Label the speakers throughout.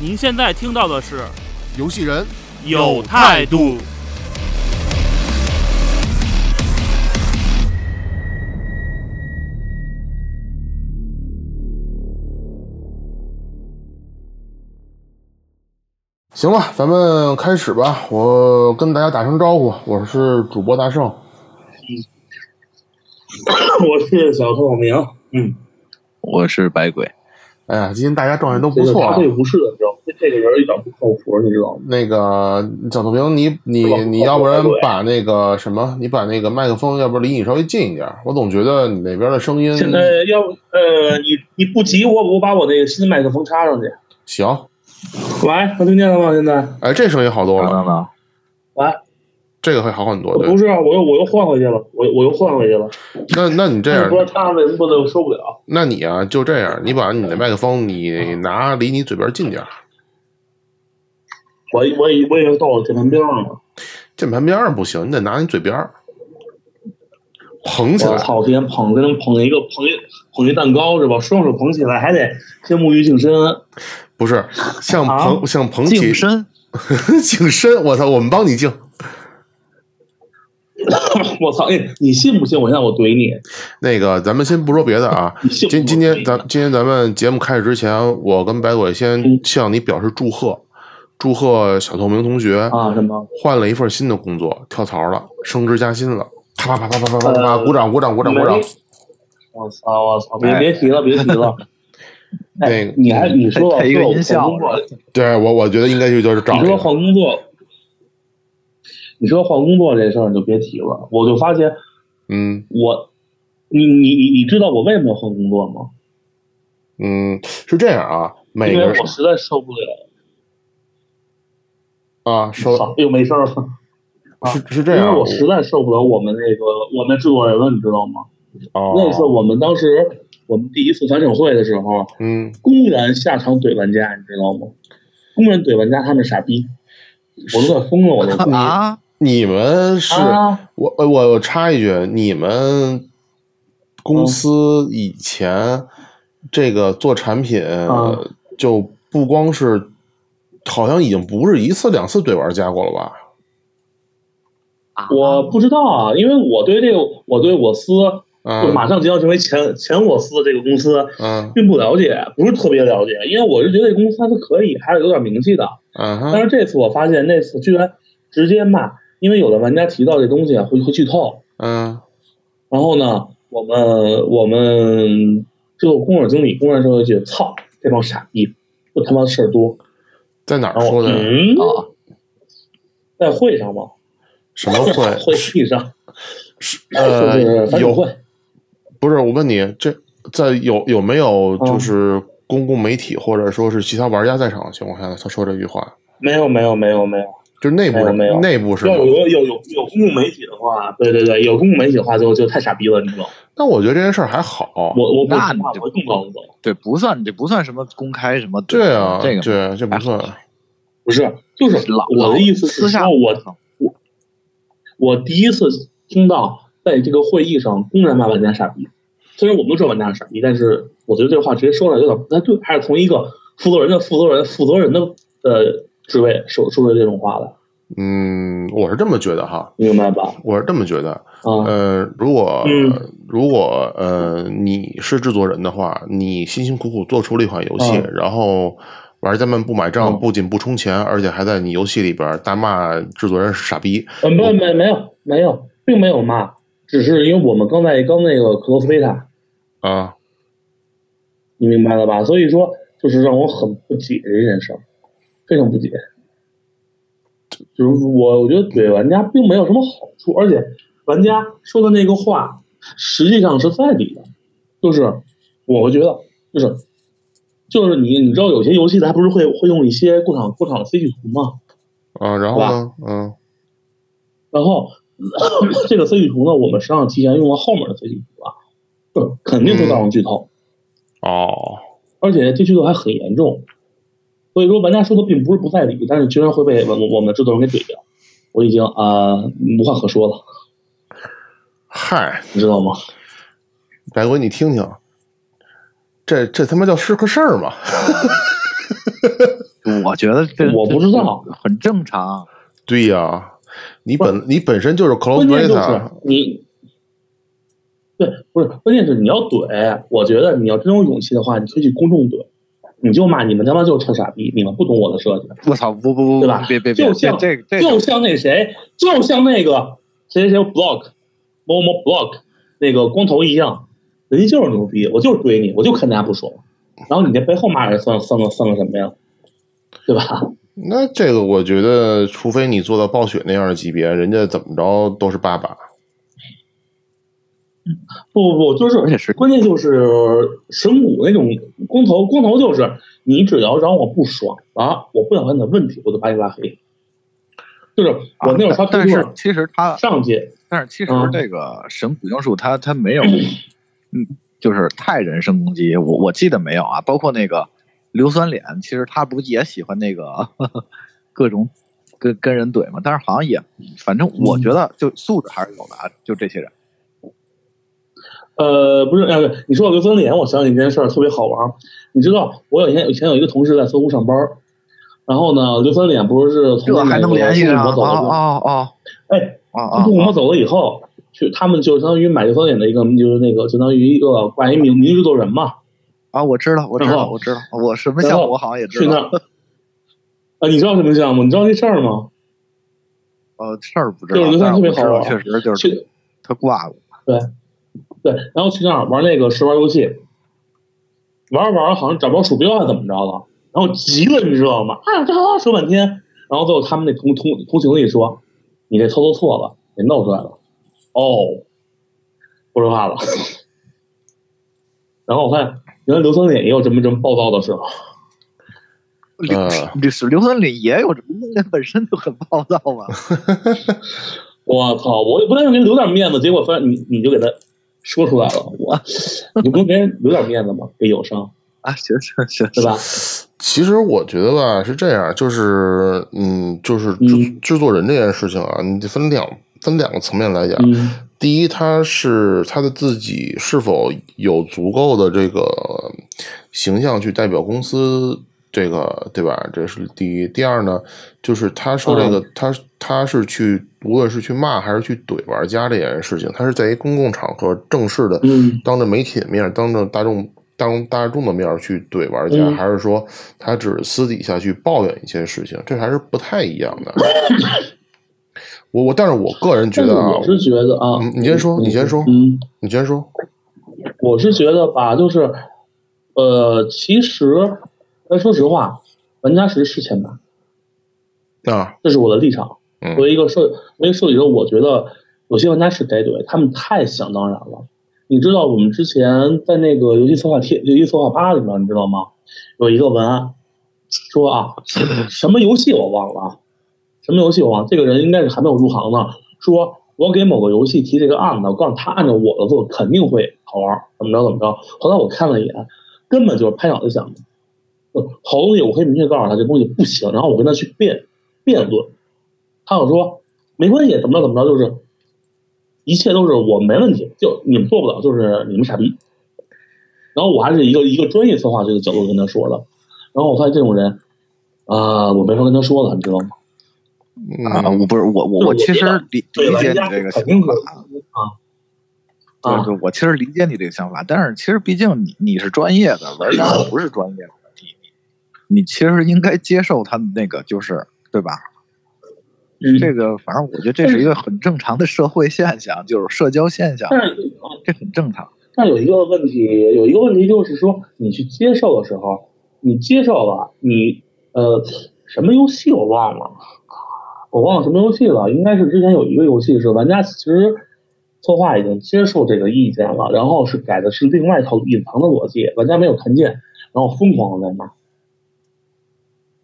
Speaker 1: 您现在听到的是
Speaker 2: 游戏人
Speaker 1: 有态度。
Speaker 2: 行了，咱们开始吧。我跟大家打声招呼，我是主播大圣。
Speaker 3: 我是小透明，嗯，
Speaker 4: 我是百鬼，
Speaker 2: 哎呀，今天大家状态都不
Speaker 3: 这个
Speaker 2: 错
Speaker 3: 答
Speaker 2: 啊。
Speaker 3: 对不是的，你知道吗？这这个人一点不靠谱，你知道吗？
Speaker 2: 那个小透明，你你
Speaker 3: 是吧
Speaker 2: 你要不然把那个什么，你把那个麦克风，要不然离你稍微近一点。我总觉得你那边的声音
Speaker 3: 现在要呃，你你不急，我我把我那个新麦克风插上去。
Speaker 2: 行。
Speaker 3: 喂，能听见了吗？现在？
Speaker 2: 哎，这声音好多
Speaker 4: 等
Speaker 2: 了，
Speaker 4: 等等，
Speaker 3: 喂，
Speaker 2: 这个会好很多。对
Speaker 3: 不，是啊，我又我又换回去了，我我又换回去了。
Speaker 2: 那那你这样
Speaker 3: 你，说插上为什么不能受不了？
Speaker 2: 那你啊就这样，你把你的麦克风
Speaker 3: 嗯
Speaker 2: 你拿离你嘴边近点儿，
Speaker 3: 我我以我以为到我键盘边上了。
Speaker 2: 键盘边上不行，你得拿你嘴边儿捧起
Speaker 3: 我
Speaker 2: 来。
Speaker 3: 操！我今天捧跟捧一个捧一捧一蛋糕是吧？双手捧起来，还得先沐浴净身。
Speaker 2: 不是像
Speaker 3: 啊
Speaker 2: 捧像捧起
Speaker 4: 净身，
Speaker 2: 净身，我操，我们帮你净。
Speaker 3: 我操！哎，你信不信？我现在我怼你，
Speaker 2: 那个，咱们先不说别的啊，
Speaker 3: 你信不信
Speaker 2: 今
Speaker 3: 我怼你？
Speaker 2: 今天咱今天咱们节目开始之前，我跟百鬼先
Speaker 3: 嗯
Speaker 2: 向你表示祝贺，祝贺小透明同学
Speaker 3: 啊什么？
Speaker 2: 换了一份新的工作，跳槽了，升职加薪了，啪啪啪啪啪啪啪啪，
Speaker 3: 呃
Speaker 2: 鼓掌鼓掌鼓掌鼓掌
Speaker 3: 没！我操！我操！别
Speaker 4: 哎
Speaker 3: 别提了，别提 了。
Speaker 2: 那个
Speaker 3: 哎，你还你说到
Speaker 4: 配一个
Speaker 3: 说我
Speaker 4: 音效
Speaker 3: 换工作，
Speaker 2: 对我我觉得应该就就是找
Speaker 3: 你
Speaker 2: 这
Speaker 3: 说
Speaker 2: 个
Speaker 3: 换工作，你说换工作这事儿你就别提了。我就发现
Speaker 2: 嗯
Speaker 3: 我，你你你你知道我为什么要换工作吗？
Speaker 2: 嗯，是这样啊，每
Speaker 3: 因
Speaker 2: 个
Speaker 3: 为
Speaker 2: 人
Speaker 3: 我实在受不了。
Speaker 2: 啊，说
Speaker 3: 操，又没声儿了。啊
Speaker 2: 是是
Speaker 3: 因
Speaker 2: 这
Speaker 3: 为
Speaker 2: 样，
Speaker 3: 我实在受不了我们那个我们制作人了，你知道吗？
Speaker 2: 哦
Speaker 3: 那次我们当时我们第一次反省会的时候，
Speaker 2: 嗯
Speaker 3: 公然下场怼玩家，你知道吗？公然怼玩家他们傻逼，我都快疯了，我都。
Speaker 4: 啊，
Speaker 2: 你们是
Speaker 3: 啊，
Speaker 2: 我呃我我插一句，你们
Speaker 3: 嗯
Speaker 2: 公司以前这个做产品
Speaker 3: 啊
Speaker 2: 就不光是，好像已经不是一次两次对玩家过了吧？
Speaker 3: 我不知道啊，因为我对这个，我对我司，就马
Speaker 2: 嗯
Speaker 3: 上即将成为前前我司的这个公司
Speaker 2: 嗯
Speaker 3: 并不了解，不是特别了解，因为我是觉得这公司还是可以，还是有点名气的。
Speaker 2: 嗯
Speaker 3: 但
Speaker 2: 哼
Speaker 3: 是这次我发现，那次居然直接骂，因为有的玩家提到这东西啊会会剧透，
Speaker 2: 嗯
Speaker 3: 然后呢，我们我们这个工作经理公然说一句：“操，这帮傻逼，不他妈事儿多。
Speaker 2: 在哪”儿
Speaker 3: 然后
Speaker 2: 说
Speaker 3: 我
Speaker 2: 的？
Speaker 3: 嗯，
Speaker 4: 啊，
Speaker 3: 在会上嘛，
Speaker 2: 什么会？
Speaker 3: 会议上，
Speaker 2: 呃
Speaker 3: 就是反，省
Speaker 2: 有
Speaker 3: 会。
Speaker 2: 不是？我问你，这在有有没有就
Speaker 3: 嗯
Speaker 2: 是公共媒体或者说是其他玩家在场的情况下，他说这句话？
Speaker 3: 没有没有没有没有，
Speaker 2: 就是内部
Speaker 3: 没有没有
Speaker 2: 内部是吗
Speaker 3: 要有有有有有公共媒体的话，对对对，有公共媒体的话就就太傻逼了，你知道吗？
Speaker 2: 但我觉得这件事儿还好。
Speaker 3: 我我不
Speaker 4: 那
Speaker 3: 怕，
Speaker 4: 你
Speaker 3: 我
Speaker 4: 就
Speaker 3: 会更高走。
Speaker 4: 对，不算，这不算什么公开什么，
Speaker 2: 对啊，
Speaker 4: 这个
Speaker 2: 对，这不算。
Speaker 3: 不是，就是
Speaker 4: 老
Speaker 3: 我的意思
Speaker 4: 私
Speaker 3: 是
Speaker 4: 下
Speaker 3: 说，我我第一次听到在这个会议上公然骂玩家傻逼。虽然我们知道玩家是傻逼，但是我觉得这话直接说出来有点不太对，还是从一个负责人的负责人负责人的呃职位说说出这种话来，
Speaker 2: 嗯，我是这么觉得哈，
Speaker 3: 明白吧？
Speaker 2: 我是这么觉得。
Speaker 3: 啊，
Speaker 2: 呃，如果、
Speaker 3: 嗯
Speaker 2: 如果呃你是制作人的话，你辛辛苦苦做出了一款游戏，
Speaker 3: 嗯
Speaker 2: 然后玩家们不买账，
Speaker 3: 嗯
Speaker 2: 不仅不充钱，而且还在你游戏里边大骂制作人是傻逼。
Speaker 3: 呃，没没没有没有，并没有骂，只是因为我们刚在刚那个克罗斯贝塔，
Speaker 2: 啊，
Speaker 3: 你明白了吧？所以说，就是让我很不解这件事儿，非常不解。就是我，我觉得怼玩家并没有什么好处，而且玩家说的那个话实际上是在理的，就是我觉得就是就是你你知道有些游戏它不是会会用一些过场过场的 CG 图吗？
Speaker 2: 啊，然后呢？嗯，
Speaker 3: 然后 这个 CG 图呢，我们实际上提前用了后面的 CG 图啊，嗯肯定会造成剧透，
Speaker 2: 哦，
Speaker 3: 而且这剧透还很严重。所以说，玩家说的并不是不在理，但是居然会被我们我们的制作人给怼掉。我已经啊、无话可说了，
Speaker 2: 嗨，
Speaker 3: 你知道吗？
Speaker 2: 白鬼，你听听，这这他妈叫是个事儿吗？
Speaker 4: 嗯我觉得这
Speaker 3: 我不知道，
Speaker 4: 这很正常。
Speaker 2: 对呀、你本你本身就是
Speaker 3: 关
Speaker 2: close b
Speaker 3: 键
Speaker 2: e
Speaker 3: 就
Speaker 2: t
Speaker 3: 是你，对，不是，关键是你要怼。我觉得你要真有勇气的话，你可以去公众怼，你就骂你们他妈就是臭傻逼，你们不懂我的设计，
Speaker 4: 我操，不不
Speaker 3: 对
Speaker 4: 不不
Speaker 3: 吧，
Speaker 4: 别别别，
Speaker 3: 就
Speaker 4: 这
Speaker 3: 像
Speaker 4: 这这
Speaker 3: 就像那谁，就像那个谁谁谁 block 某某 block 那个光头一样，人家就是牛逼，我就是怼你，我就看大家不爽，然后你在背后骂人算算个算个什么呀？对吧？
Speaker 2: 那这个我觉得，除非你做到暴雪那样的级别，人家怎么着都是爸爸。
Speaker 3: 不不不，就是
Speaker 4: 而且是
Speaker 3: 关键就是神谷那种光头，光头就是你只要让我不爽啊，我不想问你的问题，我就把你拉黑。就是我那会儿刷
Speaker 4: 啊
Speaker 3: 推
Speaker 4: 但但是
Speaker 3: 特，
Speaker 4: 其实他
Speaker 3: 上去
Speaker 4: 但是其实
Speaker 3: 嗯
Speaker 4: 这个神谷英树他他没有，嗯，就是太人身攻击，我我记得没有啊。包括那个硫酸脸，其实他不也喜欢那个 呵呵各种跟跟人怼嘛？但是好像也，反正我
Speaker 3: 嗯
Speaker 4: 觉得就素质还是有的啊。就这些人，
Speaker 3: 呃，不是，呃，你说我刘森脸，我想起一件事儿特别好玩儿。你知道，我有以前以前有一个同事在搜狐上班儿，然后呢，刘森脸不是从
Speaker 4: 这还能联系上？
Speaker 3: 我
Speaker 4: 哦
Speaker 3: 走了之后，
Speaker 4: 哦哦
Speaker 3: 哎，
Speaker 4: 哦
Speaker 3: 自从我
Speaker 4: 哦
Speaker 3: 们走了以后，去他们就相当于买刘森脸的一个，就是那个相当于一个挂一名名制作人嘛，
Speaker 4: 啊！我知道，我知
Speaker 3: 然
Speaker 4: 道，
Speaker 3: 后
Speaker 4: 我知道，我什么
Speaker 3: 然
Speaker 4: 项
Speaker 3: 后
Speaker 4: 目我好像也
Speaker 3: 去
Speaker 4: 知
Speaker 3: 那
Speaker 4: 道。
Speaker 3: 儿。 啊，你知道什么项目？你知道这事儿吗？
Speaker 4: 呃，事儿不知
Speaker 3: 就是
Speaker 4: 道，
Speaker 3: 刘
Speaker 4: 但
Speaker 3: 酸
Speaker 4: 是
Speaker 3: 特别
Speaker 4: 我知
Speaker 3: 好
Speaker 4: 道
Speaker 3: 玩
Speaker 4: 确实就是
Speaker 3: 去
Speaker 4: 他挂过。
Speaker 3: 对，然后去那儿玩那个试玩游戏，玩着玩着好像找不着鼠标还是怎么着了，然后急了，你知道吗？啊，这好说半天，然后最后他们那同同同行里说，你这操作错了，给弄出来了。哦，不说话了。然后我看原来刘三脸也有这么这么暴躁的时候，
Speaker 4: 刘
Speaker 2: 呃
Speaker 4: 刘刘森林也有，那本身就很暴躁嘛。
Speaker 3: 我操！我也不但是给你留点面子，结果发现你你就给他说出来了，我你不能给人留点面子吗？给友商
Speaker 4: 啊，行行行，
Speaker 3: 对吧？
Speaker 2: 其实我觉得吧，是这样，就是嗯，就是制、
Speaker 3: 嗯
Speaker 2: 制作人这件事情啊，你得分两分两个层面来讲。
Speaker 3: 嗯
Speaker 2: 第一，他是他的自己是否有足够的这个形象去代表公司，这个对吧？这是第一。第二呢，就是他说这个，
Speaker 3: 嗯
Speaker 2: 他他是去无论是去骂还是去怼玩家这件事情，他是在一公共场合正式的，
Speaker 3: 嗯
Speaker 2: 当着媒体的面，当着大众当大众的面儿去怼玩家，
Speaker 3: 嗯
Speaker 2: 还是说他只是私底下去抱怨一些事情，这还是不太一样 的。我我，但是我个人觉
Speaker 3: 但是
Speaker 2: 得啊
Speaker 3: 我，是觉得啊，
Speaker 2: 嗯你先说你先说
Speaker 3: 嗯，
Speaker 2: 你先说，
Speaker 3: 我是觉得吧，就是，呃，其实，呃，说实话，玩家是是欠打，
Speaker 2: 啊，
Speaker 3: 这是我的立场。
Speaker 2: 嗯
Speaker 3: 作为一个设，作为设计者，我觉得有些玩家是该怼，他们太想当然了。你知道我们之前在那个游戏策划贴、游戏策划吧里面，你知道吗？有一个文案说啊，什么游戏我忘了啊，什么游戏我忘了，这个人应该是还没有入行呢。说我给某个游戏提这个案子，我告诉他按照我的做肯定会好玩儿，怎么着怎么着。后来我看了一眼，根本就是拍脑袋想的。呃好东西我可以明确告诉他这东西不行，然后我跟他去辩辩论。他又说没关系，怎么着怎么着，就是一切都是我没问题，就你们做不了，就是你们傻逼。然后我还是一个一个专业策划这个角度跟他说的，然后我发现这种人，啊、我没法跟他说了，你知道吗？
Speaker 4: 啊，
Speaker 2: 嗯，
Speaker 4: 我不是我我我
Speaker 3: 对
Speaker 4: 其
Speaker 3: 我觉
Speaker 4: 实
Speaker 3: 得
Speaker 4: 理
Speaker 3: 对
Speaker 4: 理
Speaker 3: 玩
Speaker 4: 解你
Speaker 3: 家
Speaker 4: 这个
Speaker 3: 肯
Speaker 4: 想
Speaker 3: 定是
Speaker 4: 法，
Speaker 3: 啊
Speaker 4: 对对，我其实理解你这个想法，但是其实毕竟你你是专业的，玩家不是专业的，你你你其实应该接受他们那个就是对吧？
Speaker 3: 嗯
Speaker 4: 这个反正我觉得这是一个很正常的社会现象，就是社交现象，
Speaker 3: 但是
Speaker 4: 这很正常。
Speaker 3: 但有一个问题，有一个问题就是说，你去接受的时候，你接受了，你呃，什么游戏我忘了，我忘了什么游戏了，应该是之前有一个游戏是玩家其实策划已经接受这个意见了，然后是改的是另外一套隐藏的逻辑，玩家没有看见，然后疯狂的在骂，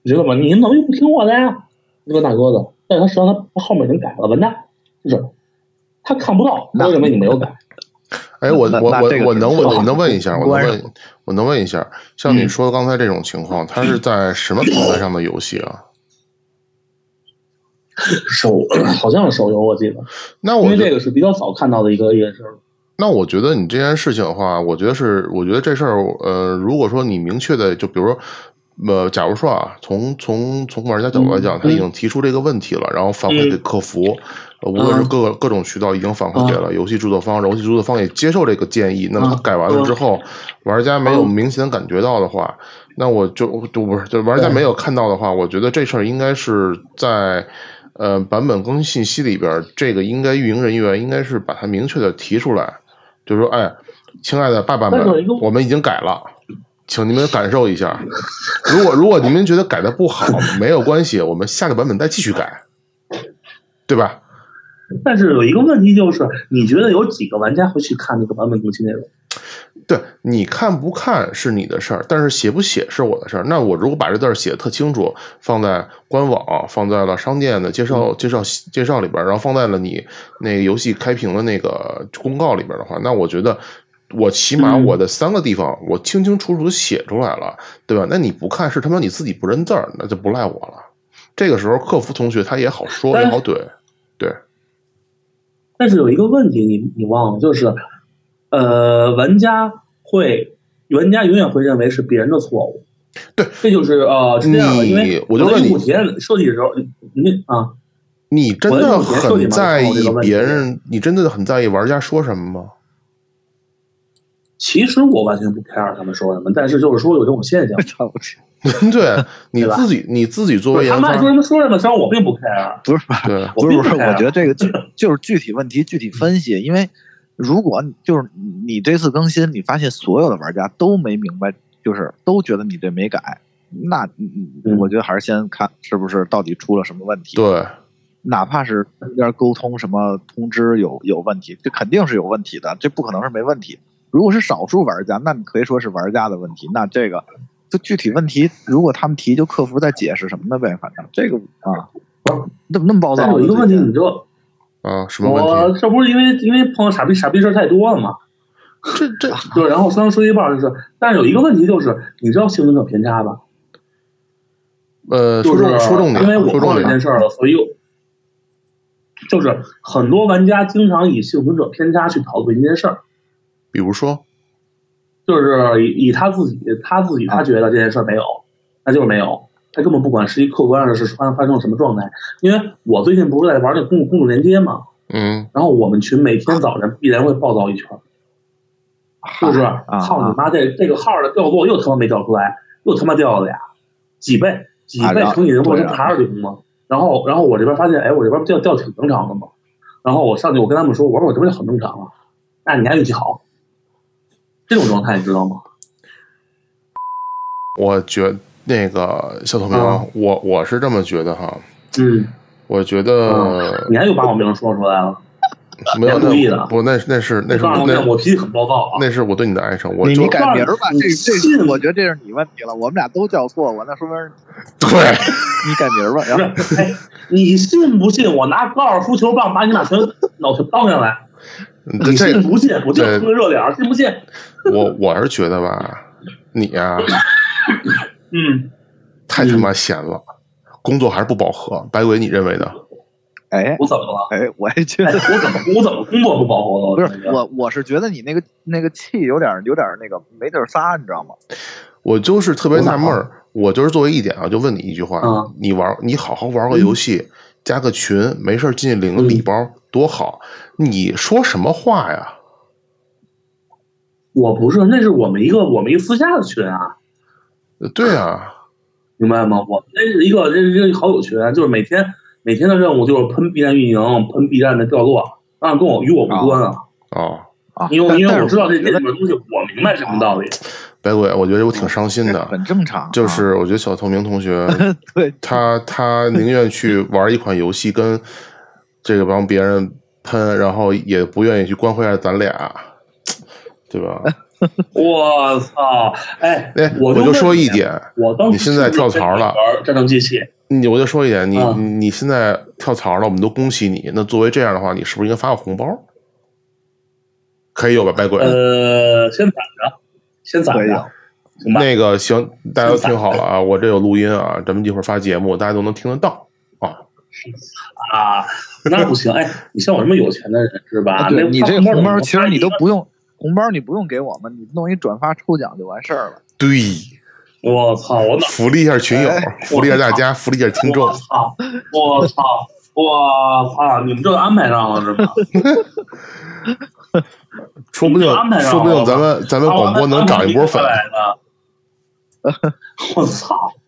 Speaker 3: 你知道吗？你们怎么又不听我的呀？这个大哥的，但是他实际上他后面已经改了，完蛋，就是他看不到，他认为你没有改，
Speaker 2: 哎，我
Speaker 4: 那
Speaker 2: 我
Speaker 4: 那
Speaker 2: 我
Speaker 4: 这个
Speaker 2: 我
Speaker 4: 是
Speaker 2: 能
Speaker 4: 错
Speaker 2: 问
Speaker 4: 了
Speaker 2: 我能问一下，我
Speaker 4: 关嗯
Speaker 2: 能
Speaker 4: 上，
Speaker 2: 问我能问一下，像你说刚才这种情况，它是在什么平台上的游戏啊？
Speaker 3: 手 好像是手游，我记得，
Speaker 2: 那
Speaker 3: 因
Speaker 2: 哦我
Speaker 3: 为
Speaker 2: 觉
Speaker 3: 这个是比较早看到的一个一个事儿。
Speaker 2: 那我觉得你这件事情的话，我觉得是，我觉得这事儿，呃，如果说你明确的，就比如说，呃，假如说啊，从从从玩家角度来讲，他已经提出这个问题了，然后反馈给客服，呃无论是各、各种渠道已经反馈给了游戏制作方，游戏制作方也接受这个建议，那么他改完了之后，玩家没有明显感觉到的话，那我就就不是，就玩家没有看到的话，我觉得这事儿应该是在呃版本更新信息里边儿，这个应该运营人员应该是把它明确的提出来，就是说，哎，亲爱的爸爸们
Speaker 3: 但是有一个，
Speaker 2: 我们已经改了。请你们感受一下，如果如果你们觉得改的不好，没有关系，我们下个版本再继续改，对吧？
Speaker 3: 但是有一个问题就是，你觉得有几个玩家会去看这个版本更新内容？
Speaker 2: 对，你看不看是你的事儿，但是写不写是我的事儿。那我如果把这字儿写的特清楚，放在官网，放在了商店的介
Speaker 3: 嗯
Speaker 2: 绍、介绍、介绍里边儿，然后放在了你那个游戏开屏的那个公告里边儿的话，那我觉得我起码
Speaker 3: 嗯
Speaker 2: 我的三个地方我清清楚楚地写出来了，对吧？那你不看是他妈你自己不认字儿，那就不赖我了。这个时候客服同学他也好说
Speaker 3: 但
Speaker 2: 也
Speaker 3: 是
Speaker 2: 好怼，对，
Speaker 3: 但是有一个问题你，你忘了，就是，呃，玩家会，玩家永远会认为是别人的错误。
Speaker 2: 对，
Speaker 3: 这就是呃是这样的，
Speaker 2: 你
Speaker 3: 因为
Speaker 2: 我就
Speaker 3: 在
Speaker 2: 问你
Speaker 3: 用户体验设计的时候，你你啊，
Speaker 2: 你真
Speaker 3: 我
Speaker 2: 的
Speaker 3: 我觉得
Speaker 2: 很
Speaker 3: 你
Speaker 2: 在
Speaker 3: 这
Speaker 2: 意
Speaker 3: 个问题
Speaker 2: 别人，你真的很在意玩家说什么吗？
Speaker 3: 其实我完全不 care 他们说什么，但是就是说有这种现象
Speaker 4: 操！
Speaker 2: 对，你
Speaker 3: 对吧
Speaker 2: 自己你自己作为
Speaker 3: 他
Speaker 2: 研
Speaker 3: 们爱说
Speaker 2: 发，
Speaker 3: 什么说什么，实际上我并不 care。
Speaker 4: 不是，
Speaker 2: 对，
Speaker 3: 我
Speaker 4: 不是
Speaker 3: 并
Speaker 4: 不是，
Speaker 3: 不 care
Speaker 4: 我觉得这个就就是具 体问题具体分析，因为如果你就是你这次更新，你发现所有的玩家都没明白，就是都觉得你这没改，那嗯
Speaker 3: 嗯
Speaker 4: 我觉得还是先看是不是到底出了什么问题。，
Speaker 2: 对，
Speaker 4: 哪怕是中间沟通什么通知有有问题，这肯定是有问题的，这不可能是没问题。如果是少数玩家，那你可以说是玩家的问题，那这个。就具体问题，如果他们提，就客服再解释什么的呗。反正这个啊，你怎么那么暴躁
Speaker 3: 但
Speaker 4: 呢？
Speaker 3: 是有一个问题，
Speaker 4: 最近
Speaker 3: 你知道，
Speaker 2: 啊，什么问
Speaker 3: 我
Speaker 2: 题？
Speaker 3: 这不是因为因为碰到傻逼傻逼事儿太多了嘛？
Speaker 2: 这 这
Speaker 3: 就然后说说一半儿就是，但是有一个问题就是，你知道幸存者偏差吧？
Speaker 2: 呃，
Speaker 3: 就
Speaker 2: 说
Speaker 3: 是
Speaker 2: 重说重
Speaker 3: 因为
Speaker 2: 点，啊
Speaker 3: 我
Speaker 2: 说
Speaker 3: 碰
Speaker 2: 重
Speaker 3: 到这
Speaker 2: 点
Speaker 3: 件，事儿了，所以我就是很多玩家经常以幸存者偏差去讨论一件事儿，
Speaker 2: 比如说，
Speaker 3: 就是以以他自己他自己他觉得这件事儿没有，那就是没有，他根本不管实际客观上是发发生了什么状态。因为我最近不是在玩那公主公主连接嘛，
Speaker 2: 嗯，
Speaker 3: 然后我们群每天早晨必然会暴躁一圈儿，就是
Speaker 4: 啊
Speaker 3: 操你妈这这个号儿的掉落又他妈没掉出来，又他妈掉了俩，几倍几
Speaker 4: 啊
Speaker 3: 倍
Speaker 4: 然后
Speaker 3: 乘以人工
Speaker 4: 对
Speaker 3: 是
Speaker 4: 啊
Speaker 3: 爬着零吗？然后然后我这边发现，哎，我这边掉掉挺正常的嘛。然后我上去我跟他们说，我说我这边就很正常啊，那你还运气好，这种状态你知道吗？
Speaker 2: 我觉那个小透明
Speaker 3: 啊，
Speaker 2: 我我是这么觉得哈，
Speaker 3: 嗯，
Speaker 2: 我觉
Speaker 3: 嗯
Speaker 2: 得
Speaker 3: 你还又把我名说出来了，
Speaker 2: 没有
Speaker 3: 你还故意的
Speaker 2: 那不那那是那是
Speaker 3: 告诉
Speaker 2: 我
Speaker 3: 我
Speaker 2: 那
Speaker 3: 我脾气很暴躁啊。
Speaker 2: 那是我对你的爱称，我
Speaker 4: 你
Speaker 2: 就
Speaker 4: 你改名儿吧，
Speaker 3: 你
Speaker 4: 这这
Speaker 3: 信
Speaker 4: 我觉得这是你问题了，我们俩都叫错我，那说明是
Speaker 2: 对，
Speaker 4: 你改名儿吧。然后
Speaker 3: 不是，哎，你信不信我拿高尔夫球棒把你俩全脑 全当下来？
Speaker 2: 这
Speaker 3: 你信
Speaker 2: 这
Speaker 3: 不信？我就
Speaker 2: 对
Speaker 3: 冲个热脸儿，信不信？
Speaker 2: 我我是觉得吧，你呀
Speaker 3: 嗯，
Speaker 2: 太他妈闲了，工作还是不饱和，白鬼你认为呢？
Speaker 4: 哎
Speaker 3: 我怎么了？
Speaker 4: 哎，我还觉
Speaker 3: 哎，
Speaker 4: 得
Speaker 3: 我怎么我怎么工作不饱和了？
Speaker 4: 不
Speaker 3: 感
Speaker 4: 是
Speaker 3: 觉
Speaker 4: 我，我是觉得你那个那个气有点有点那个没地儿撒，你知道吗？
Speaker 2: 我就是特别纳闷儿，我就是作为一点啊，就问你一句话：
Speaker 3: 嗯
Speaker 2: 你玩，你好好玩个游戏，加个群，没事儿进去领
Speaker 3: 嗯
Speaker 2: 个礼包，多好！你说什么话呀？
Speaker 3: 我不是，那是我们一个我们一个私下的群啊，
Speaker 2: 对啊，
Speaker 3: 明白吗？我们那是一个这是这是一个好友群，就是每天每天的任务就是喷 B 站运营，喷 B 站的掉落，当然跟我与我无关啊，
Speaker 2: 哦，
Speaker 4: 啊，
Speaker 3: 因为
Speaker 4: 但
Speaker 3: 因为
Speaker 4: 但
Speaker 3: 我
Speaker 4: 是
Speaker 3: 知道这
Speaker 4: 觉
Speaker 3: 这
Speaker 4: 得
Speaker 3: 里面东西，我明白什么道理。
Speaker 2: 白鬼，我觉得我挺伤心
Speaker 4: 这
Speaker 2: 的，
Speaker 4: 很正常啊，
Speaker 2: 就是我觉得小透明同 学
Speaker 4: 对
Speaker 2: 他他宁愿去玩一款游戏，跟这 个帮别人喷，然后也不愿意去关怀一下咱俩，对吧？
Speaker 3: 我操！哎
Speaker 2: 哎，，
Speaker 3: 我
Speaker 2: 就
Speaker 3: 问
Speaker 2: 说一
Speaker 3: 你，
Speaker 2: 点，
Speaker 3: 我当时
Speaker 2: 你现在跳槽了
Speaker 3: 是不是在里边战争机器，
Speaker 2: 你我就说一点，你、
Speaker 3: 啊
Speaker 2: 你你现在跳槽了，我们都恭喜你。那作为这样的话，你是不是应该发个红包？可以有吧，白鬼？
Speaker 3: 呃，先攒着，先攒
Speaker 4: 可以
Speaker 3: 着，行吧？
Speaker 2: 那个行，大家都
Speaker 3: 是
Speaker 2: 听好了啊，我这有录音啊，咱们一会儿发节目，大家都能听得到。
Speaker 3: 啊，那不行。哎，你像我这么有钱的人是吧？
Speaker 4: 啊对
Speaker 3: 啊那
Speaker 4: 你这个
Speaker 3: 发
Speaker 4: 红包，其实你都
Speaker 3: 发
Speaker 4: 不用红包，你不用给我们，你弄一转发抽奖就完事儿了。
Speaker 2: 对，
Speaker 3: 一个我操！我脑
Speaker 2: 福利一下群友，福利一下大家，福利一下听众
Speaker 3: 哎我。操！我操！我操！你们这安排上了是吧？
Speaker 2: 说不定
Speaker 3: 你安排，上
Speaker 2: 说不定
Speaker 3: 了吧
Speaker 2: 咱们咱们广播能涨一波粉
Speaker 3: 啊。我还安排你过来呢我操！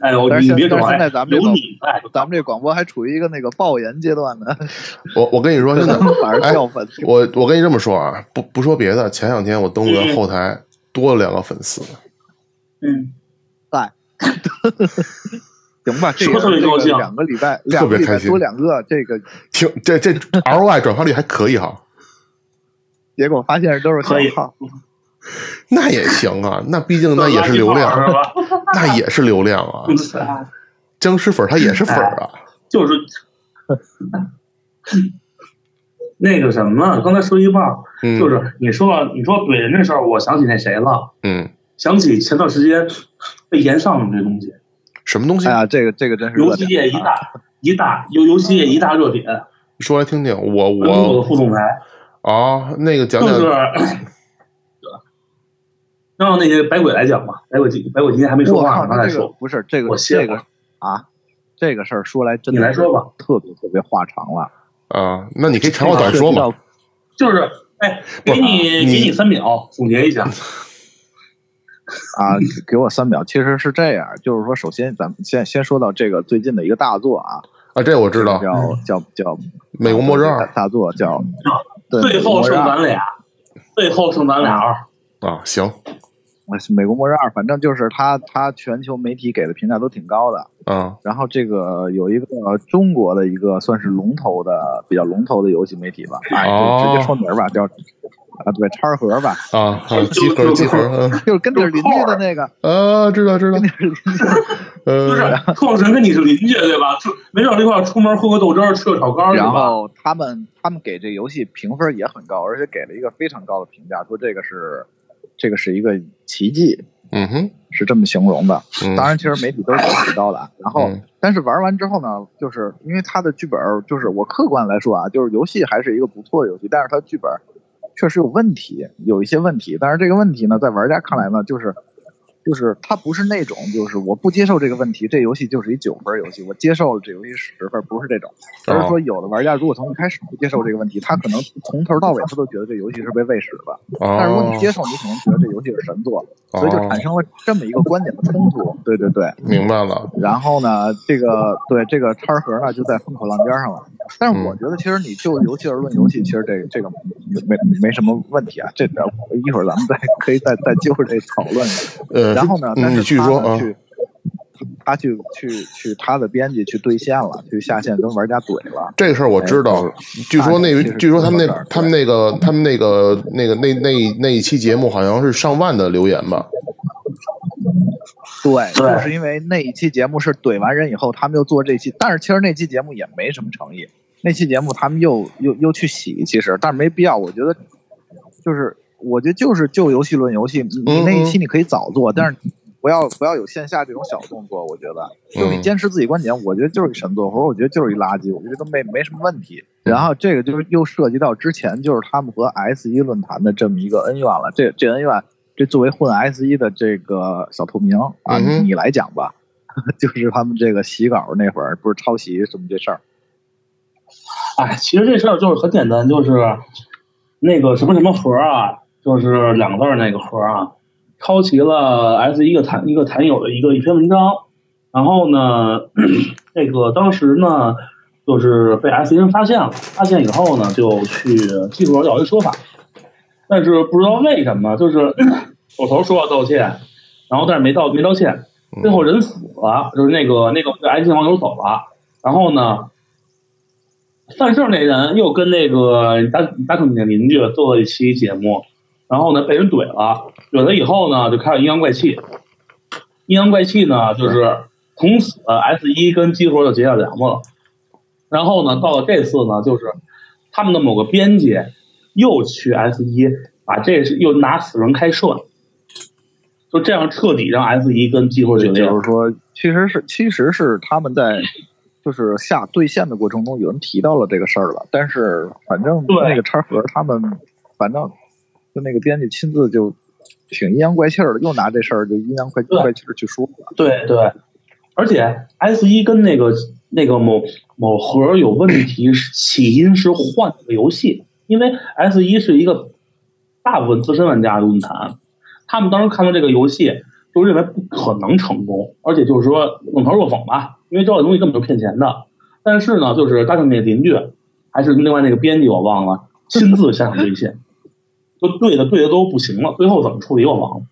Speaker 3: 哎呦，
Speaker 4: 但是
Speaker 3: 你
Speaker 4: 现
Speaker 3: 别整
Speaker 4: 但是
Speaker 3: 哎
Speaker 4: 现在咱们
Speaker 3: 有
Speaker 4: 这个
Speaker 3: 你在，
Speaker 4: 咱们这广播还处于一个那个爆言阶段呢，
Speaker 2: 我我跟你说，真 的，哎
Speaker 4: 反 而掉粉。
Speaker 2: 我我跟你这么说啊，不不说别的，前两天我登录咱后台多了两个粉丝，
Speaker 3: 嗯，
Speaker 4: 行吧，这
Speaker 3: 说
Speaker 4: 个
Speaker 3: 特别
Speaker 4: 这
Speaker 3: 高兴
Speaker 4: 个两个礼拜，
Speaker 2: 特
Speaker 4: 两
Speaker 2: 别
Speaker 4: 个礼
Speaker 2: 开
Speaker 4: 拜
Speaker 2: 心
Speaker 4: 多两个，这个
Speaker 2: 挺这这 ROI 转发率还可以哈，
Speaker 4: 结果发现都是
Speaker 3: 可以
Speaker 4: 小号，
Speaker 2: 那也行啊，那毕竟那也是流量，
Speaker 3: 是吧？
Speaker 2: 那也是流量啊，
Speaker 3: 嗯
Speaker 2: 僵尸粉儿他也是粉儿啊，
Speaker 3: 就是那个什么，刚才说一半儿，
Speaker 2: 嗯，
Speaker 3: 就是你说到你说怼人这事儿，我想起那谁了，
Speaker 2: 嗯，
Speaker 3: 想起前段时间被延上的这东西，
Speaker 2: 什么东西
Speaker 4: 哎？呀，这个这个真是
Speaker 3: 游
Speaker 4: 热
Speaker 3: 戏
Speaker 4: 点啊
Speaker 3: 界一大一大游游戏界一大热点，
Speaker 2: 说来听听，我
Speaker 4: 哦
Speaker 3: 苹果的
Speaker 2: 我
Speaker 3: 副总裁
Speaker 2: 啊，那个讲
Speaker 3: 就
Speaker 2: 讲
Speaker 3: 是让那些百鬼来讲吧，百鬼今百鬼今天还没说
Speaker 4: 我
Speaker 3: 话
Speaker 4: 靠，
Speaker 3: 呢，他
Speaker 4: 那
Speaker 3: 再
Speaker 4: 这个
Speaker 3: 说，
Speaker 4: 不是这个
Speaker 3: 我信了
Speaker 4: 这个啊，这个事儿说来真的
Speaker 3: 你来说吧，
Speaker 4: 特别特别话长了。
Speaker 2: 啊，那你可以长话短说嘛，
Speaker 4: 嘛，
Speaker 3: 就是哎，给
Speaker 2: 不
Speaker 3: 你
Speaker 2: 你
Speaker 3: 给你三秒总结一下，
Speaker 4: 啊，给我三秒。其实是这样，就是说，首先咱们先先说到这个最近的一个大作啊，
Speaker 2: 啊，这我知道，
Speaker 4: 叫
Speaker 3: 嗯
Speaker 4: 叫叫《
Speaker 2: 美国末日
Speaker 4: 大
Speaker 2: 二
Speaker 4: 大作叫对
Speaker 3: 啊最后剩咱俩，最后剩咱俩二，
Speaker 2: 啊，行
Speaker 4: 美国末日二》，反正就是它它全球媒体给的评价都挺高的。
Speaker 2: 啊，
Speaker 4: 然后这个有一个中国的一个算是龙头的比较龙头的游戏媒体吧，哎，就直接说名儿吧，叫啊对叉盒吧，
Speaker 2: 啊啊，集合集合，嗯
Speaker 4: 就是跟着邻居的那个，
Speaker 2: 啊，知道知道
Speaker 4: 跟，着邻居
Speaker 3: 就是
Speaker 2: 呃，
Speaker 4: 啊
Speaker 3: 创神跟你是邻居对吧？出没事儿一块儿出门喝个豆汁儿，吃个炒肝儿对
Speaker 4: 然
Speaker 3: 吧？
Speaker 4: 后他们他们给这游戏评分也很高，而且给了一个非常高的评价，说这个是这个是一个奇迹，
Speaker 2: 嗯哼，
Speaker 4: 是这么形容的。
Speaker 2: 嗯
Speaker 4: 当然，其实媒体都是挺高的啊。然后
Speaker 2: 嗯，
Speaker 4: 但是玩完之后呢，就是因为它的剧本儿，就是我客观来说啊，就是游戏还是一个不错的游戏，但是它剧本儿确实有问题，有一些问题。但是这个问题呢，在玩家看来呢，就是 就是它不是那种就是我不接受这个问题，这游戏就是一九分儿游戏，我接受了这游戏十分儿，不是这种。而是说，有的玩家如果从一开始不接受这个问题，他可能从头到尾他都觉得这游戏是被喂屎的。但如果你接受，你可能觉得这游戏是神作，
Speaker 2: 哦
Speaker 4: 所以就产生了这么一个观点的冲突。对对对。
Speaker 2: 明白了，
Speaker 4: 然后呢，这个对这个叉盒呢就在风口浪尖上了。但是
Speaker 2: 嗯
Speaker 4: 我觉得，其实你就游戏而论游戏，其实这个这个没没什么问题啊。这点一会儿咱们再可以再再就着这讨论。
Speaker 2: 呃，
Speaker 4: 然后呢，但
Speaker 2: 嗯
Speaker 4: 是
Speaker 2: 你继续
Speaker 4: 他
Speaker 2: 说
Speaker 4: 呢
Speaker 2: 啊，
Speaker 4: 去他去去去他的编辑去兑现了，去下线跟玩家怼了。
Speaker 2: 这个事儿我知道
Speaker 4: 哎，
Speaker 2: 据说那
Speaker 4: 大概就是
Speaker 2: 据说他们那
Speaker 4: 这么个事儿
Speaker 2: 他们那个他们那个那个那那那一期节目好像是上万的留言吧？
Speaker 4: 对，
Speaker 3: 对
Speaker 4: 就是因为那一期节目是怼完人以后，他们又做这期，但是其实那期节目也没什么诚意。那期节目他们又又又去洗，其实，但是没必要。我觉得，就是我觉得就是就游戏论游戏，你
Speaker 2: 嗯
Speaker 4: 你那一期你可以早做，但是不要不要有线下这种小动作。我觉得，就你
Speaker 2: 嗯
Speaker 4: 坚持自己观点，我觉得就是一神作，或者我觉得就是一垃圾，我觉得都没没什么问题。然后这个就是又涉及到之前就是他们和 S 一论坛的这么一个恩怨了，这这恩怨，这作为混 S 一的这个小透明啊，
Speaker 2: 嗯哼
Speaker 4: 你来讲吧， 就是他们这个洗稿那会儿不是抄袭什么这事儿，
Speaker 3: 哎，其实这事儿就是很简单，就是那个什么什么盒儿啊，就是两个字儿那个盒儿啊，抄袭了 S 一个坛一个坛友的一个一篇文章，然后呢，那个当时呢，就是被 S 一人发现了，发现以后呢，就去技术上要一说法，但是不知道为什么，就是 口头说要道歉，然后但是没道没道歉，最后人死了，就是那个那个 S 一网友走了，然后呢。犯事儿那人又跟那个打打手那邻居做了一期节目，然然后呢被人怼了，怼了以后呢就开始阴阳怪气，阴阳怪气呢就是从此呃 S 一跟激活就结下梁子了，然后呢到了这次呢就是他们的某个编辑又去 S 一把这是又拿死人开涮，就这样彻底让 S 一跟激活决
Speaker 4: 就
Speaker 3: 裂。
Speaker 4: 是说，其实是其实是他们在就是下对线的过程中，有人提到了这个事儿了，但是反正
Speaker 3: 对
Speaker 4: 那个插盒他们反正就那个编辑亲自就挺阴阳怪气儿的，又拿这事儿就阴阳怪
Speaker 3: 对
Speaker 4: 怪气儿去说了。
Speaker 3: 对对，而且 S 一跟那个那个某某盒有问题，是起因是换了个游戏，因为 S 一是一个大部分资深玩家的论坛，他们当时看到这个游戏就认为不可能成功，而且就是说冷嘲热讽吧，因为这东西根本就骗钱的。但是呢，就是大圣那邻居还是另外那个编辑我忘了，亲自下场对线， 就对的对的都不行了，最后怎么处理我忘了，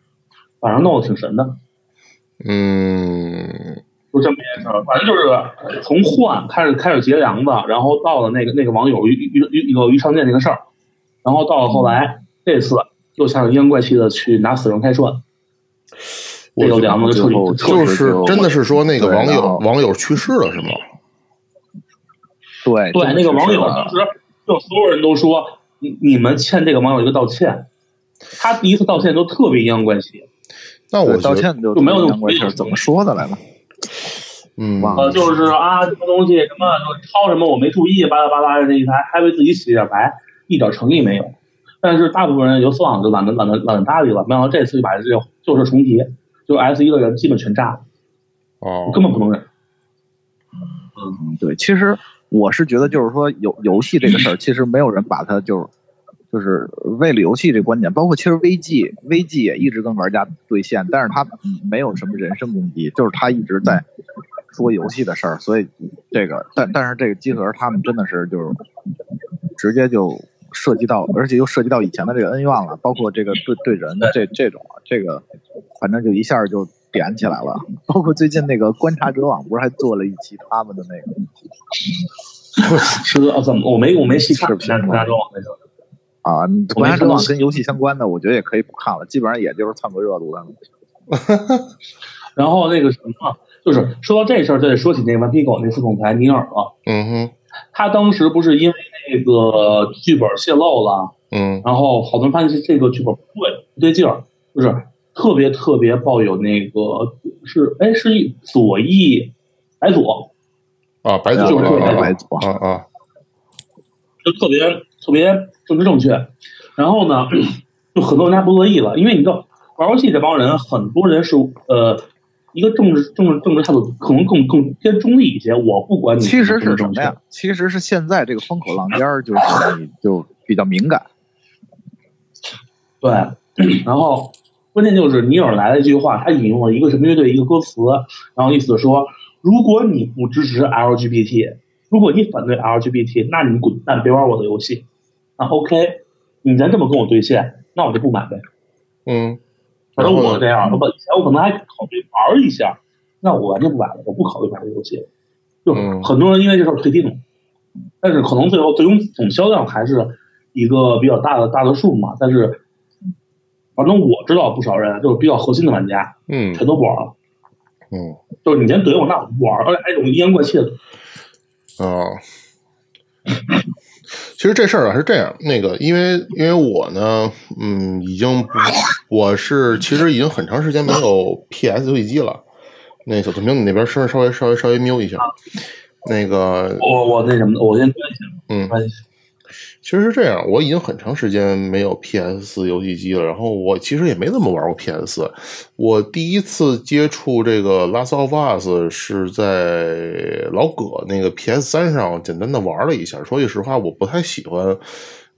Speaker 3: 反正弄得挺神的。
Speaker 2: 嗯，
Speaker 3: 就这么一件事儿，反正就是从换开始开始结梁子，然后到了那个那个网友于于于一个于昌建那个事儿，然后到了后来、这次又像阴阳怪气的去拿死人开涮，
Speaker 2: 我
Speaker 3: 这个梁子就彻底
Speaker 4: 就
Speaker 3: 彻
Speaker 2: 就
Speaker 3: 底
Speaker 2: 是真的是说那个
Speaker 4: 对
Speaker 2: 网
Speaker 4: 然
Speaker 2: 友
Speaker 4: 后
Speaker 2: 网友去世了是吗？
Speaker 4: 对
Speaker 3: 对那个网友当
Speaker 4: 啊
Speaker 3: 时就所有人都说你你们欠这个网友一个道歉，他第一次道歉都特别阴阳怪气，
Speaker 2: 那我
Speaker 4: 对
Speaker 2: 觉
Speaker 4: 道
Speaker 2: 得，
Speaker 4: 歉就
Speaker 3: 就没有那
Speaker 4: 阴
Speaker 3: 种
Speaker 4: 阳怪气儿，怎么说的来着？
Speaker 2: 嗯，
Speaker 4: 忘了
Speaker 3: 呃，就是啊什么东西什么就抄什么我没注意，巴拉巴拉的这一台，还为自己洗点白，一点诚意没有。但是大部分人也就算了，就懒得懒得懒得搭理了。没想到这次就把这个旧事重提，就是 S 一的人基本全炸了，
Speaker 2: 哦
Speaker 3: 我，根本不能忍。
Speaker 4: 嗯，对，其实我是觉得，就是说游游戏这个事儿，其实没有人把它就是就是为了游戏这观点，包括其实 VG VG 也一直跟玩家对线，但是他没有什么人身攻击，就是他一直在说游戏的事儿，所以这个但但是这个集合他们真的是就是直接就涉及到，而且又涉及到以前的这个恩怨了，包括这个对对人的这这种这个，反正就一下就点起来了。包括最近那个观察者网不是还做了一期他们的那个
Speaker 3: 是啊，怎么我没我没细看
Speaker 4: 是不是
Speaker 3: 但是大家知道我没事
Speaker 4: 啊？观察者网跟游戏相关的，我觉得也可以不看了，基本上也就是蹭个热度了。
Speaker 3: 然后那个什么，啊就是说到这事儿，就得说起那个顽皮狗那副总裁尼尔了。
Speaker 2: 嗯哼，
Speaker 3: 他当时不是因为那个剧本泄露了，
Speaker 2: 嗯
Speaker 3: 然后好多人发现这这个剧本不对不对劲儿，就是特别特别抱有那个是哎是一左翼白左，
Speaker 2: 啊，白
Speaker 4: 然
Speaker 2: 左
Speaker 4: 后
Speaker 3: 就是
Speaker 2: 了，
Speaker 4: 白
Speaker 2: 啊
Speaker 4: 左，
Speaker 2: 啊啊，
Speaker 3: 就特别特别政治正确。然后呢， 就很多人家不乐意了，因为你知道玩游戏这帮人，很多人是呃一个政治政治政治态度可能更更偏中立一些。我不管你
Speaker 4: 其实
Speaker 3: 政
Speaker 4: 是
Speaker 3: 治
Speaker 4: 什
Speaker 3: 正
Speaker 4: 么
Speaker 3: 确
Speaker 4: 呀？其实是现在这个风口浪尖儿，就是你就比较敏感。
Speaker 3: 对， 然后关键就是尼尔来了一句话，他引用了一个什么乐队一个歌词，然后意思说，如果你不支持 LGBT，如果你反对 LGBT，那你滚蛋，别玩我的游戏。那 OK，你咱这么跟我对线，那我就不买呗。
Speaker 2: 嗯，
Speaker 3: 反
Speaker 2: 然
Speaker 3: 正
Speaker 2: 后嗯
Speaker 3: 我这
Speaker 2: 呢？
Speaker 3: 样，我把以前我可能还考虑玩一下，那我完全不买了，我不考虑买这游戏。就
Speaker 2: 嗯
Speaker 3: 很多人因为这事儿退订了，但是可能最后最终总销量还是一个比较大的大的数嘛。但是反正我知道不少人就是比较核心的玩家
Speaker 2: 嗯
Speaker 3: 全都不玩了，
Speaker 2: 嗯
Speaker 3: 就是你连怼我那我不玩了，而且还有种阴阳怪气的。
Speaker 2: 啊。其实这事儿啊是这样，那个，因为因为我呢，嗯，已经不，我是其实已经很长时间没有 PS 游戏机了。那小透明，你那边声稍微稍微稍微瞄一下。那个，
Speaker 3: 我我那什么，我先关一下，
Speaker 2: 嗯，
Speaker 3: 关一下。
Speaker 2: 其实是这样，我已经很长时间没有 PS 四游戏机了，然后我其实也没怎么玩过 PS 四。我第一次接触这个《Last of Us》是在老葛那个 PS 三上简单的玩了一下。说句实话，我不太喜欢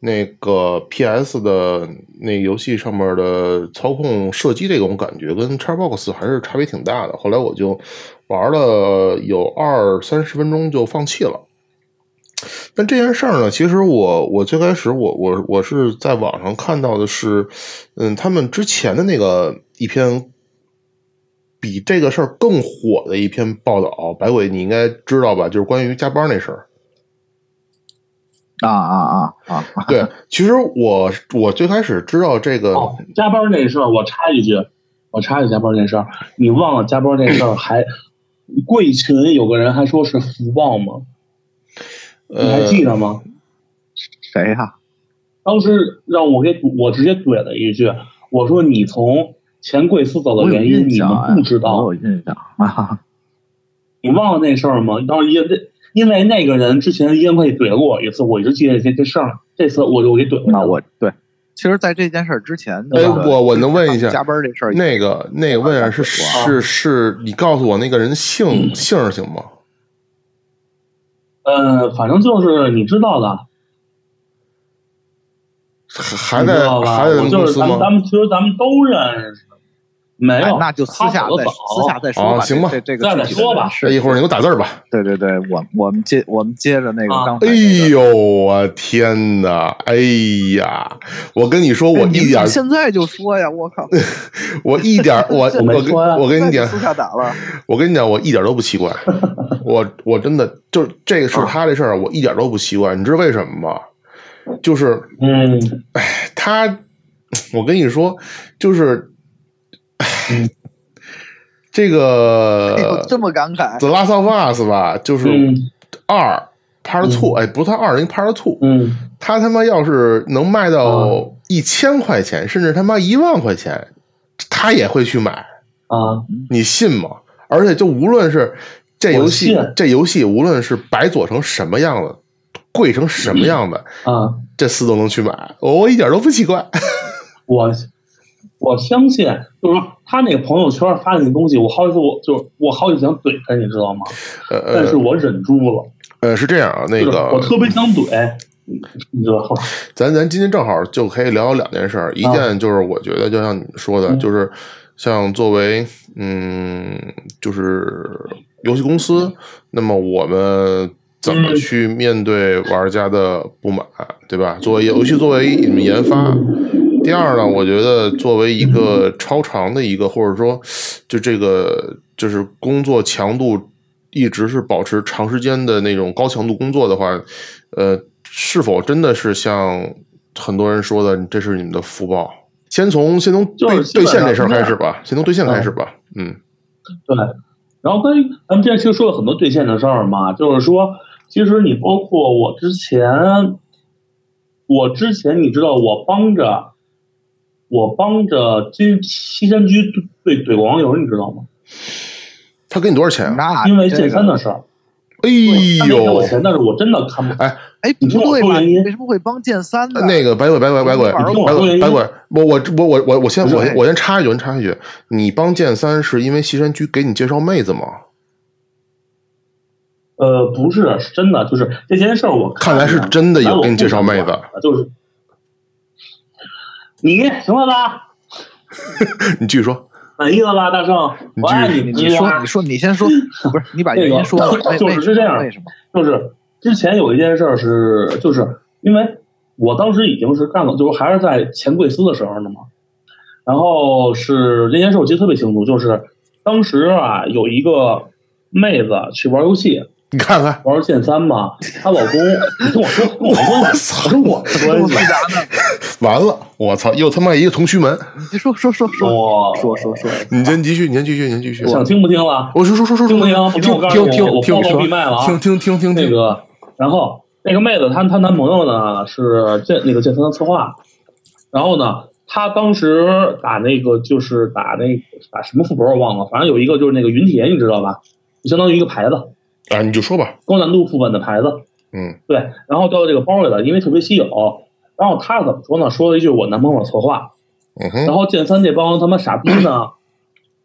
Speaker 2: 那个 PS 的那游戏上面的操控射击这种感觉，跟 Xbox 还是差别挺大的。后来我就玩了有二三十分钟就放弃了。但这件事儿呢，其实我我最开始我我我是在网上看到的是，嗯，他们之前的那个一篇比这个事儿更火的一篇报道，白鬼你应该知道吧？就是关于加班那事儿。
Speaker 4: 啊啊啊啊！
Speaker 2: 对，其实我我最开始知道这个，
Speaker 3: 哦，加班那事儿，我插一句，我插一句加班那事儿，你忘了加班那事儿还，贵群有个人还说是福报吗？你还
Speaker 2: 呃，
Speaker 3: 记得吗？
Speaker 4: 谁呀？
Speaker 3: 当时让我给我直接怼了一句，我说你从前贵司走
Speaker 4: 我
Speaker 3: 的
Speaker 4: 有
Speaker 3: 原因
Speaker 4: 印
Speaker 3: 你
Speaker 4: 象
Speaker 3: 们
Speaker 4: 啊，
Speaker 3: 不知道，
Speaker 4: 我有印象啊。
Speaker 3: 你忘了那事儿吗？当时因为因为那个人之前因为怼过我一次，我一直记得这这事儿，这次我就我给怼了。
Speaker 4: 那我对，其实，在这件事儿之前，
Speaker 2: 哎，
Speaker 4: 那个
Speaker 2: 我我能问一下，
Speaker 4: 加班这事儿，
Speaker 2: 那个那个问一下是
Speaker 4: 啊
Speaker 2: 是是，你告诉我那个人姓
Speaker 3: 嗯
Speaker 2: 姓儿行吗？
Speaker 3: 呃，反正就是你知道的，
Speaker 2: 还还
Speaker 3: 你知
Speaker 2: 在
Speaker 3: 道吧
Speaker 2: 还在咱
Speaker 3: 我
Speaker 2: 们
Speaker 3: 就
Speaker 2: 公
Speaker 3: 是
Speaker 2: 司
Speaker 3: 咱们咱
Speaker 2: 吗？
Speaker 3: 们其实咱们都认识，没
Speaker 4: 哎
Speaker 3: 有，
Speaker 4: 那就私下
Speaker 3: 他走
Speaker 4: 再
Speaker 3: 得早
Speaker 4: 私下再说
Speaker 2: 啊
Speaker 4: 吧。
Speaker 2: 行吧哎
Speaker 4: 这这个
Speaker 3: 再
Speaker 4: 具体
Speaker 3: 再说吧
Speaker 4: 是
Speaker 2: 一会儿你给我打字儿吧。
Speaker 4: 对对对，我我们接我们接着那个
Speaker 3: 啊
Speaker 4: 刚才
Speaker 2: 哎
Speaker 4: 那个，
Speaker 2: 呦，我天哪！哎呀，我跟你说，我
Speaker 4: 哎你
Speaker 2: 一
Speaker 4: 们
Speaker 2: 点
Speaker 4: 怎么现在就说呀，我靠，
Speaker 2: 我一点 儿我
Speaker 4: 这
Speaker 2: 我
Speaker 3: 没
Speaker 2: 跟
Speaker 3: 说呀
Speaker 2: 我跟你
Speaker 4: 现在就
Speaker 2: 讲，
Speaker 4: 私下打了，
Speaker 2: 我跟你讲，我一点都不奇怪，我我真的就是这个是
Speaker 4: 哦
Speaker 2: 他这事儿，我一点都不奇怪。你知道为什么吗？就是哎
Speaker 3: 嗯，
Speaker 2: 他，我跟你说，就是，哎 这
Speaker 4: 嗯哎呦
Speaker 2: 个
Speaker 4: 这么感慨，
Speaker 2: The Last of Us 吧，就是
Speaker 3: 嗯
Speaker 2: 二
Speaker 4: 嗯
Speaker 2: Part Two，、哎，不是他二，人 Part Two，
Speaker 3: 嗯，
Speaker 2: 他他妈要是能卖
Speaker 3: 啊
Speaker 2: 到一千块钱，甚至他妈一万块钱，他也会去买。
Speaker 3: 啊，
Speaker 2: 你信吗？而且就无论是这游戏
Speaker 3: 我信，
Speaker 2: 这游戏无论是白做成什么样子，贵成什么样子，
Speaker 3: 啊，
Speaker 2: 这四都能去买，我一点都不奇怪。
Speaker 3: 我我相信，就是说他那个朋友圈发那东西，我好几次我就是我好几次想怼他，你知道吗？
Speaker 2: 呃
Speaker 3: 但是
Speaker 2: 呃
Speaker 3: 我忍住了，
Speaker 2: 呃，是这样啊，那
Speaker 3: 就是我
Speaker 2: 个
Speaker 3: 特别想怼，你知道吗？
Speaker 2: 咱咱今天正好就可以聊聊两件事儿，一件就是我觉得就像你说的，
Speaker 3: 嗯
Speaker 2: 就是像作为嗯，就是游戏公司，那么我们怎么去面对玩家的不满，对吧？作为游戏，作为你们研发。第二呢，我觉得作为一个超长的一个，或者说，就这个就是工作强度一直是保持长时间的那种高强度工作的话，呃，是否真的是像很多人说的，这是你们的福报？先从先从
Speaker 3: 就是
Speaker 2: 兑
Speaker 3: 基
Speaker 2: 兑
Speaker 3: 本
Speaker 2: 现
Speaker 3: 上
Speaker 2: 这事儿
Speaker 3: 是这
Speaker 2: 开
Speaker 3: 样
Speaker 2: 始吧，先从兑现开始吧。嗯
Speaker 3: 对，然后关于咱们之前其实说了很多兑现的事儿嘛，就是说，其实你包括我之前，我之前你知道我帮着，我帮着金西山居对怼过网友，你知道吗？
Speaker 2: 他给你多少钱啊？
Speaker 4: 那
Speaker 3: 因为
Speaker 4: 这
Speaker 3: 剑
Speaker 4: 个
Speaker 3: 三的事儿，
Speaker 2: 哎
Speaker 3: 他没给我
Speaker 2: 呦，
Speaker 3: 钱，但是我真的看不。
Speaker 4: 哎不
Speaker 3: 你听我
Speaker 4: 对
Speaker 3: 说
Speaker 4: 吧？
Speaker 3: 原
Speaker 4: 你
Speaker 3: 因
Speaker 4: 为什么会帮剑三呢？
Speaker 2: 呃那个白鬼白鬼白鬼
Speaker 4: 你
Speaker 2: 白
Speaker 4: 听
Speaker 3: 我说
Speaker 2: 鬼
Speaker 3: 原因
Speaker 2: 白鬼，我我我我我我先
Speaker 3: 不是
Speaker 2: 我先我先插一句，我先插一句，你帮剑三是因为西山居给你介绍妹子吗？
Speaker 3: 呃，不是，是真的，就是这件事儿，我
Speaker 2: 看来
Speaker 3: 着
Speaker 2: 是真的
Speaker 3: 来
Speaker 2: 有
Speaker 3: 哎我
Speaker 2: 给你介绍妹
Speaker 3: 不
Speaker 2: 子
Speaker 3: 管，了就是你行了吧，
Speaker 2: 你继续说。
Speaker 3: 满意了吧，大圣，我爱
Speaker 4: 你
Speaker 3: 你，
Speaker 4: 你
Speaker 3: 这
Speaker 4: 说
Speaker 3: 样
Speaker 4: 你说你 先说，不是你把原因说了，
Speaker 3: 那个
Speaker 4: 为
Speaker 3: 啊就是是这样
Speaker 4: 为什么？
Speaker 3: 就是之前有一件事儿是，就是因为我当时已经是干了，就是还是在前贵司的时候呢嘛。然后是这件事我记得特别清楚，就是当时啊有一个妹子去玩游戏，
Speaker 2: 你看看，
Speaker 3: 玩剑三嘛，她老公，你听我说，跟我没 关系，跟我没关
Speaker 4: 我
Speaker 3: 系
Speaker 4: 复。杂呢？
Speaker 2: 完了，我操，又他妈一个同须门。
Speaker 4: 你说说说说
Speaker 3: 我
Speaker 4: 说说说，
Speaker 2: 你先继续，你先继续，你先继续。
Speaker 3: 想听不听了？
Speaker 2: 我说说说说说，
Speaker 3: 听不听
Speaker 2: 听
Speaker 3: 不听我告诉
Speaker 2: 听
Speaker 3: 你
Speaker 2: 听
Speaker 3: 我
Speaker 2: 听
Speaker 3: 我
Speaker 2: 说
Speaker 3: 闭麦了啊
Speaker 2: 听听听听
Speaker 3: 那
Speaker 2: 听。
Speaker 3: 个，然后那个妹子她她男朋友呢是剑那个剑三的策划，然后呢，她当时打那个就是打那打什么副本我忘了，反正有一个就是那个云铁，你知道吧？就相当于一个牌子，
Speaker 2: 啊，你就说吧。
Speaker 3: 高难度副本的牌子。
Speaker 2: 嗯
Speaker 3: 对，然后掉到这个包里了，因为特别稀有。然后她怎么说呢？说了一句我男朋友的策划，
Speaker 2: 嗯哼，
Speaker 3: 然后剑三这帮他妈傻逼呢，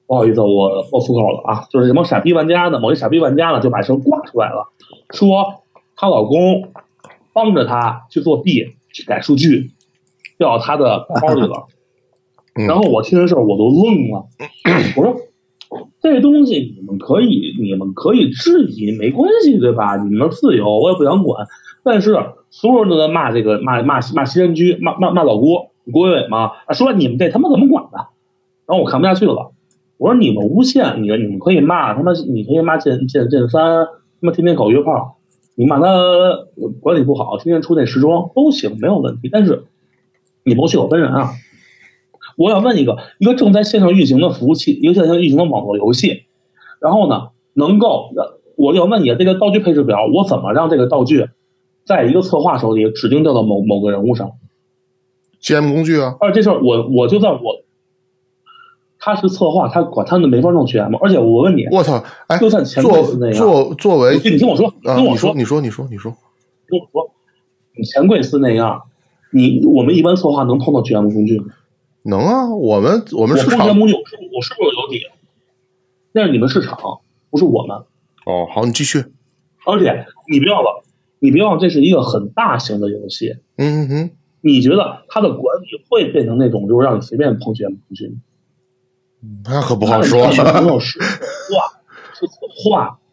Speaker 3: 不好意思，我我粗口了啊，就是这帮傻逼玩家呢，某一傻逼玩家呢就把事儿挂出来了，说她老公帮着她去作弊，去改数据，掉到她的包里了。
Speaker 2: 嗯
Speaker 3: 然后我听这事儿我都愣了，我说这东西你们可以你们可以质疑，没关系对吧？你们自由，我也不想管。但是所有人都在骂这个骂骂骂西山居，骂骂骂老郭郭伟嘛，啊说你们这他妈怎么管的？然后我看不下去了，我说你们诬陷，你们你们可以骂他妈，你可以骂剑剑剑三他妈天天搞约炮，你骂他管理不好，天天出那时装都行，没有问题。但是你不去我本人啊！我想问一个，一个正在线上运行的服务器，一个线上运行的网络游戏，然后呢，能够让我就问你，这个道具配置表，我怎么让这个道具在一个策划手里指定掉到某某个人物上？
Speaker 2: ，GM 工具啊，
Speaker 3: 而这事儿我我就在我，他是策划，他管他们没法弄 GM，而且我问你，
Speaker 2: 我操，哎，
Speaker 3: 就算前
Speaker 2: 作
Speaker 3: 辈是那样
Speaker 2: 作作为
Speaker 3: 你听我说，
Speaker 2: 啊，
Speaker 3: 听我
Speaker 2: 你
Speaker 3: 说，
Speaker 2: 你说，你说，你说，
Speaker 3: 跟我说，你钱贵司那样，你我们一般策划能碰到 GM 工具吗？
Speaker 2: 能啊，我们我
Speaker 3: 我
Speaker 2: 们市
Speaker 3: 碰
Speaker 2: 场
Speaker 3: GM 工具，我是我是不是有底？那是你们市场，不是我们。
Speaker 2: 哦，好，你继续，
Speaker 3: 而且你别忘了，你别忘了这是一个很大型的游戏，
Speaker 2: 嗯嗯嗯，
Speaker 3: 你觉得它的管理会变成那种就是让你随便碰 GM 工具吗？
Speaker 2: 那可不好说
Speaker 3: 那你没有是话，是策划。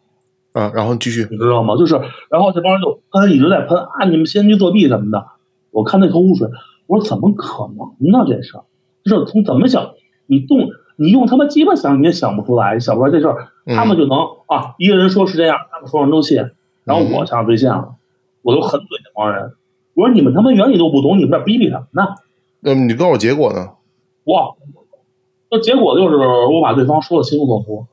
Speaker 2: 啊，然后继续，
Speaker 3: 你知道吗？就是，然后这帮人就喷，一直在喷啊，你们先去作弊什么的。我看那头雾水，我说怎么可能呢？这事儿，这事儿从怎么想，你动，你用他妈鸡巴想，你也想不出来，想不出来这事儿，
Speaker 2: 嗯
Speaker 3: 他们就能、啊，一个人说是这样，他们说上都信，然后
Speaker 2: 嗯
Speaker 3: 我想对象了，我就很怼这帮人，我说你们他妈原理都不懂，你们这逼逼什么呢？
Speaker 2: 那么你告诉我结果呢？
Speaker 3: 哇，那结果就是我把对方说的心服口服，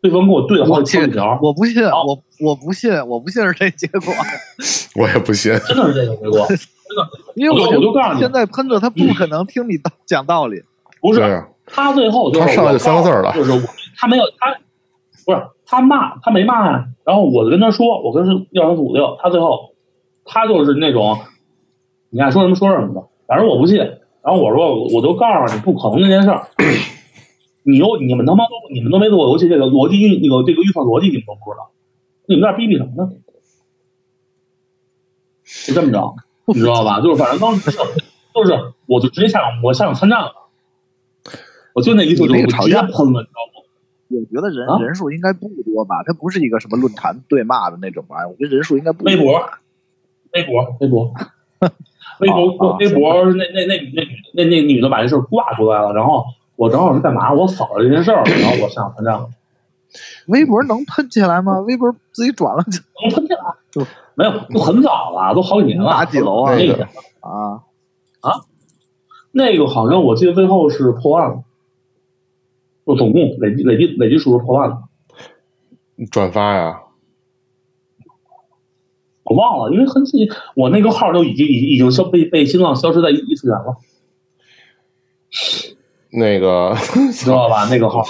Speaker 3: 对方给我对了好
Speaker 4: 我
Speaker 3: 几
Speaker 4: 信
Speaker 3: 千条，
Speaker 4: 我不信，
Speaker 3: 好
Speaker 4: 我我不信，我不信是这结 果，
Speaker 2: 我也不信，
Speaker 3: 真的是这个结 果，
Speaker 4: 因为
Speaker 3: 我
Speaker 4: 觉
Speaker 3: 就告诉
Speaker 4: 得
Speaker 3: 你嗯
Speaker 4: 现在喷子他不可能听你道讲道理。
Speaker 3: 不是
Speaker 2: 对。啊，
Speaker 3: 他最后就是
Speaker 2: 他上来
Speaker 3: 我告
Speaker 2: 就
Speaker 3: 诉
Speaker 2: 三个字儿了
Speaker 3: 就是我他没有他不是他骂他没骂呀，然后我就跟他说，我跟他说要三四五六，他最后他就是那种你爱说什么说什么吧，反正我不信。然后我说我都告诉你不可能这件事儿，你又你们他妈都你们都没做过游戏这个逻辑运那个这个预算逻辑你们都不知道，你们在逼逼什么呢？就这么着，你知道吧？就是反正当时就是就是我就直接下场我下场参战了。我就那一次就
Speaker 4: 你那
Speaker 3: 我
Speaker 4: 个吵
Speaker 3: 直接
Speaker 4: 架
Speaker 3: 喷了，你知道吗？
Speaker 4: 我觉得人、
Speaker 3: 啊
Speaker 4: 人数应该不多吧，他不是一个什么论坛对骂的那种玩意儿，我觉得人数应该不多。
Speaker 3: 微博，微博，微博，哦微博，
Speaker 4: 啊
Speaker 3: 微博，那那那那女那那女的把这事儿挂出来了，然后我正好是干嘛？我扫了这件事儿，然后我上传站了，
Speaker 4: 微博能喷起来吗？微博自己转了就
Speaker 3: 我喷起来了，没有，都很早了，都好几年了。
Speaker 4: 打几楼啊
Speaker 3: 那
Speaker 2: 那
Speaker 3: 个
Speaker 2: 个
Speaker 4: 啊，
Speaker 3: 那个好像我记得最后是破万了，就哦总共累计累计累计数是破万了。
Speaker 2: 转发呀，
Speaker 3: 我忘了，因为很自己，我那个号都已经已已经消被被新浪消失在异次元了，
Speaker 2: 那个
Speaker 3: 知道吧？那个号，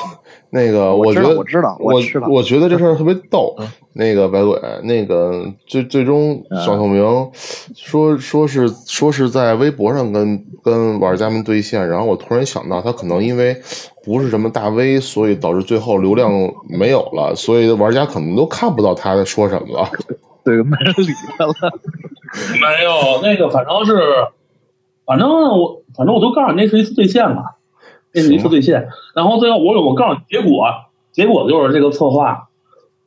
Speaker 2: 那个，
Speaker 4: 我
Speaker 2: 觉
Speaker 4: 知道
Speaker 2: 得
Speaker 4: 我知道
Speaker 2: 我
Speaker 4: 啊我知道
Speaker 2: 我觉得这事儿特别逗。 那个白鬼，那个最最终小透明说说是说是在微博上跟跟玩家们对线，然后我突然想到，他可能因为不是什么大 V，所以导致最后流量没有了，所以玩家可能都看不到他在说什么了。
Speaker 4: 对，没人 理他了。
Speaker 3: 没有，那个反正是，反正我反正我就告诉你，那是一次兑现嘛，那是一次兑现。然后最后我我告诉你结果，结果就是这个策划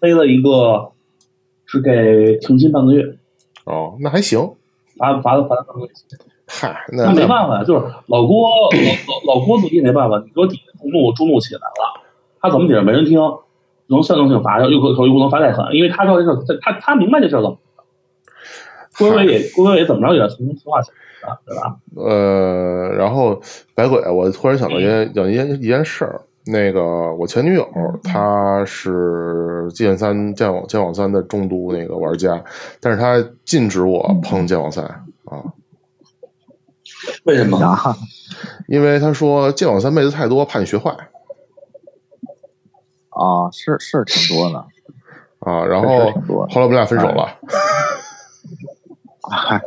Speaker 3: 背了一个，是给停薪半个月，
Speaker 2: 哦，那还行，
Speaker 3: 罚罚罚他半个月。
Speaker 2: 嗨，
Speaker 3: 那
Speaker 2: 那
Speaker 3: 没办法，就是老郭老老老郭自己没办法，你说底下众怒众怒起来了，他怎么解释没人听，能象征性罚又可又不能罚太狠，因为他知道这事儿，他他他明白这事儿了。郭伟也郭伟也怎么着也是从策划起来的，对吧？
Speaker 2: 呃，然后白鬼，我突然想到一件
Speaker 4: 嗯
Speaker 2: 有一件一件事儿，那个我前女友她是《剑三剑网剑网三》的重度那个玩家，但是她禁止我
Speaker 4: 嗯
Speaker 2: 碰剑网三啊，
Speaker 3: 为什么？
Speaker 4: 啊，
Speaker 2: 因为她说剑网三妹子太多，怕你学坏
Speaker 4: 啊，是是挺多的，
Speaker 2: 啊。然
Speaker 4: 确
Speaker 2: 后
Speaker 4: 实挺多的
Speaker 2: 后来我们俩分手了，
Speaker 4: 嗨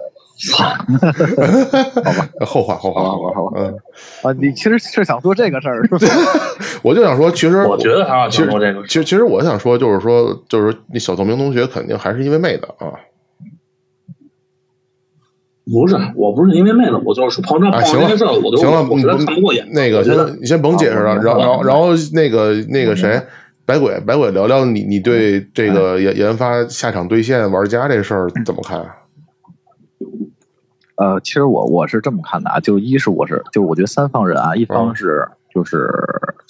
Speaker 2: 后话后话
Speaker 4: 好吧
Speaker 2: 后话
Speaker 4: 好吧
Speaker 2: 嗯，
Speaker 4: 啊，你其实是想说这个事儿是吧？
Speaker 2: 我就想说，其实
Speaker 3: 我觉得他要
Speaker 2: 其实
Speaker 3: 想说这个
Speaker 2: 其实其实我想说，就是说，就是那小透明同学肯定还是因为妹子啊。
Speaker 3: 不是，我不是因为妹子，我就是旁边
Speaker 2: 啊，
Speaker 3: 碰
Speaker 2: 行
Speaker 3: 上
Speaker 2: 了，
Speaker 3: 这件事儿，我就
Speaker 2: 行了，
Speaker 3: 我觉得
Speaker 2: 你
Speaker 3: 看不过眼。
Speaker 2: 那个，
Speaker 3: 我觉得
Speaker 2: 先你先甭解释了，
Speaker 4: 啊我明嗯
Speaker 2: 然后
Speaker 4: 白了
Speaker 2: 然后然后那个那个谁，白鬼白鬼聊聊你你对
Speaker 4: 嗯
Speaker 2: 这个研研发下场兑现玩家这事儿怎么看啊？
Speaker 4: 呃，其实我我是这么看的啊，就一
Speaker 2: 嗯
Speaker 4: 是我是就是我觉得三方人啊，一方是就是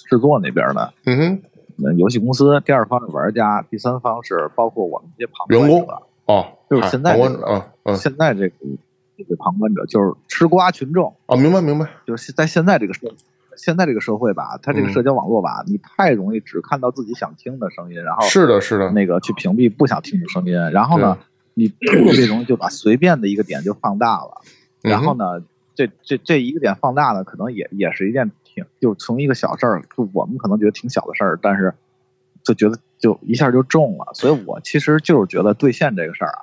Speaker 4: 制作那边的，
Speaker 2: 嗯哼，
Speaker 4: 呃游戏公司，第二方是玩家，第三方是包括我们这些旁观
Speaker 2: 员工
Speaker 4: 者。
Speaker 2: 哦，
Speaker 4: 就是
Speaker 2: 嗨
Speaker 4: 现在
Speaker 2: 旁观
Speaker 4: 这
Speaker 2: 者啊嗯
Speaker 4: 现在这个这个旁观者就是吃瓜群众，
Speaker 2: 哦，明白明白，
Speaker 4: 就是在现在这个社现在这个社会吧，它这个
Speaker 2: 嗯
Speaker 4: 社交网络吧，你太容易只看到自己想听的声音，然后
Speaker 2: 是的，是的，
Speaker 4: 那个去屏蔽不想听的声音，然后呢，你特别容易就把随便的一个点就放大了，
Speaker 2: 嗯
Speaker 4: 然后呢，这这这一个点放大呢，可能也也是一件挺，就从一个小事儿，就我们可能觉得挺小的事儿，但是就觉得就一下就中了，所以我其实就是觉得兑现这个事儿啊，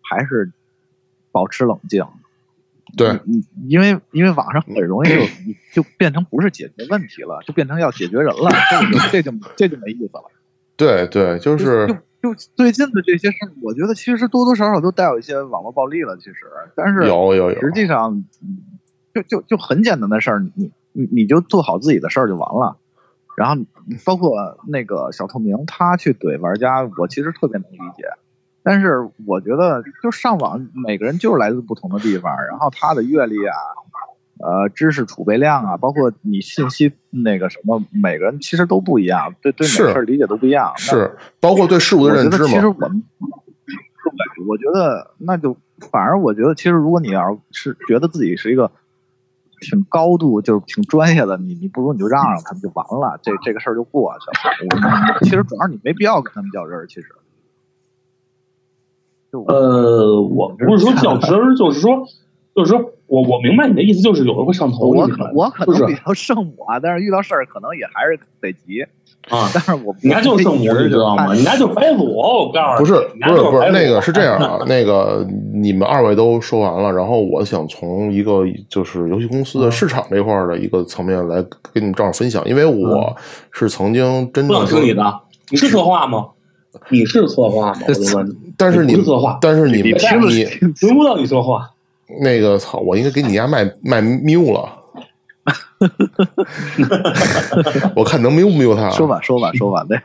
Speaker 4: 还是保持冷静，
Speaker 2: 对，嗯
Speaker 4: 嗯，因为因为网上很容易就你就变成不是解决问题了，就变成要解决人了，这个就这就这就没意思了。
Speaker 2: 对对，就
Speaker 4: 就是就就最近的这些事儿，我觉得其实多多少少都带有一些网络暴力了，其实，但是
Speaker 2: 有有有，
Speaker 4: 实际上，嗯就就就很简单的事儿，你你你你就做好自己的事儿就完了。然后包括那个小透明，他去怼玩家，我其实特别能理解。但是我觉得，就上网，每个人就是来自不同的地方，然后他的阅历啊，呃，知识储备量啊，包括你信息那个什么，每个人其实都不一样，对对每
Speaker 2: 是
Speaker 4: 个事儿理解都不一样。那
Speaker 2: 是包括对事物
Speaker 4: 我
Speaker 2: 的
Speaker 4: 觉
Speaker 2: 认
Speaker 4: 得
Speaker 2: 知
Speaker 4: 其实
Speaker 2: 嘛，
Speaker 4: 我们，对，我觉得那就反而我觉得，其实如果你要是觉得自己是一个挺高度就是挺专业的，你你不如你就让让他们就完了，这这个事儿就过去了。 我其实主要是你没必要跟他们较真儿，其实。就我
Speaker 3: 呃，我不是说较真儿，就是说，就是说我我明白你的意思，就是有人会上头，
Speaker 4: 我
Speaker 3: 你明
Speaker 4: 可
Speaker 3: 白
Speaker 4: 我可
Speaker 3: 就
Speaker 4: 能
Speaker 3: 是
Speaker 4: 比较圣母啊，但是遇到事儿可能也还是得急。
Speaker 3: 啊，
Speaker 4: 但是我
Speaker 3: 人家就是圣 母，你知道吗？人家就是白左，我告诉啊你，
Speaker 2: 不是
Speaker 3: 人家
Speaker 2: 不是
Speaker 3: 就是
Speaker 2: 不
Speaker 3: 白左
Speaker 2: 是那个是这样啊，那个你们二位都说完了，然后我想从一个就是游戏公
Speaker 3: 嗯
Speaker 2: 司的市场这块儿的一个层面来跟你们正好分享，因为我是曾经真
Speaker 3: 嗯不想
Speaker 2: 正
Speaker 3: 听你的，你是策划吗？你是策划吗？我就问你，
Speaker 2: 但是
Speaker 3: 你
Speaker 2: 你
Speaker 3: 不是策划
Speaker 2: 但是你
Speaker 4: 你
Speaker 2: 们
Speaker 4: 听着
Speaker 2: 你
Speaker 3: 轮不到你策划。
Speaker 2: 那个操，我应该给你家卖卖 miu 了。我看能 miu 不 miu 他啊
Speaker 4: 说吧说吧说吧，对，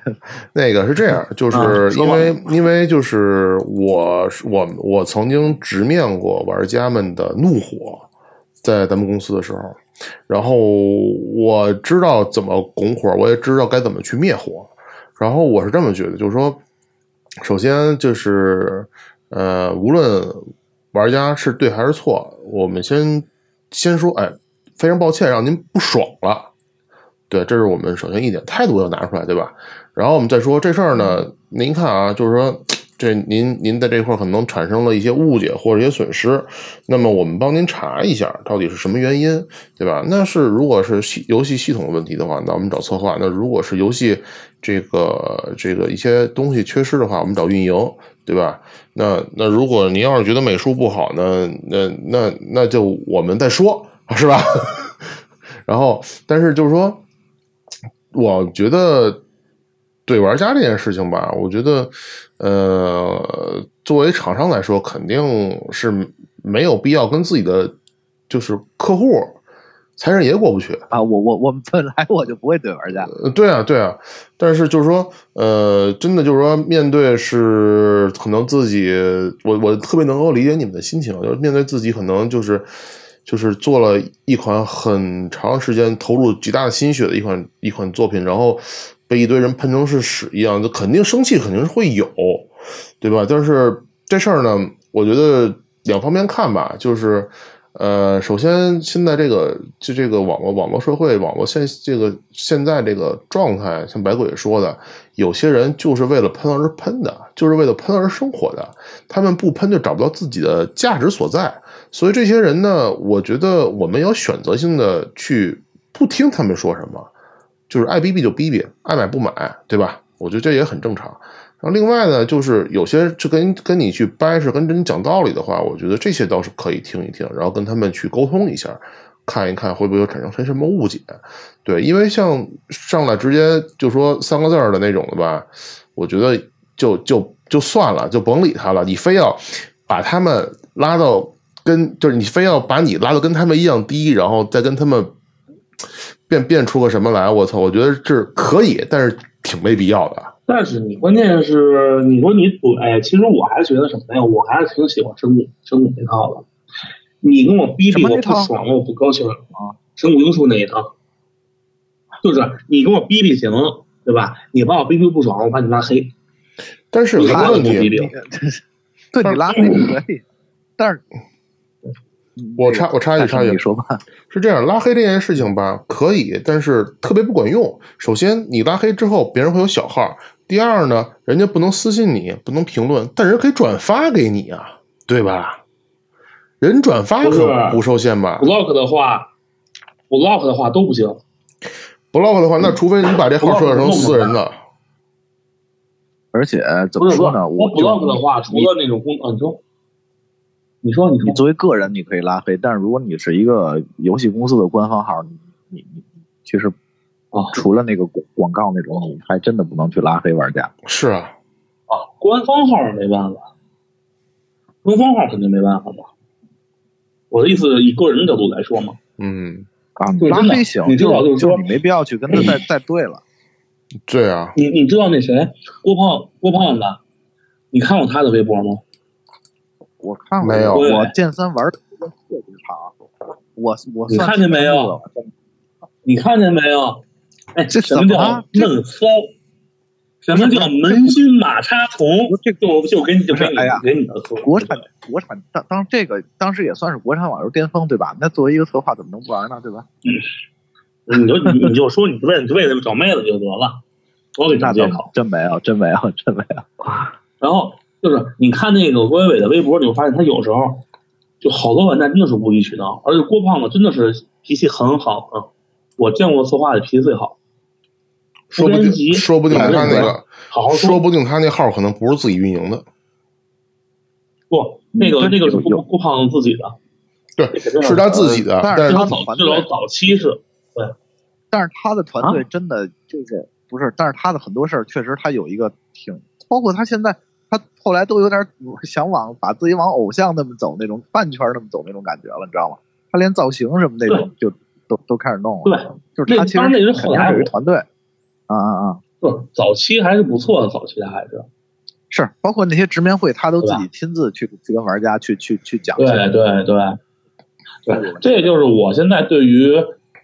Speaker 2: 那个是这样，就是
Speaker 3: 啊说
Speaker 2: 因
Speaker 3: 吧
Speaker 2: 为、因为就是我是我我曾经直面过玩家们的怒火，在咱们公司的时候，然后我知道怎么拱火，我也知道该怎么去灭火。然后我是这么觉得，就是说，首先就是呃，无论玩家是对还是错，我们先先说，哎，非常抱歉让您不爽了。对，这是我们首先一点态度要拿出来，对吧？然后我们再说这事儿呢，您看啊，就是说这您您在这块儿可能产生了一些误解或者一些损失，那么我们帮您查一下到底是什么原因，对吧？那是如果是系游戏系统的问题的话，那我们找策划；那如果是游戏这个这个一些东西缺失的话，我们找运营，对吧？那那如果您要是觉得美术不好呢，那那那就我们再说，是吧？ 然后，但是就是说，我觉得对玩家这件事情吧，我觉得，呃，作为厂商来说，肯定是没有必要跟自己的就是客户财神爷过不去。
Speaker 4: 啊，我我我本来我就不会怼玩家，
Speaker 2: 呃，对啊，对啊，但是就是说，呃，真的就是说，面对是可能自己，我我特别能够理解你们的心情，就是面对自己可能就是就是做了一款很长时间投入极大的心血的一款一款作品，然后被一堆人喷成是屎一样，就肯定生气，肯定是会有，对吧？但是这事儿呢，我觉得两方面看吧，就是。呃，首先，现在这个就这个网络网络社会，网络现这个现在这个状态，像白鬼说的，有些人就是为了喷而喷的，就是为了喷而生活的，他们不喷就找不到自己的价值所在。所以这些人呢，我觉得我们要选择性的去不听他们说什么，就是爱逼逼就逼逼，爱买不买，对吧？我觉得这也很正常。然后另外呢，就是有些就跟跟你去掰扯、跟人讲道理的话，我觉得这些倒是可以听一听，然后跟他们去沟通一下，看一看会不会有产生什么误解。对，因为像上来直接就说三个字儿的那种的吧，我觉得就就就算了，就甭理他了。你非要把他们拉到跟，就是你非要把你拉到跟他们一样低，然后再跟他们变变出个什么来，我操！我觉得这可以，但是挺没必要的。
Speaker 3: 但是你关键是，你说你怼，其实我还是觉得什么呀？我还是挺喜欢神谷神谷那套的。你跟我逼
Speaker 4: 什
Speaker 3: 逼，
Speaker 4: 么
Speaker 3: 我不
Speaker 4: 那套
Speaker 3: 爽，我不高兴啊！神谷英树那一套，就是你跟我逼逼行，对吧？你把我逼逼不爽，我把你拉黑，
Speaker 2: 但是有个
Speaker 3: 拉我
Speaker 2: 问
Speaker 3: 不逼
Speaker 2: 题，
Speaker 3: 逼，
Speaker 4: 对你拉黑可 以，但是
Speaker 2: 我插我插一句插一句
Speaker 4: 你，说吧，
Speaker 2: 是这样，拉黑这件事情吧，可以，但是特别不管用。首先，你拉黑之后，别人会有小号；第二呢，人家不能私信你，不能评论，但人可以转发给你啊，对吧？人转发
Speaker 3: 不是
Speaker 2: 可不啊受限吧
Speaker 3: block 的话，block 的话都不行。
Speaker 2: ？block 的话，那除非你把这号设置成
Speaker 3: block
Speaker 2: 私人的，
Speaker 4: 而且怎
Speaker 3: 不
Speaker 4: 么
Speaker 3: 是
Speaker 4: 说呢？
Speaker 3: 我
Speaker 4: 我
Speaker 3: block 的话，除了那种公，啊，你说，你说，你
Speaker 4: 你
Speaker 3: 说，
Speaker 4: 作为个人你可以拉黑，但是如果你是一个游戏公司的官方号，你你你其实
Speaker 3: 啊
Speaker 4: 除了那个广广告那种，你还真的不能去拉黑玩家。
Speaker 2: 是啊，
Speaker 3: 啊，官方号没办法，官方号肯定没办法嘛。我的意思，以个人的角度来说嘛，
Speaker 2: 嗯，
Speaker 4: 啊，
Speaker 3: 对
Speaker 4: 拉
Speaker 3: 真的
Speaker 4: 黑行，
Speaker 3: 你知道
Speaker 4: 就
Speaker 3: 就是说
Speaker 4: 你没必要去跟他 再再对了。
Speaker 2: 对啊，
Speaker 3: 你你知道那谁郭胖郭胖子，你看过他的微博吗？
Speaker 4: 我看过
Speaker 2: 没有
Speaker 4: 我
Speaker 3: 对
Speaker 4: 剑三玩的时间特别长，我我
Speaker 3: 你
Speaker 4: 算
Speaker 3: 看见没有
Speaker 4: 清楚了？
Speaker 3: 你看见没有？哎，
Speaker 4: 这
Speaker 3: 什
Speaker 4: 怎
Speaker 3: 么
Speaker 4: 么
Speaker 3: 叫
Speaker 4: 了
Speaker 3: 闷骚？什么叫门军马插虫？这个我就给你就给你
Speaker 4: 哎呀
Speaker 3: 给你的说，
Speaker 4: 国产国产当当这个当时也算是国产网游巅峰对吧？那作为一个策划怎么能不玩呢？对吧？
Speaker 3: 你就你你就说你为你为了找妹子就得了，我给你
Speaker 4: 那
Speaker 3: 找借
Speaker 4: 倒
Speaker 3: 口。
Speaker 4: 真没有，真没有，真没有。
Speaker 3: 然后就是你看那个郭伟伟的微博，你会发现他有时候就好多玩家真的是无理取闹，而且郭胖子真的是脾气很好啊，我见过策划的脾气最好，
Speaker 2: 说不
Speaker 3: 无人机
Speaker 2: 定说不定他
Speaker 3: 两
Speaker 2: 那
Speaker 3: 个人
Speaker 2: 个，
Speaker 3: 好好
Speaker 2: 说不定他那号可能不是自己运营的，
Speaker 3: 不，那个
Speaker 4: 嗯
Speaker 3: 那个是
Speaker 4: 有有
Speaker 3: 郭郭胖子自己的，
Speaker 2: 对是他 自己的，
Speaker 4: 但是
Speaker 3: 至少
Speaker 2: 但是
Speaker 3: 呃早至少早期是
Speaker 4: 但是他的团
Speaker 3: 啊
Speaker 4: 队真的就是、不是，但是他的很多事儿确实他有一个挺，包括他现在他后来都有点想往把自己往偶像那么走那种饭圈那么走那种感觉了，你知道吗？他连造型什么那种就都都开始弄了，
Speaker 3: 对，
Speaker 4: 就是他其实
Speaker 3: 那当然那是
Speaker 4: 肯
Speaker 3: 后
Speaker 4: 定
Speaker 3: 来
Speaker 4: 是有一
Speaker 3: 的
Speaker 4: 团队，啊啊啊，
Speaker 3: 不早期还是不错的，早期的还是
Speaker 4: 是包括那些直面会，他都
Speaker 3: 对
Speaker 4: 自
Speaker 3: 吧
Speaker 4: 己亲自去去跟玩家去去去讲，
Speaker 3: 对对对对，这就是我现在对于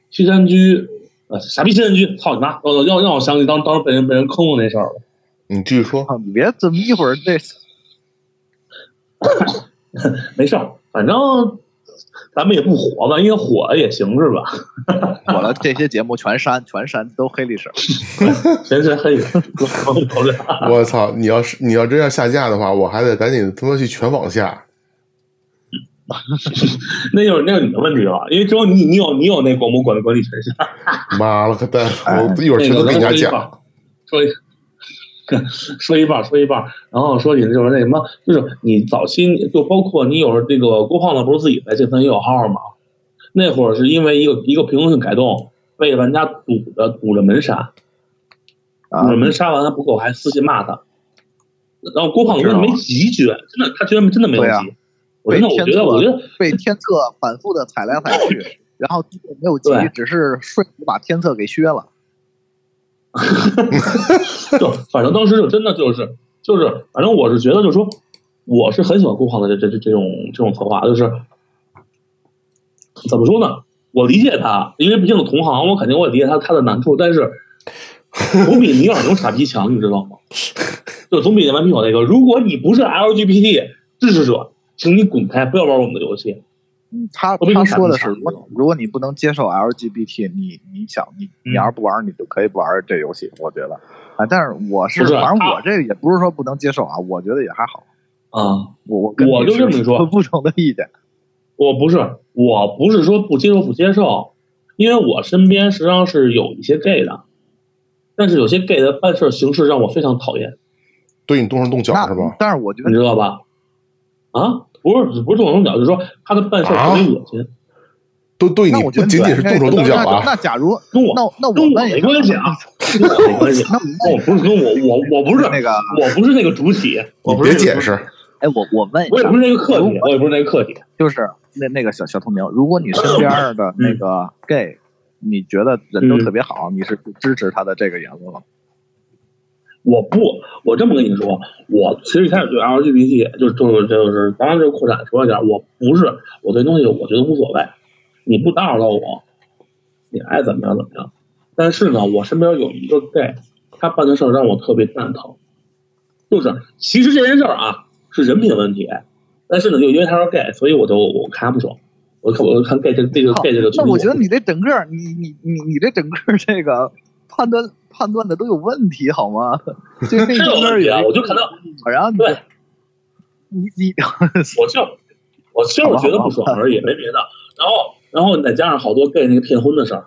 Speaker 3: 西山居。呃，傻逼西山居，操你妈！哦，让让我想起当当时被人被人坑过那事儿了。
Speaker 2: 你继续说，
Speaker 4: 啊你别怎么一会儿这
Speaker 3: 没事儿，反正咱们也不火，万一火了也行是吧？
Speaker 4: 火了，这些节目全删全删都黑历史。
Speaker 3: 行行，可以， 我们讨论。
Speaker 2: 我操，你要是你要真要下架的话，我还得赶紧他妈去全网下，
Speaker 3: 那就是那就是你的问题了，因为只有你你有你有那广播管管理权限。
Speaker 2: 妈了个蛋，
Speaker 4: 哎
Speaker 2: 我一会儿全
Speaker 3: 那
Speaker 2: 都
Speaker 3: 个
Speaker 2: 给你家
Speaker 3: 咱们
Speaker 2: 讲。
Speaker 3: 说一半儿，说一说一半儿，说一半儿，然后说起就是那什么，就是你早期就包括你有这个郭胖子不是自己在这份也有号吗？那会儿是因为一个一个平衡性改动被玩家堵着堵着门杀，
Speaker 4: 啊
Speaker 3: 我们杀完他不够，还私信骂他。然后郭胖子
Speaker 4: 我知道
Speaker 3: 没急，居然真的，他居然真的没有
Speaker 4: 对啊
Speaker 3: 急。我真的，
Speaker 4: 被
Speaker 3: 我
Speaker 4: 天
Speaker 3: 觉得，
Speaker 4: 作
Speaker 3: 我觉得，
Speaker 4: 被天策反复的踩来踩去，然后最后没有急
Speaker 3: 对，
Speaker 4: 只是说服把天策给削了。
Speaker 3: 就反正当时就真的就是就是，反正我是觉得，就是说，我是很喜欢郭胖子这这这这种这种策划，就是怎么说呢？我理解他，因为毕竟是同行，我肯定我也理解他他的难处，但是总比你养那种傻逼强，你知道吗？就总比顽皮狗那个，如果你不是 LGBT 支持者，请你滚开，不要玩我们的游戏。
Speaker 4: 嗯他
Speaker 3: 我比你
Speaker 4: 他
Speaker 3: 傻
Speaker 4: 说的
Speaker 3: 逼
Speaker 4: 是，
Speaker 3: 傻
Speaker 4: 如果如果你不能接受 LGBT，你你想你你要是不玩，你就可以不玩这游戏。我觉得啊，但是我是
Speaker 3: 不是
Speaker 4: 反正
Speaker 3: 他
Speaker 4: 我这个也不是说不能接受啊，我觉得也还好。
Speaker 3: 啊，
Speaker 4: 我我跟
Speaker 3: 我
Speaker 4: 你
Speaker 3: 就是这么说
Speaker 4: 不同的意见。
Speaker 3: 我不是，我不是说不接受不接受，因为我身边实际上是有一些 gay 的，但是有些 gay 的办事形式让我非常讨厌，
Speaker 2: 对你动手动脚
Speaker 4: 那
Speaker 2: 是吧？
Speaker 4: 但是我觉
Speaker 3: 你
Speaker 4: 得
Speaker 3: 知道吧？啊，不是不是动手动脚，就是说他的办事特别恶心，
Speaker 2: 都对
Speaker 4: 那
Speaker 2: 你
Speaker 4: 我
Speaker 2: 不
Speaker 4: 觉得
Speaker 2: 仅仅是动手动脚
Speaker 4: 那那
Speaker 2: 啊，
Speaker 4: 那假如
Speaker 3: 跟我
Speaker 4: 那那我
Speaker 3: 跟我
Speaker 4: 们也。
Speaker 3: 没关系啊，跟我没关系啊
Speaker 4: 那我们
Speaker 3: 我不是跟我我我不是
Speaker 4: 那个
Speaker 3: 我不是那个主体，我
Speaker 2: 你
Speaker 3: 不是
Speaker 2: 别
Speaker 3: 那个
Speaker 2: 解
Speaker 3: 主体，
Speaker 2: 释。
Speaker 4: 哎，我我问一
Speaker 3: 我也
Speaker 4: 下
Speaker 3: 不，是那个客体，我也不是那个客体。
Speaker 4: 就是那那个小小透明，如果你
Speaker 3: 嗯
Speaker 4: 身边儿的那个 gay，、你觉得人
Speaker 3: 嗯
Speaker 4: 都特别好，你是不支持他的这个言论吗？
Speaker 3: 我不，我这么跟你说，我其实一开始对 LGBT 就就是就是，当然就是扩展说一下，我不是我对东西我觉得无所谓，你不打扰到我，你爱怎么样怎么样。但是呢，我身边有一个 gay，他办的事儿让我特别蛋疼。就是其实这件事儿啊是人品问题，但是呢，就因为他是 gay，所以我就我看他不爽，我看我看 gay 这这个
Speaker 4: 好
Speaker 3: gay 这个
Speaker 4: 哦那
Speaker 3: 群体，
Speaker 4: 我觉得你这整个，你你你你这整个这个判断判断的都有问题，好吗？这
Speaker 3: 是
Speaker 4: 这
Speaker 3: 有问
Speaker 4: 中间
Speaker 3: 题啊，
Speaker 4: 有
Speaker 3: 我就看到
Speaker 4: 一，然后你
Speaker 3: 对嗯
Speaker 4: 你你
Speaker 3: 我就我就是觉得不爽而已，没别的。然后然后再加上好多 gay 那个骗婚的事儿，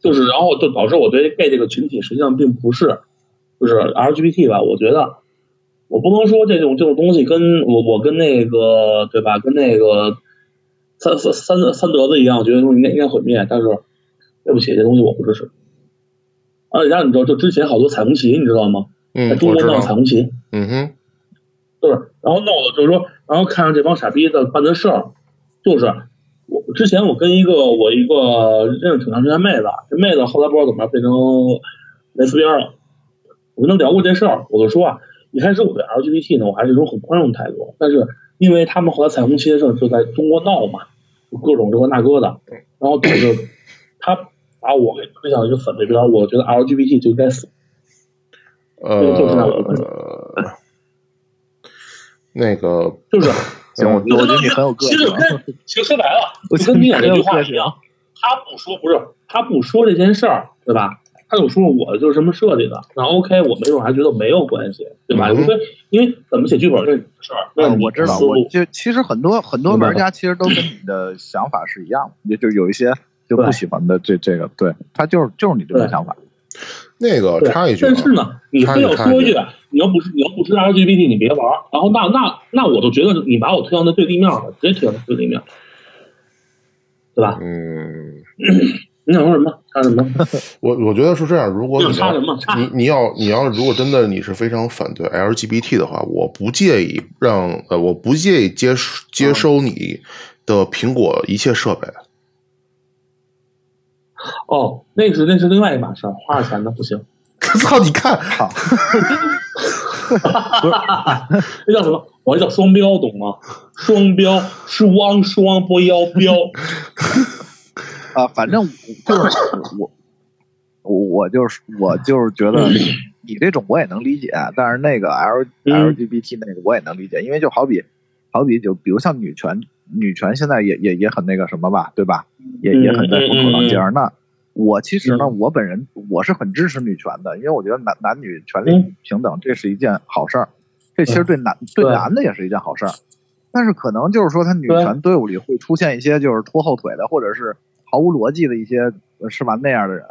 Speaker 3: 就是然后就导致我对 gay 这个群体实际上并不是就是 LGBT 吧，我觉得。我不能说这种这种东西跟我我跟那个对吧，跟那个三三三三德子一样，我觉得东西应该应该毁灭，但是对不起，这东西我不支持。而且让你知道，就之前好多彩虹旗，你知道吗？在
Speaker 2: 嗯，
Speaker 3: 中
Speaker 2: 我
Speaker 3: 国
Speaker 2: 知
Speaker 3: 闹彩
Speaker 2: 道，
Speaker 3: 虹旗，
Speaker 2: 嗯哼，
Speaker 3: 就是，然后闹的就是说，然后看上这帮傻逼的办的事儿，就是我之前我跟一个我一个认识挺长时间的妹子，这妹子后来不知道怎么着变成蕾丝边儿了，我跟她聊过这事儿，我就说啊，一开始我对 LGBT 呢，我还是一种很宽容的态度，但是因为他们后来彩虹旗的事儿就在中国闹嘛，就各种这个那个的，然后导致 他把我给推向一个反对边儿，我觉得 LGBT 就该死， 对就是那个
Speaker 2: 呃，那个
Speaker 3: 就是。
Speaker 4: 行，我我觉得你很有个
Speaker 3: 其
Speaker 4: 性啊
Speaker 3: 实，跟其实说白了，
Speaker 4: 我
Speaker 3: 就
Speaker 4: 觉得
Speaker 3: 跟你
Speaker 4: 你
Speaker 3: 俩
Speaker 4: 很
Speaker 3: 这句
Speaker 4: 有
Speaker 3: 话
Speaker 4: 个
Speaker 3: 一
Speaker 4: 性。啊
Speaker 3: 样，他不说不是他不说这件事儿，对吧？他就说我就是什么设计的，那 OK，我没准还觉得没有关系，对吧？
Speaker 2: 嗯
Speaker 3: 因为因为怎么写剧本这事儿，那
Speaker 4: 啊，
Speaker 3: 你
Speaker 4: 我知道，
Speaker 3: 思路
Speaker 4: 我就其实很多很多玩家其实都跟你的想法是一样的，也就是有一些就不
Speaker 3: 对
Speaker 4: 喜欢的这这个，对他就是就是你这种想法，
Speaker 2: 那个
Speaker 3: 对
Speaker 2: 插一句啊
Speaker 3: 但，是呢，你非要说一句，啊你要不是你要不知道 LGBT，你别玩儿。然后那那那我就觉得你把我推向的对立面了，直接推向对立面，对吧？
Speaker 2: 嗯，
Speaker 3: 你想说什么？差什么？
Speaker 2: 我我觉得是这样，如果
Speaker 3: 你想
Speaker 2: 你
Speaker 3: 差
Speaker 2: 要
Speaker 3: 什么？差
Speaker 2: 你你要你要如果真的你是非常反对 LGBT 的话，我不介意让呃，我不介意接收
Speaker 3: 嗯
Speaker 2: 接收你的苹果一切设备。
Speaker 3: 哦，那是那是另外一码事儿，花了钱的不行。
Speaker 2: 操，你看，
Speaker 4: 好，
Speaker 3: 那叫什么？我这叫双标，懂吗？双标，双双不要标。
Speaker 4: 啊，反正就是 我，我我就是我就是觉 得你这种我也能理解，但是那个 L
Speaker 3: 嗯
Speaker 4: LGBT 那个我也能理解，因为就好比好比就比如像女权，女权现在也也也很那个什么吧，对吧？也
Speaker 3: 嗯
Speaker 4: 也很在风口浪尖儿。那我其实呢，我本人我是很支持女权的，因为我觉得男男女权利
Speaker 3: 嗯
Speaker 4: 平等这是一件好事儿，这其实对男对
Speaker 3: 对
Speaker 4: 男的也是一件好事儿。但是可能就是说，他女
Speaker 3: 对
Speaker 4: 权队伍里会出现一些就是拖后腿的，或者是毫无逻辑的一些呃是吧那样的人。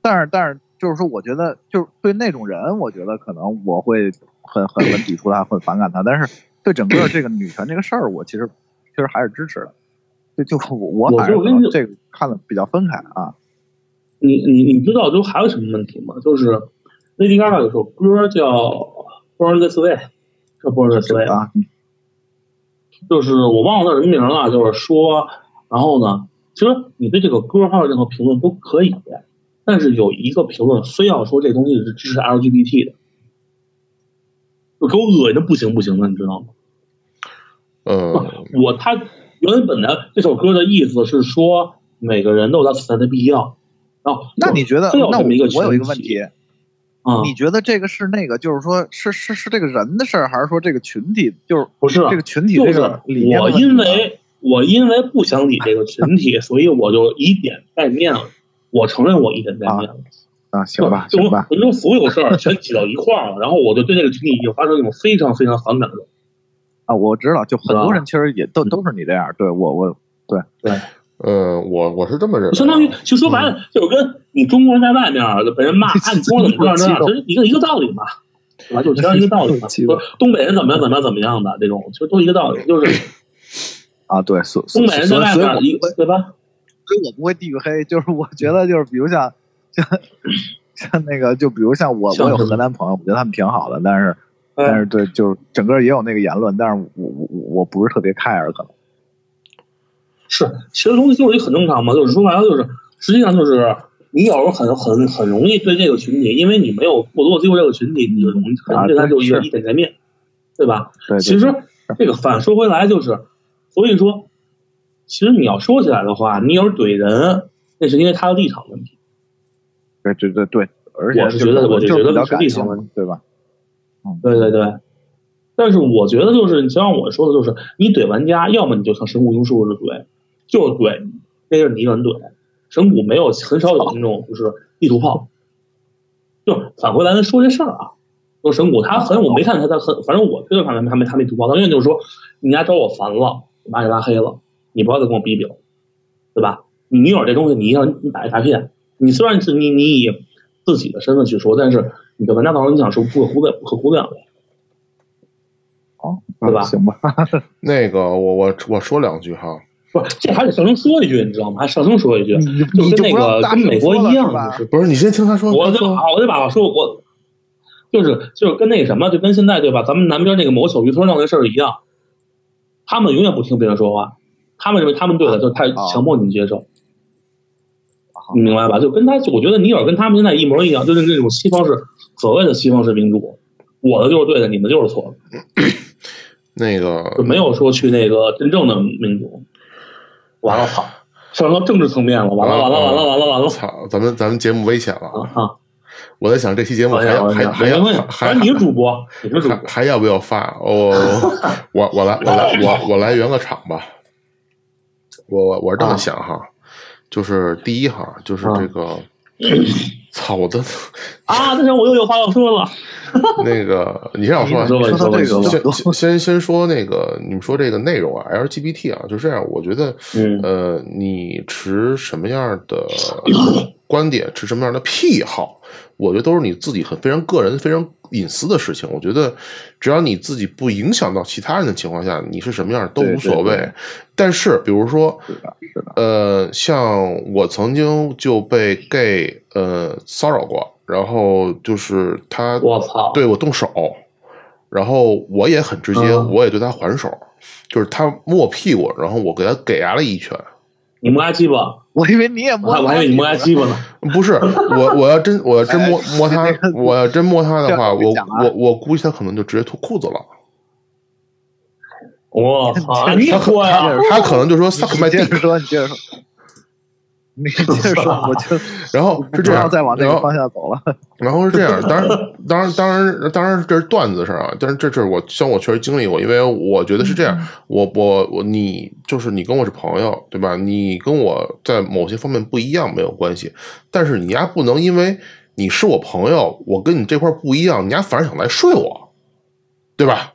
Speaker 4: 但是但是就是说，我觉得就是对那种人，我觉得可能我会很很很抵触他，很反感他。但是对整个这个女权这个事儿，我其实其实还是支持的。就就我我
Speaker 3: 我
Speaker 4: 反正
Speaker 3: 就
Speaker 4: 可
Speaker 3: 跟
Speaker 4: 能
Speaker 3: 你
Speaker 4: 这个看的比较分开啊。
Speaker 3: 你你你知道就还有什么问题吗？就是 Lady Gaga 有首歌叫《Born This Way》，叫《Born This Way》，
Speaker 4: 啊，
Speaker 3: 就是我忘了叫什么名了，就是说，然后呢，其实你对这个歌还有任何评论都可以，但是有一个评论非要说这东西是支持 LGBT 的，就给我恶心的不行不行的，你知道吗？
Speaker 2: 呃，
Speaker 3: 我他原本的这首歌的意思是说每个人都有他存在的必要。然后
Speaker 4: 那你觉得？
Speaker 3: 非要
Speaker 4: 那
Speaker 3: 这
Speaker 4: 我
Speaker 3: 么一个
Speaker 4: 我有一个
Speaker 3: 群
Speaker 4: 问
Speaker 3: 体
Speaker 4: 题，
Speaker 3: 啊、
Speaker 4: 你觉得这个是那个，就是说是是是这个人的事儿，还是说这个群体，就是
Speaker 3: 不是
Speaker 4: 这个群体
Speaker 3: 就
Speaker 4: 这
Speaker 3: 是
Speaker 4: 个理念的
Speaker 3: 我
Speaker 4: 问题啊
Speaker 3: 因
Speaker 4: 吗
Speaker 3: 为我因为不想理这个群 体，所以我就以点带面了。我承认我以点带面了，
Speaker 4: 啊，行吧，
Speaker 3: 就
Speaker 4: 行
Speaker 3: 我
Speaker 4: 吧，
Speaker 3: 我中所有事儿全挤到一块儿了，然后我就对这个群体已经发生一种非常非常反感了。
Speaker 4: 啊，我知道，就很
Speaker 3: 是
Speaker 4: 多
Speaker 3: 吧
Speaker 4: 人其实也都都是你这样，对我我
Speaker 2: 呃，我我是这么认为，
Speaker 3: 相当于，其实说白
Speaker 4: 嗯
Speaker 3: 了，就是跟你中国人在外面儿被人骂 按桌子怎么这样这样，是一个一个道理嘛，对吧？就这样一个道理嘛。
Speaker 4: 激动
Speaker 3: 说东北人怎么样怎么样怎么样的这种，其实都一个道理， 就是
Speaker 4: 啊，对，所所
Speaker 3: 东
Speaker 4: 以
Speaker 3: 北人在
Speaker 4: 所以
Speaker 3: 外
Speaker 4: 所以
Speaker 3: 面
Speaker 4: 我
Speaker 3: 儿
Speaker 4: 不
Speaker 3: 一
Speaker 4: 会，
Speaker 3: 对吧？
Speaker 4: 所以我不会地域黑，就是我觉得就是比如像像像那个，就比如像我
Speaker 3: 像
Speaker 4: 我有
Speaker 3: 什么
Speaker 4: 河南朋友，我觉得他们挺好的，但是但
Speaker 3: 哎
Speaker 4: 是对，就是整个也有那个言论，但是我我我我不是特别 care 可能。
Speaker 3: 是，其实东西就是很正常嘛，就是说白了就是，实际上就是你有时候很很很容易对这个群体，因为你没有过多接触这个群体，你就容易很容易对他就一个
Speaker 4: 啊是
Speaker 3: 一点见面，对吧？
Speaker 4: 对，对
Speaker 3: 其实这个反说回来就是，所以说，其实你要说起来的话，你有时候怼人，那是因为他的立场问题，
Speaker 4: 对对对对，而且
Speaker 3: 我是觉得
Speaker 4: 就
Speaker 3: 我就
Speaker 4: 就
Speaker 3: 觉得
Speaker 4: 比较
Speaker 3: 不是
Speaker 4: 感
Speaker 3: 立
Speaker 4: 性
Speaker 3: 场
Speaker 4: 嘛，对吧？
Speaker 3: 对对对。但是我觉得就是，你像我说的，就是你怼玩家，要么你就像神谷英树似的怼，就是怼，那是你一个人怼。神谷没有很少有那种就是地图炮。就返回来咱说这事儿啊，就神谷他反正我没看他他很，反正我推断他没他没他没图炮，他永远就是说你家找我烦了，我把你拉黑了，你不要再跟我逼逼了，对吧？你有这东西，你要你打一大片，你虽然是你你以自己的身份去说，但是你的玩家朋友你想是不可估量不可估量的。
Speaker 4: 哦，
Speaker 3: 对吧
Speaker 4: 行吧，
Speaker 2: 那个我我我说两句哈，
Speaker 3: 不是，这还得上升说一句，你知道吗？还上升说一句，
Speaker 4: 你
Speaker 3: 就
Speaker 4: 嗯
Speaker 3: 跟
Speaker 4: 你就
Speaker 3: 那
Speaker 4: 不让
Speaker 3: 个
Speaker 4: 大
Speaker 3: 跟
Speaker 4: 声
Speaker 3: 美国
Speaker 4: 说了
Speaker 3: 一样，
Speaker 4: 是吧嗯
Speaker 3: 就是
Speaker 2: 不是你先听他说，
Speaker 3: 我
Speaker 2: 他
Speaker 3: 就
Speaker 2: 说
Speaker 3: 把我就把说我，就是就是跟那个什么，就跟现在对吧？咱们南边那个某小渔村闹那事儿一样，他们永远不听别人说话，他们认为他们对的，就他
Speaker 4: 啊
Speaker 3: 强迫你接受，你明白吧？就跟他，我觉得你有点跟他们现在一模一样，就是那种西方式所谓的西方式民主，我的就是对的，你们就是错的，
Speaker 2: 那个
Speaker 3: 就没有说去那个真正的民主。完了，操，上升到政治层面了，完了，完了，完了，完了，完了。
Speaker 2: 操，咱们咱们节目危险了。
Speaker 3: 啊，
Speaker 2: 我在想这期节目
Speaker 3: 我
Speaker 2: 还要还还要
Speaker 3: 问，
Speaker 2: 还
Speaker 3: 反哎正你是主播，你是主播
Speaker 2: 还，还要不要发？我我我来我来我我来圆个场吧。我我是这么想哈，就是第一哈，就是这 个操我的
Speaker 3: 啊，但是我又有话要说了。
Speaker 2: 那个，你先让我说
Speaker 3: 你
Speaker 2: 完。
Speaker 3: 说吧，你
Speaker 4: 说
Speaker 3: 吧，你
Speaker 4: 到这个
Speaker 3: 说吧
Speaker 4: 了
Speaker 2: 先先先先说那个，你们说这个内容啊，LGBT 啊，就这样。我觉得，
Speaker 3: 嗯
Speaker 2: 呃，你持什么样的 观点，持什么样的癖好，我觉得都是你自己很非常个人、非常隐私的事情。我觉得，只要你自己不影响到其他人的情况下，你是什么样都
Speaker 4: 对
Speaker 2: 无所谓。
Speaker 4: 对对
Speaker 2: 但是，比如说，
Speaker 4: 是的，是的，
Speaker 2: 呃，像我曾经就被 gay 呃骚扰过，然后就是他
Speaker 3: 我操，
Speaker 2: 对我动手，然后我也很直接，
Speaker 3: 嗯
Speaker 2: 我也对他还手，就是他摸我屁股，然后我给他给牙了一拳。
Speaker 3: 你摸他鸡巴，
Speaker 4: 我以为你也
Speaker 3: 我
Speaker 4: 摸，
Speaker 3: 还我还以为你摸他鸡巴呢。
Speaker 2: 不 是我，我要真我要真摸摸他，我要真摸他的话，
Speaker 4: 哎这
Speaker 2: 我
Speaker 4: 样讲啊
Speaker 2: 我我估计他可能就直接脱裤子了。
Speaker 3: 我操， 你也说呀？
Speaker 2: 他可能就 说 suck my
Speaker 4: 你接着
Speaker 2: dick，
Speaker 4: 说，你接 着说，你接着说，我就
Speaker 2: 然后
Speaker 4: 不
Speaker 2: 是这
Speaker 4: 不
Speaker 2: 样
Speaker 4: 要，再往那
Speaker 2: 然
Speaker 4: 个
Speaker 2: 后
Speaker 4: 方向走了。
Speaker 2: 然后是这样，当然，当然，当然，当然，这是段子上啊，但是这是我像我确实经历过，因为我觉得是这样，我我我你就是你跟我是朋友，对吧？你跟我在某些方面不一样没有关系，但是你丫不能因为你是我朋友，我跟你这块儿不一样，你丫反而想来睡我，对吧？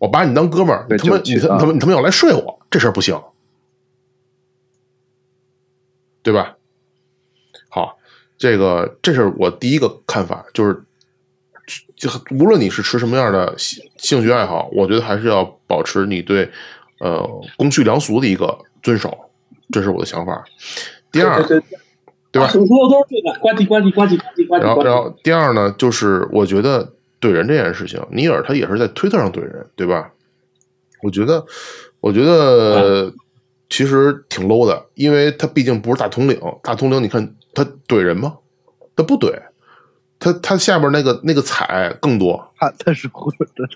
Speaker 2: 我把你当哥们儿，你
Speaker 4: 对
Speaker 2: 他妈
Speaker 4: 就
Speaker 2: 你他
Speaker 4: 啊
Speaker 2: 你他妈你他妈要来睡我，这事儿不行，对吧？好，这个这是我第一个看法，就是，就无论你是持什么样的兴兴趣爱好，我觉得还是要保持你对呃公序良俗的一个遵守，这是我的想法。第二，对吧
Speaker 3: 我啊说的都是对的，呱唧呱唧呱唧呱唧呱
Speaker 2: 然
Speaker 3: 唧呱
Speaker 2: 后，然
Speaker 3: 唧。
Speaker 2: 后第二呢，就是我觉得怼人这件事情，尼尔他也是在推特上怼人，对吧？我觉得，我觉得其实挺 low 的，因为他毕竟不是大统领，大统领你看他怼人吗？他不怼，他他下边那个那个踩更多，
Speaker 4: 他他是混的，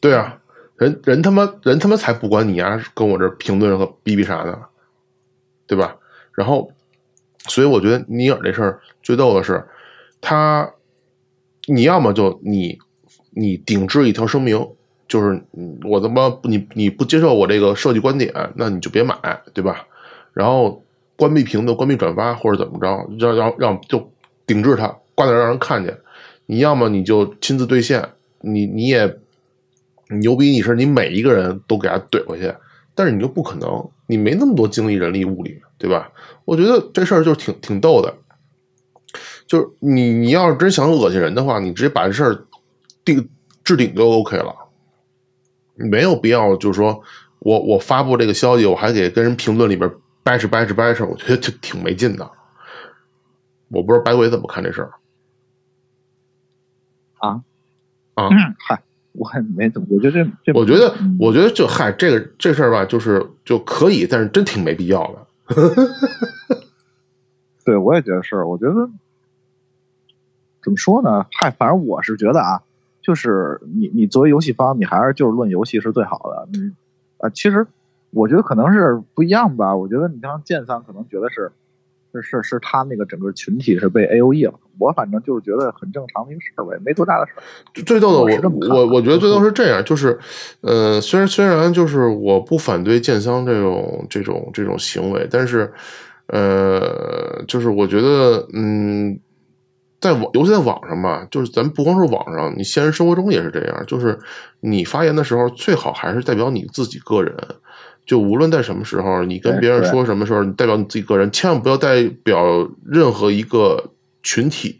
Speaker 2: 对啊，人人他妈人他妈才不管你呀、跟我这评论和逼逼啥的，对吧？然后，所以我觉得尼尔这事儿最逗的是，他，你要么就你你顶置一条声明，就是嗯我他妈你你不接受我这个设计观点，那你就别买，对吧？然后关闭评论、关闭转发或者怎么着，让让让就顶置它挂那儿让人看见。你要么你就亲自兑现，你你也牛逼，你是你每一个人都给他怼回去，但是你又不可能，你没那么多精力、人力、物力，对吧？我觉得这事儿就挺挺逗的，就是你你要是真想恶心人的话，你直接把这事儿定置顶就 OK 了，没有必要就是说我我发布这个消息，我还给跟人评论里边掰扯掰扯掰扯，我觉得就挺没劲的。我不知道白鬼怎么看这事儿，啊
Speaker 4: 嗯 嗨，我还没怎么，我觉得这这，
Speaker 2: 我觉得
Speaker 4: 嗯
Speaker 2: 我觉得就嗨，这个这事儿吧，就是就可以，但是真挺没必要的。
Speaker 4: 对，我也觉得是。我觉得怎么说呢？嗨，反正我是觉得啊，就是你你作为游戏方，你还是就是论游戏是最好的。嗯，啊、其实我觉得可能是不一样吧。我觉得你像剑三可能觉得是是是是他那个整个群体是被 A O E 了。我反正就是觉得很正常的一个事儿呗，没多大的事儿。
Speaker 2: 最逗的
Speaker 4: 我是这么
Speaker 2: 我
Speaker 4: 看
Speaker 2: 我
Speaker 4: 的
Speaker 2: 我觉得最逗是这样，就是，呃，虽然虽然就是我不反对建商这种这种这种行为，但是，呃，就是我觉得，嗯，在网尤其在网上吧，就是咱不光是网上，你现实生活中也是这样，就是你发言的时候最好还是代表你自己个人。就无论在什么时候，你跟
Speaker 4: 对
Speaker 2: 别人
Speaker 4: 对
Speaker 2: 说什么时候，你代表你自己个人，千万不要代表任何一个群体。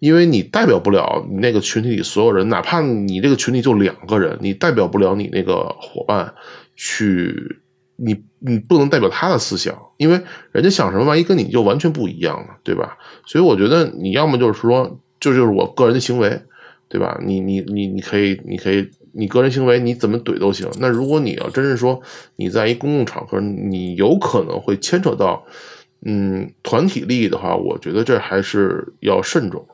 Speaker 2: 因为你代表不了你那个群体里所有人，哪怕你这个群体就两个人，你代表不了你那个伙伴去，你你不能代表他的思想，因为人家想什么，万一跟你就完全不一样了，对吧？所以我觉得你要么就是说，这就是我个人的行为，对吧？你你你你可以你可以你个人行为你怎么怼都行。那如果你要真是说你在一公共场合，你有可能会牵扯到。嗯，团体利益的话，我觉得这还是要慎重。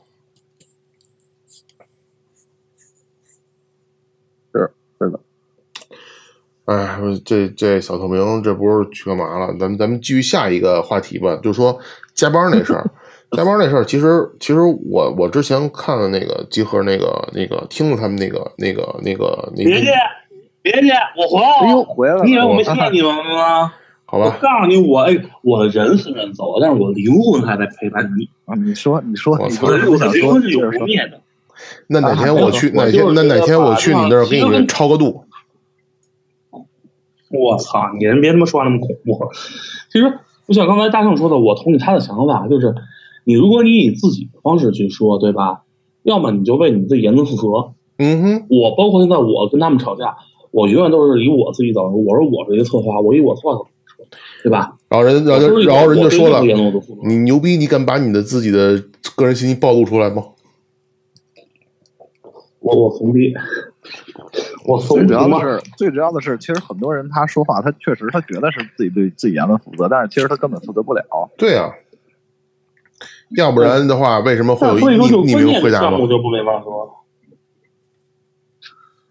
Speaker 2: 哎，我这这小透明，这不是去干嘛了？咱们咱们继续下一个话题吧，就说加班那 事儿。加班那事儿，其实其实我我之前看了那个集合那个那个，听了他们那个那个那个那
Speaker 3: 别
Speaker 2: 个
Speaker 3: 介，，别介，我回来
Speaker 4: 哎呦，
Speaker 3: 了。
Speaker 4: 回来了！
Speaker 3: 你以为我没
Speaker 4: 看
Speaker 3: 听到你们吗？
Speaker 2: 好
Speaker 3: 我
Speaker 2: 吧，
Speaker 3: 告诉你，我哎，我人虽然走了，啊但是我灵魂还在陪伴你。
Speaker 4: 啊，你说你说
Speaker 2: 我
Speaker 4: 你
Speaker 2: 操
Speaker 4: 说
Speaker 3: 我
Speaker 4: 你
Speaker 3: 的
Speaker 4: 想
Speaker 3: 灵
Speaker 4: 说，
Speaker 3: 魂
Speaker 4: 接
Speaker 3: 是永
Speaker 4: 着
Speaker 3: 不
Speaker 4: 说。
Speaker 3: 灭的。
Speaker 2: 那哪天我去，
Speaker 3: 啊
Speaker 2: 哪天那哪天我去你那儿给
Speaker 3: 我就是
Speaker 2: 你超个度，
Speaker 3: 我操，你人别他妈说话那么恐怖。啊其实就像刚才大圣说的，我同意他的想法，就是你如果你以自己的方式去说，对吧？要么你就为你自己言论负责。
Speaker 2: 嗯哼，
Speaker 3: 我包括现在我跟他们吵架，我永远都是以我自己角度，我说我是一个策划，我以我策划角度说，对吧？
Speaker 2: 然后人然后
Speaker 3: 我
Speaker 2: 人
Speaker 3: 是
Speaker 2: 然后人就说了
Speaker 3: 我对任何，言论我都负责
Speaker 2: 你牛逼，你敢把你的自己的个人信息暴露出来吗？
Speaker 3: 我我怂逼，我怂
Speaker 4: 最主
Speaker 3: 逼
Speaker 4: 要
Speaker 3: 吗
Speaker 4: 的？是，最主要的是，其实很多人他说话，他确实他觉得是自己对自己言论负责，但是其实他根本负责不了。
Speaker 2: 对啊，要不然的话，为什么会
Speaker 3: 但
Speaker 2: 有
Speaker 3: 所以说，就
Speaker 2: 你你
Speaker 3: 关
Speaker 2: 没有
Speaker 3: 键
Speaker 2: 回
Speaker 3: 的
Speaker 2: 答
Speaker 3: 项
Speaker 2: 吗
Speaker 3: 目？就不没法说了。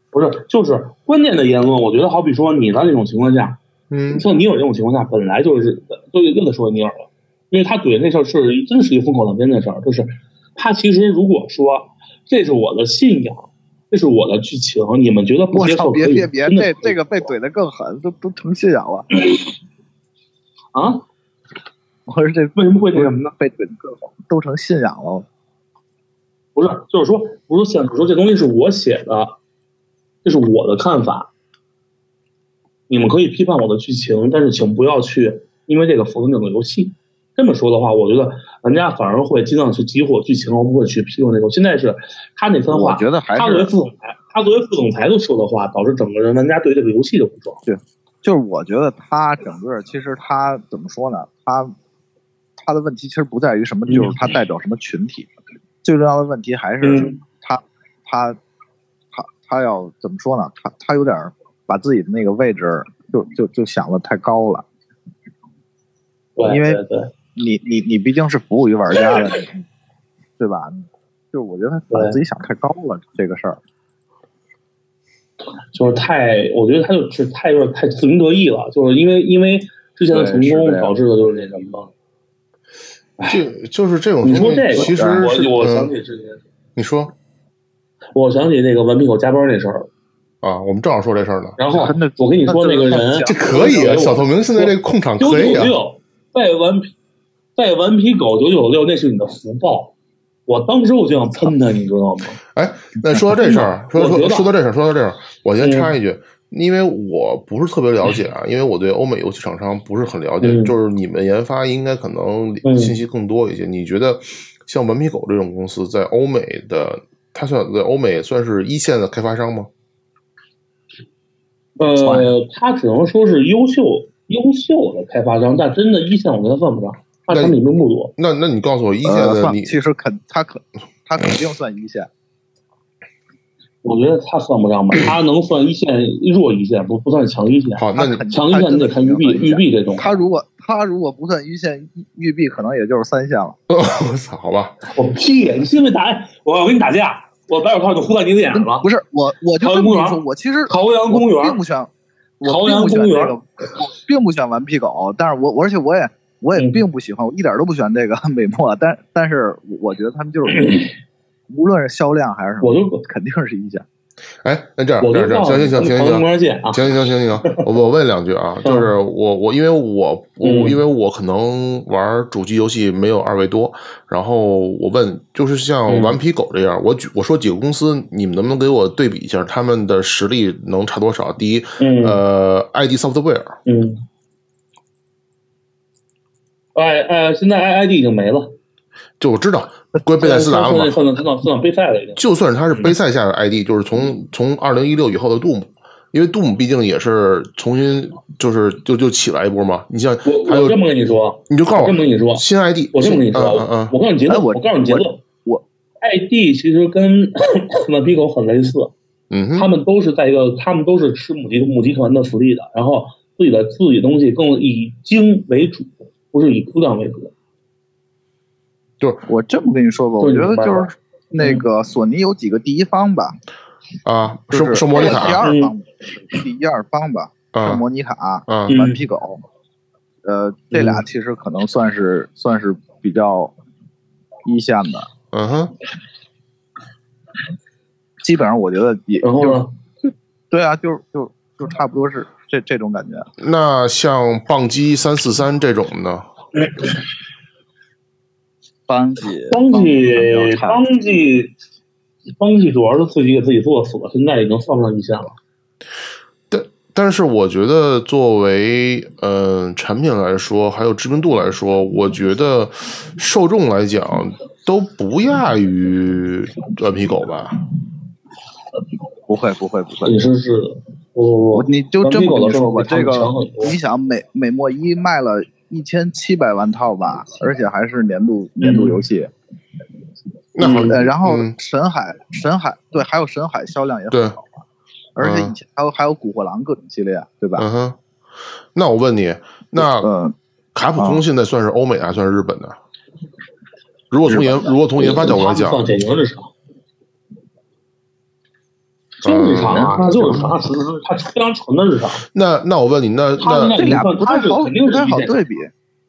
Speaker 3: 不是，就是关键的言论，我觉得好比说你在那种情况下，
Speaker 2: 嗯，
Speaker 3: 像你有这种情况下，本来就是就又得说尼尔了，因为他怼那事儿是真是一风口浪尖的事儿，就是他其实如果说这是我的信仰，这是我的剧情，你们觉得不
Speaker 4: 我
Speaker 3: 接
Speaker 4: 操！
Speaker 3: 受可
Speaker 4: 别
Speaker 3: 以
Speaker 4: 别别，
Speaker 3: 真的
Speaker 4: 这
Speaker 3: 可以
Speaker 4: 这个被怼的更狠，都都成信仰了。
Speaker 3: 啊，
Speaker 4: 我说这
Speaker 3: 为什么会那什么呢？
Speaker 4: 被怼的更狠，都成信仰了。
Speaker 3: 不是，就是说，不是想说这东西是我写的，这是我的看法。你们可以批判我的剧情，但是请不要去因为这个否定整个游戏。这么说的话，我觉得玩家反而会尽量去激活剧情，而不会去批评这个。现在是他那番
Speaker 4: 我
Speaker 3: 话，
Speaker 4: 觉得还
Speaker 3: 他作为
Speaker 4: 是
Speaker 3: 副总裁，他作为副总裁都说的话，导致整个人玩家对这个游戏就不爽。
Speaker 4: 就是我觉得他整个其实他怎么说呢？他他的问题其实不在于什么，就是他代表什么群体，最重要的问题还是
Speaker 3: 嗯
Speaker 4: 他他他他要怎么说呢？他他有点儿把自己的那个位置就就就想的太高了。
Speaker 3: 对，
Speaker 4: 因为
Speaker 3: 对对
Speaker 4: 你你你毕竟是服务于玩家的，你对吧？就是我觉得他把自己想太高了这个事儿。
Speaker 3: 就是太，我觉得他就是太有点太自鸣得意了，就是因为因为之前的成
Speaker 4: 对是
Speaker 3: 功
Speaker 4: 这样
Speaker 3: 导致的就是那什么。
Speaker 2: 就就是这种
Speaker 3: 哎你说
Speaker 2: 东
Speaker 3: 这个，啊
Speaker 2: 西，其实
Speaker 3: 我
Speaker 2: 是
Speaker 3: 我想
Speaker 2: 嗯，
Speaker 3: 起之前，
Speaker 2: 你说
Speaker 3: 我想起那个顽皮狗加班那事儿，
Speaker 2: 啊，我们正好说这事儿呢。
Speaker 3: 然后
Speaker 4: 那
Speaker 3: 我跟你说那个人
Speaker 2: 这可以啊，小透明现在这控场
Speaker 3: 九
Speaker 2: 可以
Speaker 3: 九
Speaker 2: 啊。
Speaker 3: 六带顽皮带顽皮狗九九六，那是你的福报。我当时我就想喷他，你知道吗？
Speaker 2: 哎，那说到这事 儿，说
Speaker 3: 嗯我觉得
Speaker 2: 说
Speaker 3: 啊嗯
Speaker 2: 说到这事儿，说到这事儿，我先插一句，因为我不是特别了解啊，因为我对欧美游戏厂商不是很了解，
Speaker 3: 嗯
Speaker 2: 就是你们研发应该可能
Speaker 3: 嗯
Speaker 2: 信息更多一些。你觉得像顽皮狗这种公司在欧美的，它算在欧美算是一线的开发商吗？
Speaker 3: 呃，他只能说是优秀优秀的开发商，但真的一线我觉得算不上，他产品并不多。
Speaker 2: 那那你告诉我，一线
Speaker 4: 呃
Speaker 2: 的
Speaker 4: 算
Speaker 2: 你
Speaker 4: 其实肯他肯他肯定算一线。
Speaker 3: 我觉得他算不上吧，他能算一线弱一线，不不算强一线。
Speaker 2: 好，那
Speaker 4: 他
Speaker 2: 你
Speaker 4: 肯
Speaker 3: 强一线你得看育碧，育碧这种。
Speaker 4: 他如果他如果不算一线，育育碧可能也就是三线了。
Speaker 2: 我操，好吧，
Speaker 3: 我屁！你信不信打？我要跟你打架，我白手套就呼到你的眼上了。
Speaker 4: 不是我，我就这么跟你说，我其实
Speaker 3: 朝阳公
Speaker 4: 我
Speaker 3: 园
Speaker 4: 并不选，我
Speaker 3: 朝
Speaker 4: 并
Speaker 3: 阳
Speaker 4: 不选
Speaker 3: 公
Speaker 4: 这
Speaker 3: 园
Speaker 4: 个，我并不选顽皮狗，但是我我而且我也我也
Speaker 3: 嗯
Speaker 4: 并不喜欢，我一点都不喜欢这个美墨，但但是我我觉得他们就是，无论是销量还是什么，
Speaker 3: 我都
Speaker 4: 肯定是一家。
Speaker 2: 哎，那这样
Speaker 3: 我
Speaker 2: 这
Speaker 3: 都
Speaker 2: 样
Speaker 3: 告
Speaker 2: 这样，
Speaker 3: 诉
Speaker 2: 行
Speaker 3: 你
Speaker 2: 行行行
Speaker 3: 旁
Speaker 2: 行
Speaker 3: 观。而见啊，
Speaker 2: 行行行 行，我我问两句啊，就是我我因为我我
Speaker 3: 嗯
Speaker 2: 因为我可能玩主机游戏没有二位多，然后我问就是像
Speaker 3: 嗯
Speaker 2: 顽皮狗这样，我举我说几个公司，你们能不能给我对比一下他们的实力能差多少？第一，
Speaker 3: 嗯
Speaker 2: 呃，ID Software
Speaker 3: 嗯。哎哎，现在 I I D 已经没了，
Speaker 2: 就我 知道归贝塞斯达了嘛
Speaker 3: 算，算算算算杯赛了已经。
Speaker 2: 就算它是杯赛下的 ID，、就是从从二零一六以后的 Doom，因为 Doom 毕竟也是重新就是就就起来一波嘛。你像
Speaker 3: 我我
Speaker 2: 还有
Speaker 3: 这么跟你说，
Speaker 2: 你就告
Speaker 3: 我
Speaker 2: 诉
Speaker 3: 这么
Speaker 2: 我
Speaker 3: 跟你
Speaker 4: 哦
Speaker 3: 说，
Speaker 2: 新 ID，
Speaker 3: 我这么跟你说，
Speaker 2: 嗯嗯
Speaker 3: 我
Speaker 2: 嗯，
Speaker 3: 告诉你结
Speaker 4: 哎
Speaker 3: 论，
Speaker 4: 我
Speaker 3: 我告诉你结论，
Speaker 4: 我
Speaker 3: ID 其实跟 顽皮狗很类似，
Speaker 2: 嗯
Speaker 3: 他
Speaker 2: 哼，
Speaker 3: 们都是在一个，他们都是吃母集母集团的福利的，然后自己的自己的东西更以精为主，不是以数量为主。
Speaker 4: 我这么跟你说吧，我
Speaker 3: 对
Speaker 4: 觉得
Speaker 3: 明白
Speaker 4: 就
Speaker 3: 了
Speaker 4: 是那个索尼有几个第一方吧，
Speaker 2: 啊，
Speaker 4: 就是
Speaker 2: 圣圣莫妮
Speaker 4: 第
Speaker 2: 卡
Speaker 4: 二
Speaker 3: 嗯
Speaker 4: 方吧，第一二方吧，圣
Speaker 2: 啊
Speaker 4: 莫妮卡、
Speaker 2: 啊
Speaker 3: 嗯
Speaker 4: 顽皮狗，呃，这俩其实可能算是算是比较一线的，
Speaker 2: 嗯哼，
Speaker 4: 基本上我觉得也
Speaker 3: 然后
Speaker 4: 就是
Speaker 3: 呢，
Speaker 4: 对啊，就是就就差不多是这这种感觉。
Speaker 2: 那像棒机三四三这种呢？
Speaker 4: 邦吉，
Speaker 3: 邦记
Speaker 4: 比较差
Speaker 3: 邦记邦记主要是自己给自己作死了，现在已经算不上一线了。
Speaker 2: 但是我觉得，作为呃产品来说，还有知名度来说，我觉得受众来讲都不亚于顽皮狗吧。
Speaker 4: 不会不会不会
Speaker 3: 你，说是的，不不
Speaker 4: 我
Speaker 3: 不，
Speaker 4: 你就这么跟你说吧，这
Speaker 3: 顽皮
Speaker 4: 个
Speaker 3: 狗的生活比他们强很多
Speaker 4: 你想美美墨一卖了一千七百万套吧，而且还是年度年度游戏。
Speaker 2: 那好，
Speaker 4: 呃，然后
Speaker 2: 嗯
Speaker 4: 神海神海对，还有神海销量也
Speaker 2: 对
Speaker 4: 很好啊，而且
Speaker 2: 嗯
Speaker 4: 以前还有还有古惑狼各种系列，对吧？
Speaker 2: 嗯哼，那我问你，那
Speaker 4: 嗯，
Speaker 2: 卡普空现在算是欧美的还是算是日本的？如果从研如果从研发角度来讲
Speaker 3: 他，们算简直是厂，就是厂啊，那就是厂，是是它非常纯的日常。
Speaker 2: 那那我问你，那
Speaker 3: 他们
Speaker 2: 那
Speaker 4: 这俩不太
Speaker 3: 他是
Speaker 4: 好
Speaker 3: 肯定
Speaker 4: 不
Speaker 3: 是
Speaker 4: 太好
Speaker 3: 理解的
Speaker 4: 对比，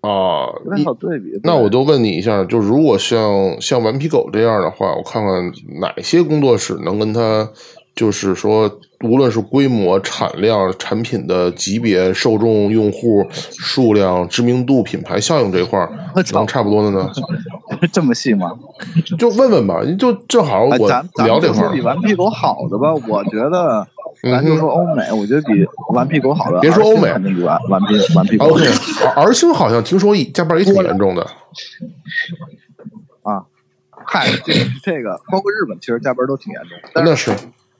Speaker 2: 啊，
Speaker 4: 不太
Speaker 2: 你
Speaker 4: 好对比。
Speaker 2: 那
Speaker 4: 对
Speaker 2: 我就问你一下，就如果像像顽皮狗这样的话，我看看哪些工作室能跟他，就是说，无论是规模、产量、产品的级别、受众、用户数量、知名度、品牌效应这一块儿，
Speaker 4: 我操
Speaker 2: 能，差不多的呢？
Speaker 4: 这么细吗？
Speaker 2: 就问问吧，你就正好
Speaker 4: 哎
Speaker 2: 我
Speaker 4: 咱咱
Speaker 2: 聊
Speaker 4: 们
Speaker 2: 这
Speaker 4: 就
Speaker 2: 块
Speaker 4: 说
Speaker 2: 儿
Speaker 4: 比，顽皮狗好的吧，我觉得，
Speaker 2: 嗯
Speaker 4: 咱就
Speaker 2: 哼
Speaker 4: 说欧美，我觉得比顽皮狗好的。
Speaker 2: 别说欧美
Speaker 4: 肯定比顽顽皮顽皮狗
Speaker 2: OK，儿儿星好像听说加班也挺严重的，
Speaker 4: 啊。 嗨，这这个包括日本，其实加班都挺严重的。但是
Speaker 2: 那是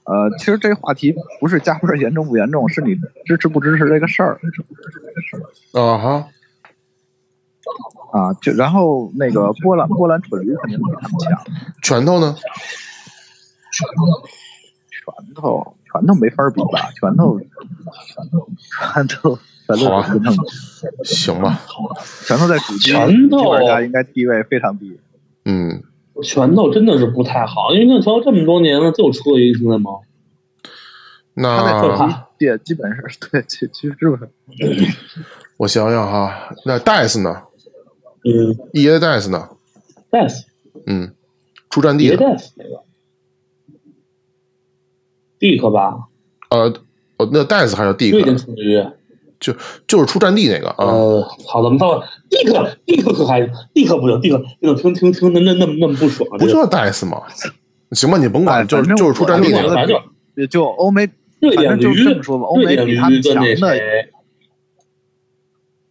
Speaker 4: 呃，其实这个话题不是加班严重不严重，是你支持不支持这个事儿
Speaker 2: 啊哈，
Speaker 4: 啊。就然后那个波兰波兰蠢驴肯定比他们强，
Speaker 2: 拳头呢？
Speaker 4: 拳头拳头没法比吧？拳头拳头
Speaker 2: 好
Speaker 4: 拳头
Speaker 2: 啊
Speaker 4: 拳头
Speaker 2: 行吧，
Speaker 4: 拳头在主机
Speaker 3: 拳头
Speaker 4: 主机玩家应该地位非常低。
Speaker 2: 嗯，
Speaker 3: 拳头真的是不太好，因为那拳头这么多年了，就出了一次猫。
Speaker 4: 他在
Speaker 2: 那
Speaker 4: 手机界基本上是对，其其实基本
Speaker 2: 我想想哈，那 DICE 呢
Speaker 3: 嗯
Speaker 2: ？EA DICE 呢？
Speaker 3: ，death
Speaker 2: 嗯，出战
Speaker 4: E
Speaker 2: 地
Speaker 3: 别
Speaker 2: 的，
Speaker 3: death 那个，dick 吧，
Speaker 2: 呃，哦，那 DICE 还是
Speaker 3: 就已经
Speaker 2: Dick，
Speaker 3: 属于
Speaker 4: 啊
Speaker 2: 就就是出战地那个
Speaker 4: 哦
Speaker 2: 啊，
Speaker 3: 呃，好的，我们到 dick dick 可还 dick 不行，dick dick 听听听那那那么那么不爽，啊
Speaker 2: 不就叫 DICE 吗？行吧，你甭
Speaker 4: 哎
Speaker 2: 管，就是
Speaker 4: 反正
Speaker 2: 就是出战
Speaker 3: 反
Speaker 2: 地
Speaker 3: 正
Speaker 2: 那
Speaker 4: 我
Speaker 2: 个，
Speaker 3: 反正
Speaker 4: 上就欧美，
Speaker 3: 瑞
Speaker 4: 反正
Speaker 3: 典
Speaker 4: 就
Speaker 3: 驴
Speaker 4: 是这么说吧，欧
Speaker 3: 瑞
Speaker 4: 美
Speaker 3: 典
Speaker 4: 比
Speaker 3: 驴
Speaker 4: 他们
Speaker 3: 跟
Speaker 4: 强
Speaker 3: 那
Speaker 4: 的，
Speaker 3: 谁，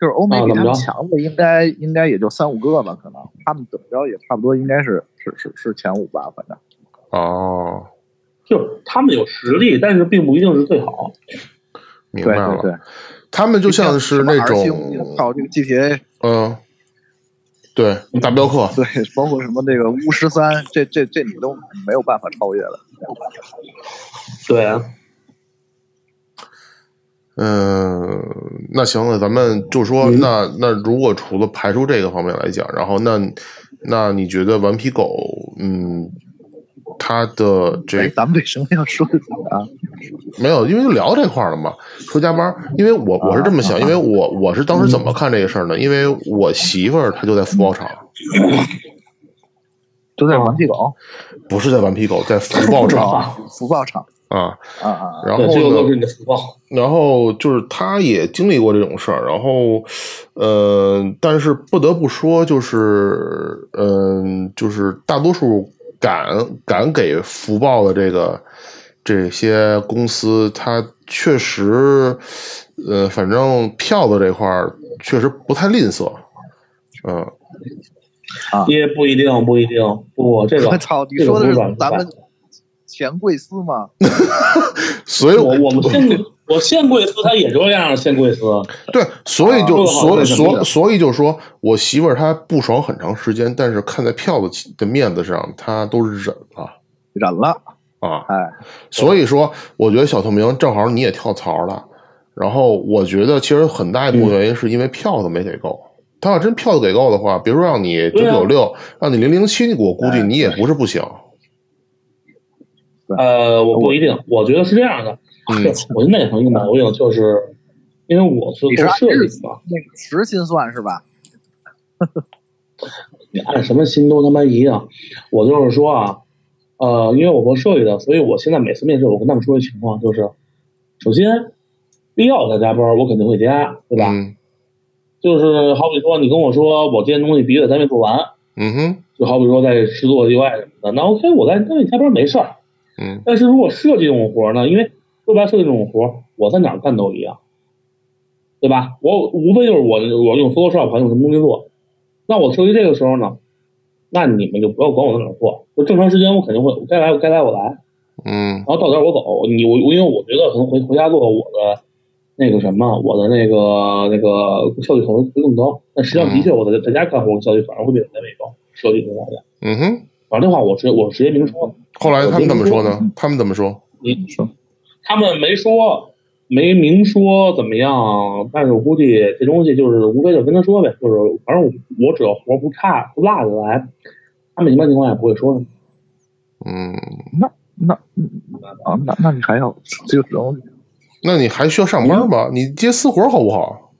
Speaker 4: 就是欧美
Speaker 3: 啊
Speaker 4: 比
Speaker 3: 怎
Speaker 4: 他
Speaker 3: 么
Speaker 4: 们
Speaker 3: 着
Speaker 4: 强的应该应该也就三五个吧，可能他们怎么着也差不多，应该是是是是前五吧，反正
Speaker 2: 哦，
Speaker 3: 就他们有实力，但是并不一定是最好。
Speaker 2: 明
Speaker 4: 对
Speaker 2: 白了
Speaker 4: 对，对，
Speaker 2: 他们就像是那
Speaker 4: 什么 R 星
Speaker 2: 种，
Speaker 4: 靠这个 GTA，
Speaker 2: 嗯，对，大镖客，
Speaker 4: 对，包括什么那个巫师三，这这这你都没有办法超越的。
Speaker 3: 对，啊
Speaker 2: 嗯，那行了，咱们就说，
Speaker 3: 嗯
Speaker 2: 那那如果除了排除这个方面来讲，然后那那你觉得顽皮狗，嗯，他的这
Speaker 4: 哎，咱们为什么要说这个啊？
Speaker 2: 没有，因为聊这块儿了嘛，说加班儿。因为我我是这么想，因为我我是当时怎么看这个事儿呢？因为我媳妇儿她就在福报厂，
Speaker 4: 都在顽皮狗
Speaker 2: 不是在顽皮狗，在福 报厂
Speaker 4: 啊，哦福报厂
Speaker 2: 啊。
Speaker 4: 啊啊，
Speaker 2: 然后
Speaker 3: 对，这个
Speaker 2: 呢
Speaker 3: 就，是你的福 报。
Speaker 2: 然后就是他也经历过这种事儿，然后，呃，但是不得不说，就是，嗯、就是大多数敢敢给福报的这个这些公司，它确实，呃，反正票子这块儿确实不太吝啬，嗯、
Speaker 3: 也不一定，不一定，不，这个
Speaker 4: 我啊 操，你
Speaker 3: 这个
Speaker 4: 说的
Speaker 3: 不
Speaker 4: 是
Speaker 3: 是百分之
Speaker 4: 咱
Speaker 3: 百
Speaker 4: 们钱贵司吗？
Speaker 2: 所以
Speaker 3: 我我们现 我现贵司他也这样，现贵司
Speaker 2: 对，所以就、
Speaker 3: 啊这个好
Speaker 2: 所以
Speaker 3: 这个什么
Speaker 2: 所
Speaker 3: 的
Speaker 2: 所以就说我媳妇儿她不爽很长时间，但是看在票子的面子上，她都忍了
Speaker 4: 忍了，
Speaker 2: 啊。
Speaker 4: 哎，
Speaker 2: 所以说，我觉得小透明正好你也跳槽了，然后我觉得其实很大一部分原因是因为票子没给够。他要真票子给够的话，比如说让你九
Speaker 3: 对啊
Speaker 2: 九六，让你零零七，我估计
Speaker 4: 哎
Speaker 2: 你也不是不行。
Speaker 3: 呃，我不一定，我觉得是这样的。
Speaker 2: 嗯
Speaker 3: 对我现在也很满我有就是因为我是
Speaker 4: 你是
Speaker 3: 做
Speaker 4: 按
Speaker 3: 设
Speaker 4: 日
Speaker 3: 计
Speaker 4: 子
Speaker 3: 的嘛，
Speaker 4: 那个时薪算是吧？
Speaker 3: 你按什么心都他妈一样。我就是说啊，呃，因为我做设计的，所以我现在每次面试，我跟他们说的情况就是，首先必要再加班，我肯定会加，对吧？
Speaker 2: 嗯
Speaker 3: 就是好比说，你跟我说我这件东西必须得在单位做完，
Speaker 2: 嗯哼
Speaker 3: 就好比说在制作 UI 什么的，那 OK，我在单位加班没事儿。
Speaker 2: 嗯
Speaker 3: 但是如果设计这种活儿呢，因为说白了设计这种活儿，我在哪儿干都一样，对吧？我无非就是我我用 Photoshop 用什么东西做，那我设计这个时候呢，那你们就不要管我在哪儿做，就正常时间我肯定会该来我该来我来，
Speaker 2: 嗯
Speaker 3: 然后到点儿我走，你我我因为我觉得可能回回家做我的那个什么，我的那个那个效率可能会更高，但实际上的确我在在家干活效率反而会比在单位高，设计这方面。
Speaker 2: 嗯哼。
Speaker 3: 反正这话我直接我直接明说，
Speaker 2: 后来他们怎么说呢？他们怎么说？
Speaker 3: 你他们没说，没明说怎么样，但是我估计这东西就是无非就是跟他说呗，就是反正我我只要活不差不落下来，他们一般情况下也不会说什么。
Speaker 2: 嗯，
Speaker 4: 那嗯啊，那那你还要这种
Speaker 2: 那你还需要上班吗？你接私活好不好？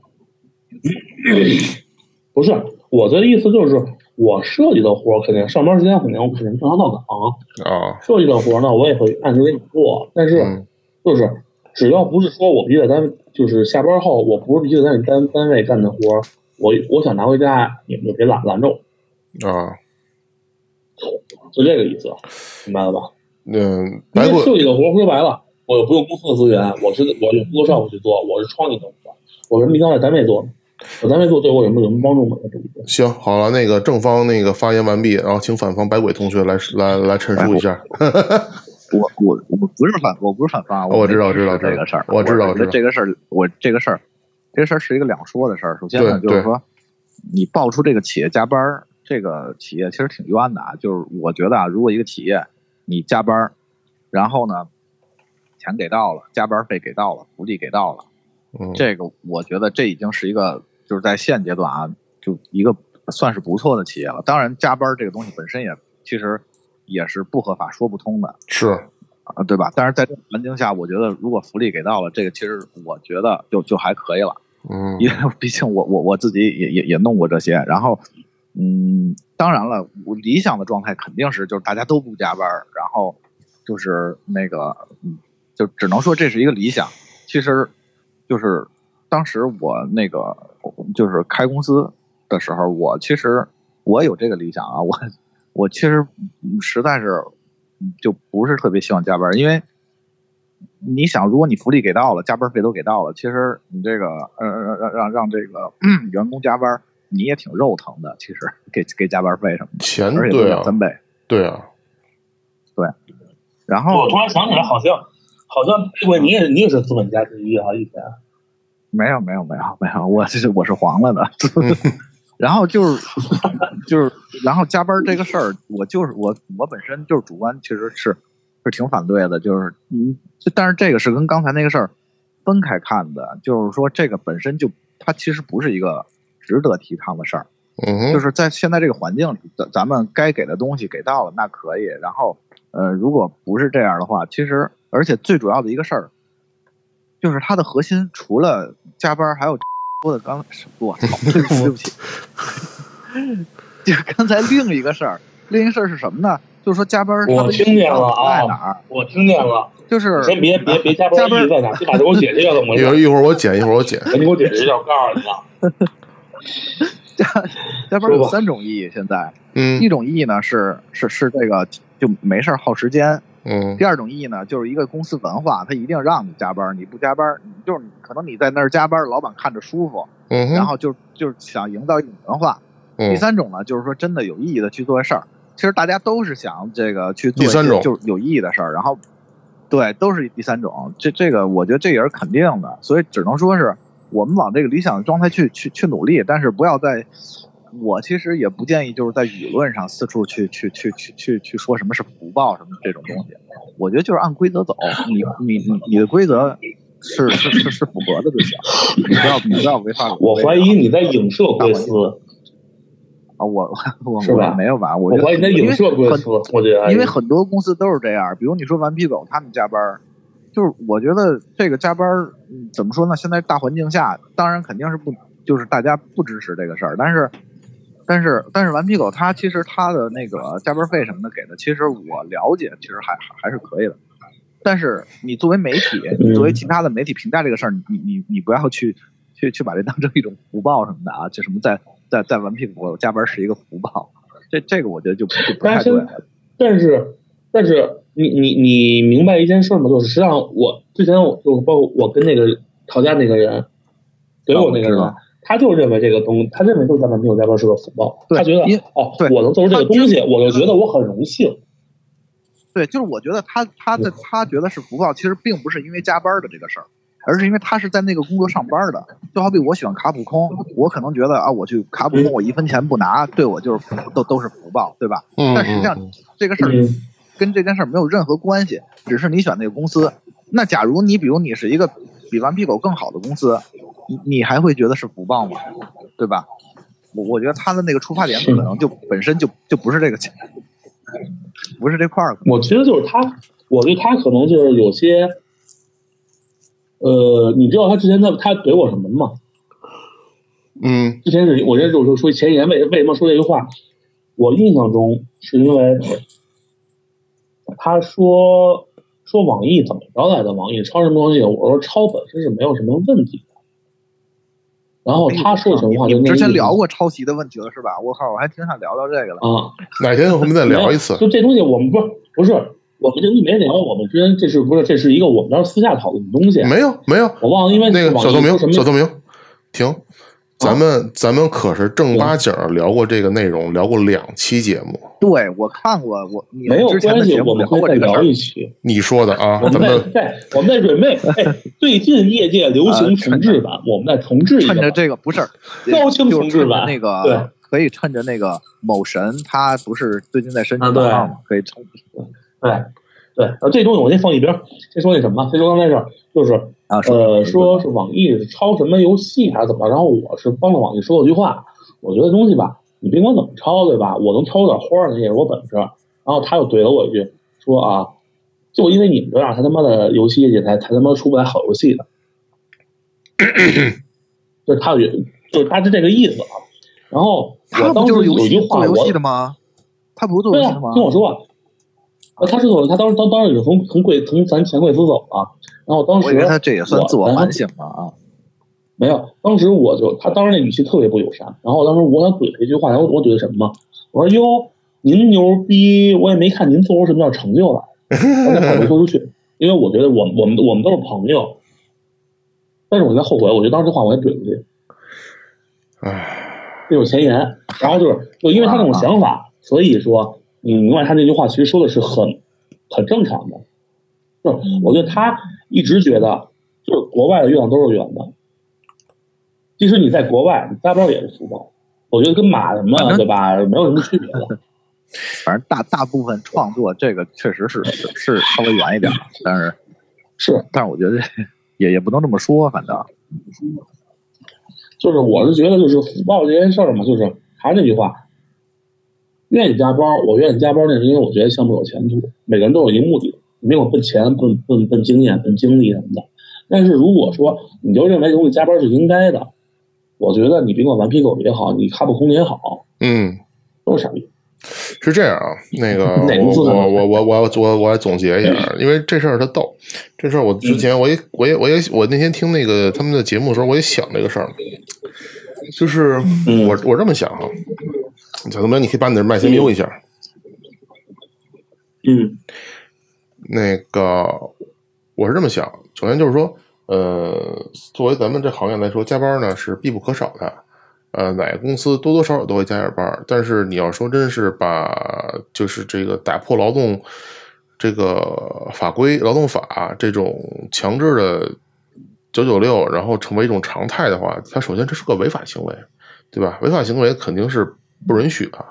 Speaker 3: 不是我的意思就是，我设计的活儿肯定上班时间肯定我肯定正常到岗，
Speaker 2: 啊，
Speaker 3: 设计的活儿呢我也会按时给你做，但是
Speaker 2: 嗯
Speaker 3: 就是只要不是说我必须在单位，就是下班后我不是必须在单单位干的活儿，我我想拿回家你们就别拦拦着我，
Speaker 2: 啊，
Speaker 3: 就这个意思，明白了吧？
Speaker 2: 嗯，
Speaker 3: 因
Speaker 2: 白
Speaker 3: 为
Speaker 2: 贵
Speaker 3: 设计的活儿说白了，我又不用公司的资源，我是我用 Photoshop 去做，我是创意的活，我为什么一定要在单位做呢？我单位做对我有没有什么帮助吗？对不对？
Speaker 2: 行，好了，那个正方那个发言完毕，然后请反方白鬼同学来来来陈述一下。
Speaker 4: 我我我不是反，我不是反方啊，
Speaker 2: 哦我知道
Speaker 4: 没
Speaker 2: 知道
Speaker 4: 支持这个事儿，
Speaker 2: 我知道
Speaker 4: 我
Speaker 2: 我知道
Speaker 4: 这个事儿，我这个事儿，这个事儿是一个两说的事儿。首先呢，
Speaker 2: 对
Speaker 4: 就是说你爆出这个企业加班儿，这个企业其实挺冤的啊。就是我觉得啊，如果一个企业你加班儿，然后呢，钱给到了，加班费给到了，福利给到了，
Speaker 2: 嗯，
Speaker 4: 这个我觉得这已经是一个就是在现阶段啊，就一个算是不错的企业了。当然，加班儿这个东西本身也其实也是不合法、说不通的。
Speaker 2: 是，
Speaker 4: 啊，对吧？但是在这种环境下，我觉得如果福利给到了，这个其实我觉得就就还可以了，
Speaker 2: 嗯
Speaker 4: 因为毕竟我我我自己也也也弄过这些。然后，嗯，当然了，我理想的状态肯定是就是大家都不加班儿，然后就是那个，嗯，就只能说这是一个理想。其实，就是当时我那个就是开公司的时候，我其实我有这个理想啊，我我其实嗯实在是嗯就不是特别希望加班，因为你想，如果你福利给到了，加班费都给到了，其实你这个呃让让让让这个、 嗯员工加班，你也挺肉疼的，其实给给加班费什么
Speaker 2: 钱
Speaker 4: 的，而且都
Speaker 2: 对啊
Speaker 4: 两，三倍。
Speaker 2: 对啊，
Speaker 4: 然后
Speaker 3: 我突然想起来，好像好像这位你也你也是资本家之一啊，以前
Speaker 4: 没有没有没有没有，我这是我是黄了的。
Speaker 2: 嗯
Speaker 4: 然后就是就是，然后加班这个事儿，我就是我我本身就是主观，其实是是挺反对的，就是嗯，就但是这个是跟刚才那个事儿分开看的，就是说这个本身就它其实不是一个值得提倡的事儿。
Speaker 2: 嗯
Speaker 4: 就
Speaker 2: 哼，
Speaker 4: 是在现在这个环境里，咱咱们该给的东西给到了，那可以。然后呃，如果不是这样的话，其实而且最主要的一个事儿，就是它的核心除了加班，还有说的刚我操，对不起，对不起， 就是刚才另一个事儿，另一个事儿是什么呢？就是说加班儿它
Speaker 3: 我
Speaker 4: 的
Speaker 3: 听见了啊
Speaker 4: 在哪儿？
Speaker 3: 我听见了，
Speaker 4: 就是
Speaker 3: 先别别别加班，
Speaker 4: 加班
Speaker 3: 一直在哪？你把这给我解释一下怎么
Speaker 2: 一会儿
Speaker 3: 回事？
Speaker 2: 一会儿我剪，一会儿我剪。
Speaker 3: 你给我解释一下，我告诉你啊，
Speaker 4: 加加班儿
Speaker 3: 说
Speaker 4: 有
Speaker 3: 吧
Speaker 4: 三种意义，现在
Speaker 2: 嗯
Speaker 4: 一种意义呢是是是这个就没事儿耗时间，
Speaker 2: 嗯
Speaker 4: 第二种意义呢，就是一个公司文化，它一定让你加班，你不加班，你就是可能你在那儿加班，老板看着舒服，
Speaker 2: 嗯
Speaker 4: 然
Speaker 2: 哼
Speaker 4: 后就就是想营造一种文化。第
Speaker 2: 嗯
Speaker 4: 三种呢，就是说真的有意义的去做事儿。其实大家都是想这个去做一
Speaker 2: 第三
Speaker 4: 些
Speaker 2: 种
Speaker 4: 就是有意义的事儿，然后对，都是第三种。这这个我觉得这也是肯定的，所以只能说是我们往这个理想状态去去去努力，但是不要在。我其实也不建议，就是在舆论上四处去去去去去去说什么是福报什么这种东西。我觉得就是按规则走，你你你你的规则是是是是符合的就行，你不要你不要违法。
Speaker 3: 我怀疑你在影射贵司，
Speaker 4: 啊，我 我
Speaker 3: 是吧
Speaker 4: 我没有吧？我
Speaker 3: 我
Speaker 4: 觉得
Speaker 3: 怀疑你在影射贵司，我觉得
Speaker 4: 因为很因为很多公司都是这样，比如你说顽皮狗他们加班儿，就是我觉得这个加班儿嗯怎么说呢？现在大环境下，当然肯定是不就是大家不支持这个事儿，但是但是但是顽皮狗它其实它的那个加班费什么的给的，其实我了解其实还还还是可以的。但是你作为媒体，你作为其他的媒体评价这个事儿，你你你你不要去去去把这当成一种福报什么的啊，就什么在在在顽皮狗加班是一个福报，这这个我觉得就不就不
Speaker 3: 但
Speaker 4: 太
Speaker 3: 是
Speaker 4: 对了。
Speaker 3: 但是，但是你你你明白一件事吗？就是实际上我之前我就是包括我跟那个吵架那个人，怼我那个人
Speaker 4: 啊我知道
Speaker 3: 啊，他就认为这个东，他认为就是加班没有加班是个福报，
Speaker 4: 对
Speaker 3: 他觉得
Speaker 4: 因
Speaker 3: 哦
Speaker 4: 对，
Speaker 3: 我能做出这个
Speaker 4: 他就
Speaker 3: 东西，我就觉得我很荣幸。
Speaker 4: 对，就是我觉得他他的他觉得是福报，其实并不是因为加班的这个事儿，而是因为他是在那个工作上班的。就好比我喜欢卡普空，我可能觉得啊，我去卡普空，我一分钱不拿，对我就是福都都是福报，对吧？
Speaker 2: 嗯
Speaker 4: 但实际上
Speaker 2: 嗯
Speaker 4: 这个事儿
Speaker 3: 嗯，
Speaker 4: 跟这件事儿没有任何关系，只是你选那个公司。那假如你比如你是一个比顽皮狗更好的公司，你你还会觉得是福报吗？对吧？我我觉得他的那个出发点可能就本身就就不是这个钱，不是这块儿。
Speaker 3: 我觉得就是他，我对他可能就是有些，呃，你知道他之前在他怼我什么吗？
Speaker 2: 嗯
Speaker 3: 之前是我这就是说前言为为什么说这句话，我印象中是因为他说说网易怎么着来的，网易抄什么东西，我说抄本身是没有什么问题的。然后他说什么话
Speaker 4: 你
Speaker 3: 就
Speaker 4: 们
Speaker 3: 那
Speaker 4: 哎之前
Speaker 3: 意思
Speaker 4: 聊过抄袭的问题了是吧？我靠，我还挺想聊聊这个了。
Speaker 3: 啊，
Speaker 2: 哪天我们再聊一次
Speaker 3: 没有。就这东西我们不是不是我们这东西没聊，我们之间这是不是这是一个我们当时私下讨论的东西？啊
Speaker 2: 没有没有，
Speaker 3: 我忘了，因为
Speaker 2: 那个
Speaker 3: 网易
Speaker 2: 小透明
Speaker 3: 说什，么
Speaker 2: 小透明，停，咱们咱们可是正八经儿聊过这个内容，聊过两期节目。
Speaker 4: 对，我看过，我你
Speaker 3: 没
Speaker 4: 们
Speaker 3: 有
Speaker 4: 之前
Speaker 3: 关
Speaker 4: 的
Speaker 3: 系，
Speaker 4: 节
Speaker 3: 我
Speaker 4: 目
Speaker 3: 们
Speaker 4: 聊
Speaker 3: 可以
Speaker 4: 过
Speaker 3: 再
Speaker 4: 这个事
Speaker 3: 聊
Speaker 4: 儿。
Speaker 3: 一期。
Speaker 2: 你说的啊
Speaker 3: 我，
Speaker 2: 咱
Speaker 3: 们在
Speaker 2: 们
Speaker 3: 在我们在准备，哎，最近业界流行重置版，我们再重置一
Speaker 4: 趁着
Speaker 3: 个。
Speaker 4: 这个不是
Speaker 3: 高清重置版
Speaker 4: 就是趁着那
Speaker 3: 对
Speaker 4: 个可以趁着那个某神他不是最近在申请
Speaker 3: 啊对
Speaker 4: 账号吗？可以趁
Speaker 3: 对对，然后这东西我先放一边儿，先说那什么，先说刚才事儿，就是
Speaker 4: 啊
Speaker 3: 呃，说是网易是抄什么游戏还是怎么着，然后我是帮着网易说了句话，我觉得东西吧，你甭管怎么抄，对吧？我能抄点花儿，那也是我本事。然后他又怼了我一句，说啊，就因为你们这样，才他妈的游戏业界才才他妈出不来好游戏的，就是他有，就是他是这个意思啊。然后
Speaker 4: 他
Speaker 3: 我
Speaker 4: 不
Speaker 3: 当时
Speaker 4: 就是
Speaker 3: 有
Speaker 4: 游
Speaker 3: 一句
Speaker 4: 戏
Speaker 3: 话，
Speaker 4: 做游
Speaker 3: 我
Speaker 4: 戏的吗？他不是做
Speaker 3: 对
Speaker 4: 游戏的
Speaker 3: 啊
Speaker 4: 吗，
Speaker 3: 听？我说啊，呃他是走了，他当时当当时已经从从贵从咱前贵司走了，然后当时
Speaker 4: 我以为他这也算自我
Speaker 3: 然后
Speaker 4: 反省了啊。
Speaker 3: 没有，当时我就他当时那语气特别不友善，然后当时我想怼他一句话，然后我怼的什么吗？我说哟，您牛逼，我也没看您做出什么样的成就来，我在后悔说出去，因为我觉得我们我们我们都是朋友，但是我在后悔，我觉得当时这话我也怼出去，
Speaker 2: 唉，
Speaker 3: 这有前言，然后就是就因为他那种想法，所以说你明白他这句话其实说的是很很正常的，就是我觉得他一直觉得就是国外的月亮都是圆的，即使你在国外，你加班也是福报。我觉得跟马什么
Speaker 4: 反正
Speaker 3: 对吧，没有什么区别的。
Speaker 4: 反正大大部分创作这个确实是是是稍微远一点儿，但是
Speaker 3: 是，
Speaker 4: 但是我觉得也也不能这么说，反正
Speaker 3: 就是我是觉得就是福报这件事儿嘛，就是还是那句话，愿意加班，我愿意加班，那是因为我觉得项目有前途，每个人都有一个目的，没有奔钱、奔奔奔经验、奔精力什么的。但是如果说你就认为容易加班是应该的，我觉得你甭管顽皮狗也好，你哈布空也好，
Speaker 2: 嗯，
Speaker 3: 都是傻逼。
Speaker 2: 是这样啊，那个
Speaker 3: 哪个
Speaker 2: 我
Speaker 3: 字呢
Speaker 2: 我我我我我我来总结一 下，因为这事儿它逗，这事儿我之前我
Speaker 3: 嗯
Speaker 2: 也我也我也我那天听那个他们的节目的时候，我也想这个事儿，就是
Speaker 3: 嗯
Speaker 2: 我我这么想哈，小东哥，你可以把你的麦先瞄一下，
Speaker 3: 嗯
Speaker 2: 那个我是这么想，首先就是说，呃，作为咱们这行业来说，加班呢是必不可少的。呃，哪个公司多多少少都会加点班儿，但是你要说真是把就是这个打破劳动这个法规、劳动法这种强制的九九六，然后成为一种常态的话，它首先这是个违法行为，对吧？违法行为肯定是不允许的。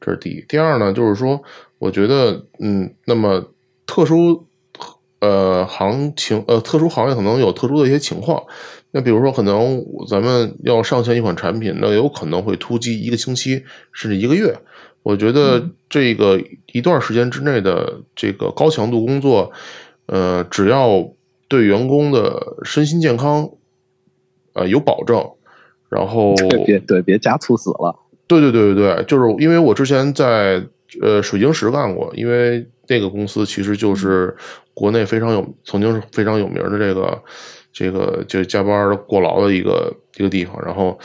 Speaker 2: 这是第一。第二呢，就是说，我觉得，嗯，那么特殊呃行情呃特殊行业可能有特殊的一些情况，那比如说可能咱们要上线一款产品，那有可能会突击一个星期甚至一个月。我觉得这个一段时间之内的这个高强度工作，呃，只要对员工的身心健康呃有保证，然后
Speaker 4: 别对别加猝死了，
Speaker 2: 对对对对对，就是因为我之前在呃水晶石干过，因为那个公司其实就是国内非常有，曾经是非常有名的这个这个就是加班儿过劳的一个一个地方。然后，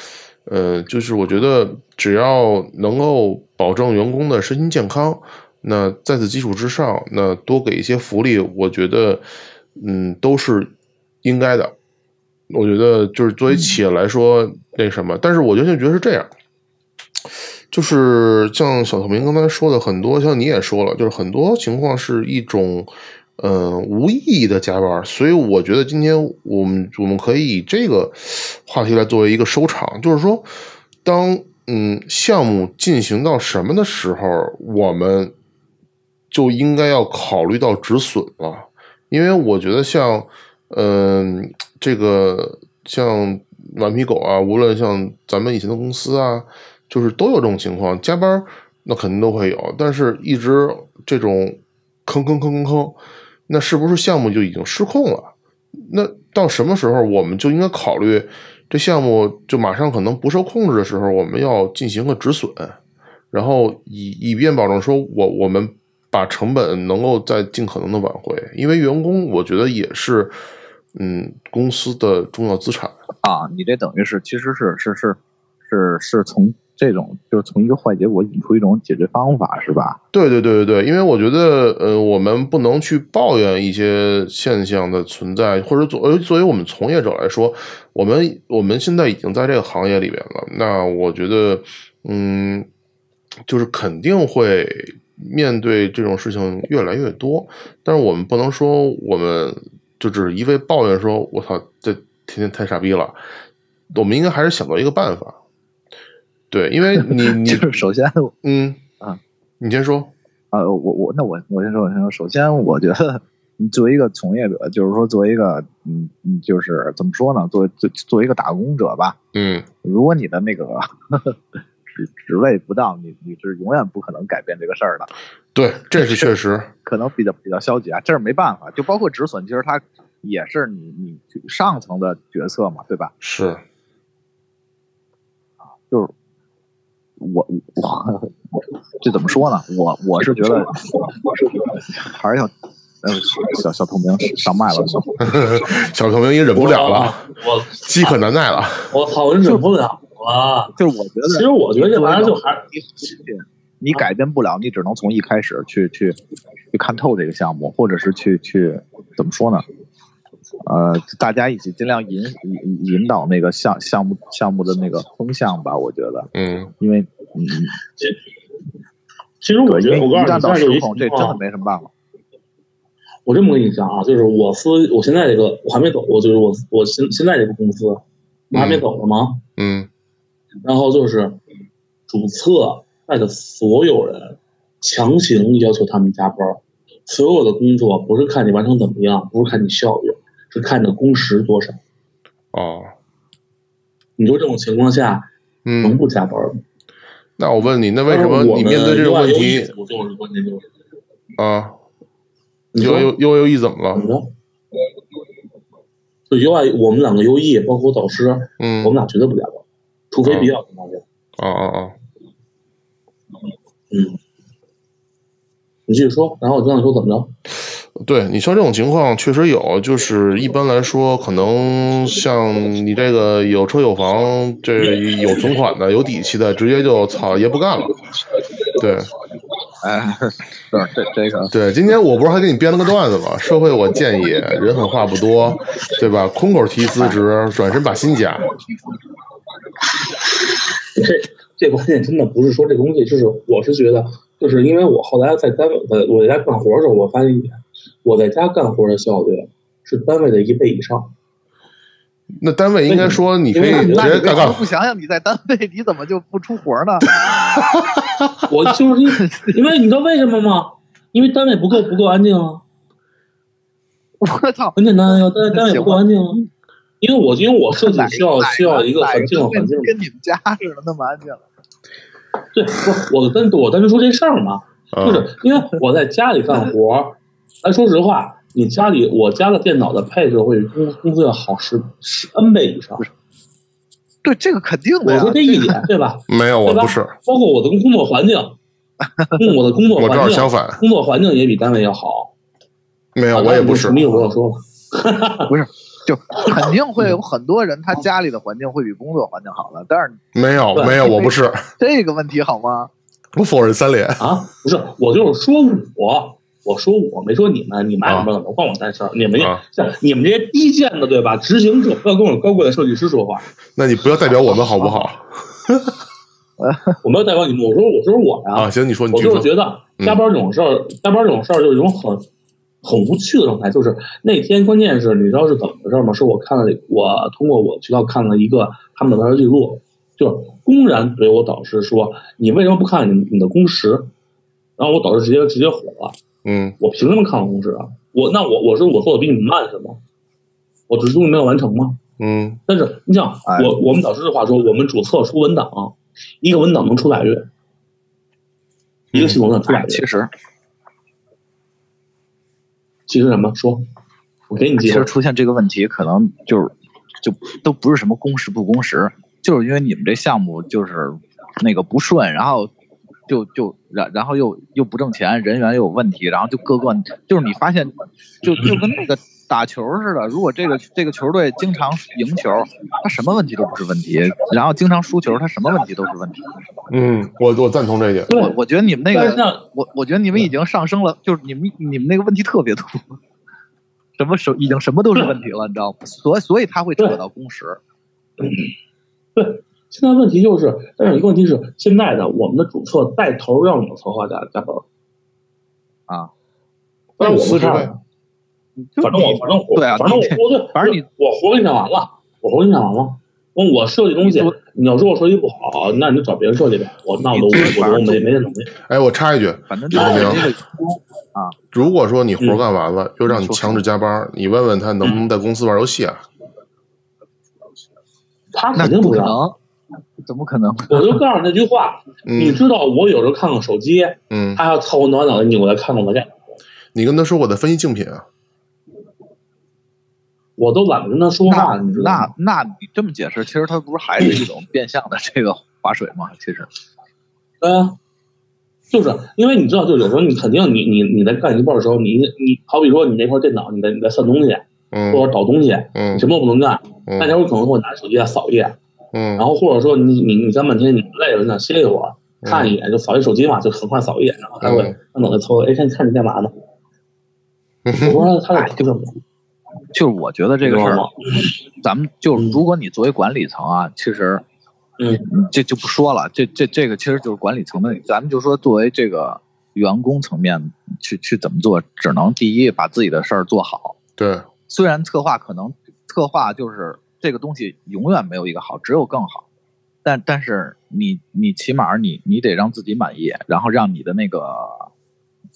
Speaker 2: 呃，就是我觉得只要能够保证员工的身心健康，那在此基础之上，那多给一些福利，我觉得嗯都是应该的。我觉得就是作为企业来说，那什么，但是我就现在觉得是这样，就是像小透明刚才说的，很多像你也说了，就是很多情况是一种，呃，无意义的加班儿。所以我觉得今天我们我们可以以这个话题来作为一个收场，就是说，当嗯项目进行到什么的时候，我们就应该要考虑到止损了。因为我觉得像，嗯、这个像顽皮狗啊，无论像咱们以前的公司啊，就是都有这种情况，加班儿那肯定都会有，但是一直这种坑坑坑坑坑，那是不是项目就已经失控了？那到什么时候我们就应该考虑这项目就马上可能不受控制的时候，我们要进行个止损，然后以以便保证说我我们把成本能够在尽可能的挽回，因为员工我觉得也是嗯公司的重要资产。
Speaker 4: 啊，你这等于是其实是是是是是从这种就是从一个坏结果引出一种解决方法是吧？
Speaker 2: 对对对对对，因为我觉得，呃，我们不能去抱怨一些现象的存在，或者作呃作为我们从业者来说，我们我们现在已经在这个行业里边了。那我觉得，嗯，就是肯定会面对这种事情越来越多，但是我们不能说我们就只是一味抱怨说，我操，这天天太傻逼了。我们应该还是想到一个办法，对，因为 你你
Speaker 4: 就是首先
Speaker 2: 嗯
Speaker 4: 啊，
Speaker 2: 你先说。
Speaker 4: 啊，我我那我我先说，我先说，首先我觉得你作为一个从业者，就是说作为一个嗯嗯，就是怎么说呢，作为作作为一个打工者吧，
Speaker 2: 嗯，
Speaker 4: 如果你的那个 职职位不当，你你是永远不可能改变这个事儿的，
Speaker 2: 对，这是确实，
Speaker 4: 可能比较比较消极啊，这是没办法。就包括止损，其实它也是你你上层的决策嘛，对吧？
Speaker 2: 是，
Speaker 4: 就是我我这怎么说呢？我我是觉得还是要呃小小透明上麦了，
Speaker 2: 小透明也忍不了了，
Speaker 3: 我
Speaker 2: 饥渴难耐了。
Speaker 3: 我操，我忍不了了。
Speaker 4: 就是我觉
Speaker 3: 其
Speaker 4: 得
Speaker 3: 实我觉得这玩意儿就还
Speaker 4: 你改变不了，你只能从一开始去去去看透这个项目，或者是去去怎么说呢？呃，大家一起尽量引引引导那个项项目项目的那个风向吧，我觉得，
Speaker 2: 嗯，
Speaker 4: 因为嗯，
Speaker 3: 其实我
Speaker 4: 对，
Speaker 3: 觉
Speaker 4: 因为
Speaker 3: 得我
Speaker 4: 一
Speaker 3: 告诉你，
Speaker 4: 旦到
Speaker 3: 但是
Speaker 4: 失
Speaker 3: 有一
Speaker 4: 控，这
Speaker 3: 情
Speaker 4: 真的
Speaker 3: 况，
Speaker 4: 没什么办法。
Speaker 3: 我这么跟你讲啊，就是我司我现在这个我还没走，我就是我我现现在这个公司我还没走呢吗？
Speaker 2: 嗯，
Speaker 3: 然后就是主策带着所有人强行要求他们加班儿，所有的工作不是看你完成怎么样，不是看你效率，是看你的工时多少。
Speaker 2: 哦，
Speaker 3: 你说这种情况下能
Speaker 2: 嗯，
Speaker 3: 不加班儿吗？
Speaker 2: 那我问你，那为什么你面对这个问题
Speaker 3: 我就是关键就是
Speaker 2: 啊？
Speaker 3: 你说
Speaker 2: U U U U E 怎么
Speaker 3: 怎么
Speaker 2: 了？
Speaker 3: 着？就 UI，我们两个 UE，包括导师，
Speaker 2: 嗯
Speaker 3: 我们，俩绝对不聊了，除非比较什么的。
Speaker 2: 啊啊啊！
Speaker 3: 嗯，你继续说，然后我就想说怎么着？
Speaker 2: 对你说这种情况确实有，就是一般来说，可能像你这个有车有房、这有存款的、有底气的，直接就操爷不干了。 对
Speaker 4: 哎， 是这这 个
Speaker 2: 对，今天我不是还给你编了个段子吗？社会我建议人狠话不多，对吧？空口提辞职，转身把心夹。
Speaker 3: 这这关键真的不是说这东西，就是我是觉得，就是因为我后来在单位，呃，我在家干活的时候，我发现一点，我在家干活的效率是单位的一倍以上。
Speaker 2: 那单位应该说你可以
Speaker 3: 那
Speaker 2: 直
Speaker 3: 你
Speaker 4: 那
Speaker 2: 接
Speaker 4: 你
Speaker 2: 干
Speaker 4: 干
Speaker 2: 干
Speaker 4: 嘛不想想你在单位你怎么就不出活呢？
Speaker 3: 我就是因为因为你知道为什么吗？因为单位不够不够安静啊，
Speaker 4: 我操！
Speaker 3: 很简单呀、单位单位不够安静啊。因为我因为我设计需要需要一个很静的环境嘛，
Speaker 4: 跟你们家似的那么安静。
Speaker 3: 对，不是我单我单纯说这事儿嘛，
Speaker 2: 啊
Speaker 3: 就是因为我在家里干活儿，咱说实话，你家里我家的电脑的配置会比公公司要好十十 N 倍以上，
Speaker 4: 对，这个肯定的
Speaker 3: 我
Speaker 4: 呀。
Speaker 3: 说这一点对吧？
Speaker 2: 没有，我不是，
Speaker 3: 包括我的工作环境，嗯，我的工作
Speaker 2: 我正好
Speaker 3: 环境，
Speaker 2: 相反，
Speaker 3: 工作环境也比单位要好。啊
Speaker 2: 没有，我也不是
Speaker 3: 你。有没有说吧？
Speaker 4: 就肯定会有很多人，他家里的环境会比工作环境好了。但是
Speaker 2: 没有，
Speaker 3: 对
Speaker 2: 没有，我不是，
Speaker 4: 这个问题好吗？
Speaker 2: 我否认三连。
Speaker 3: 啊，不是，我就是说我。我说我没说你们，你们爱怎么怎么关我蛋事儿。你们这、
Speaker 2: 啊
Speaker 3: 像你们这些低贱的，对吧？执行者不要跟我高贵的设计师说话。
Speaker 2: 那你不要代表我们好不好？
Speaker 3: 我没有代表你们，我说我说我呀、
Speaker 2: 啊，行，你说，你
Speaker 3: 我
Speaker 2: 继续
Speaker 3: 就是
Speaker 2: 说。
Speaker 3: 觉得加班这种事儿，加班这种事儿就是一种很很无趣的状态。就是那天关键是你知道是怎么回事吗？是我看了我通过我渠道看了一个他们的聊天记录，就是公然怼我导师说你为什么不看你你的工时？然后我导师直接直接火了，
Speaker 2: 嗯
Speaker 3: 我凭什么看我工时啊？我那我我是我做的比你们慢是吗？我只是东西没有完成吗？
Speaker 2: 嗯
Speaker 3: 但是你想，
Speaker 4: 哎
Speaker 3: 我我们导师的话说，我们主测出文档，一个文档能出俩月，一个系统能出俩
Speaker 4: 哎
Speaker 3: 月。
Speaker 4: 其实
Speaker 3: 其实什么说？我给你
Speaker 4: 哎其
Speaker 3: 机会
Speaker 4: 实，出现这个问题，可能就是就都不是什么工时不工时，就是因为你们这项目就是那个不顺，然后就就然然后又又不挣钱，人员又有问题，然后就各个就是你发现就就跟那个打球似的，如果这个这个球队经常赢球，他什么问题都不是问题，然后经常输球，他什么问题都是问题。
Speaker 2: 嗯，我我赞同这一点。
Speaker 3: 对
Speaker 4: 我我觉得你们那
Speaker 3: 但是
Speaker 4: 个，
Speaker 3: 像
Speaker 4: 我我觉得你们已经上升了，就是你们你们那个问题特别多，什么什已经什么都是问题了，你知道吗？所所以他会扯到工时，
Speaker 3: 对，现在问题就是，但是一个问题是，现在的我们的主策带头让我们策划加加班儿
Speaker 4: 啊，
Speaker 3: 但是我
Speaker 2: 辞
Speaker 3: 们
Speaker 2: 职
Speaker 3: 看，
Speaker 2: 呗。
Speaker 4: 就
Speaker 3: 反正我
Speaker 4: 你
Speaker 3: 反正我
Speaker 4: 对啊
Speaker 3: 反正我
Speaker 4: 你
Speaker 3: 说对，
Speaker 4: 反正你
Speaker 3: 我活给你干完了，我活给你干完了。嗯我我设计东西
Speaker 4: 你，
Speaker 3: 你要说我设计不好，那你就找别人设计呗。我那我都
Speaker 4: 你
Speaker 3: 我
Speaker 4: 反
Speaker 3: 都
Speaker 4: 正
Speaker 3: 没没这能力。
Speaker 2: 哎，我插一句，
Speaker 4: 反正就是你这个
Speaker 2: 如果说你活干完了，
Speaker 3: 嗯
Speaker 2: 又让你
Speaker 4: 说
Speaker 2: 强制加班，你问问他能不能在公司玩游戏啊？
Speaker 3: 他肯
Speaker 4: 那
Speaker 3: 定
Speaker 4: 不
Speaker 3: 不
Speaker 4: 可
Speaker 3: 让。
Speaker 4: 能，怎么可能？
Speaker 3: 我就告诉他句话，你
Speaker 2: 嗯
Speaker 3: 知道我有时候看看手机，
Speaker 2: 嗯，
Speaker 3: 他要操我挠脑袋扭过来看看我干，
Speaker 2: 你跟他说我在分析竞品啊。
Speaker 3: 我都懒得跟他说话，
Speaker 4: 那
Speaker 3: 你知道吗？
Speaker 4: 那那你这么解释，其实它不是还是一种变相的这个划水吗？其实
Speaker 3: 嗯，就是因为你知道，就有时候你肯定你你你在干一半的时候，你你好比说你那块电脑你在你在算东西
Speaker 2: 嗯
Speaker 3: 或者找东西，
Speaker 2: 嗯
Speaker 3: 你什么都不能干，那
Speaker 2: 嗯
Speaker 3: 天我可能会拿手机啊扫一眼，
Speaker 2: 嗯，
Speaker 3: 然后或者说你你你干半天你累了，你想歇一会儿，
Speaker 2: 嗯
Speaker 3: 看一眼就扫一手机嘛，就很快扫一眼，然后他会
Speaker 2: 嗯
Speaker 3: 他脑袋凑合，哎，看看你干嘛 呢？
Speaker 2: 嗯
Speaker 3: 我说他俩就这么
Speaker 4: 就是我觉得哎这个事
Speaker 3: 你知
Speaker 4: 儿
Speaker 3: 道吗，
Speaker 4: 咱们就如果你作为管理层啊，其实，
Speaker 3: 嗯，
Speaker 4: 这就不说了，这这这个其实就是管理层的，咱们就说作为这个员工层面去去怎么做，只能第一把自己的事儿做好。
Speaker 2: 对，
Speaker 4: 虽然策划可能策划就是这个东西永远没有一个好，只有更好，但但是你你起码你你得让自己满意，然后让你的那个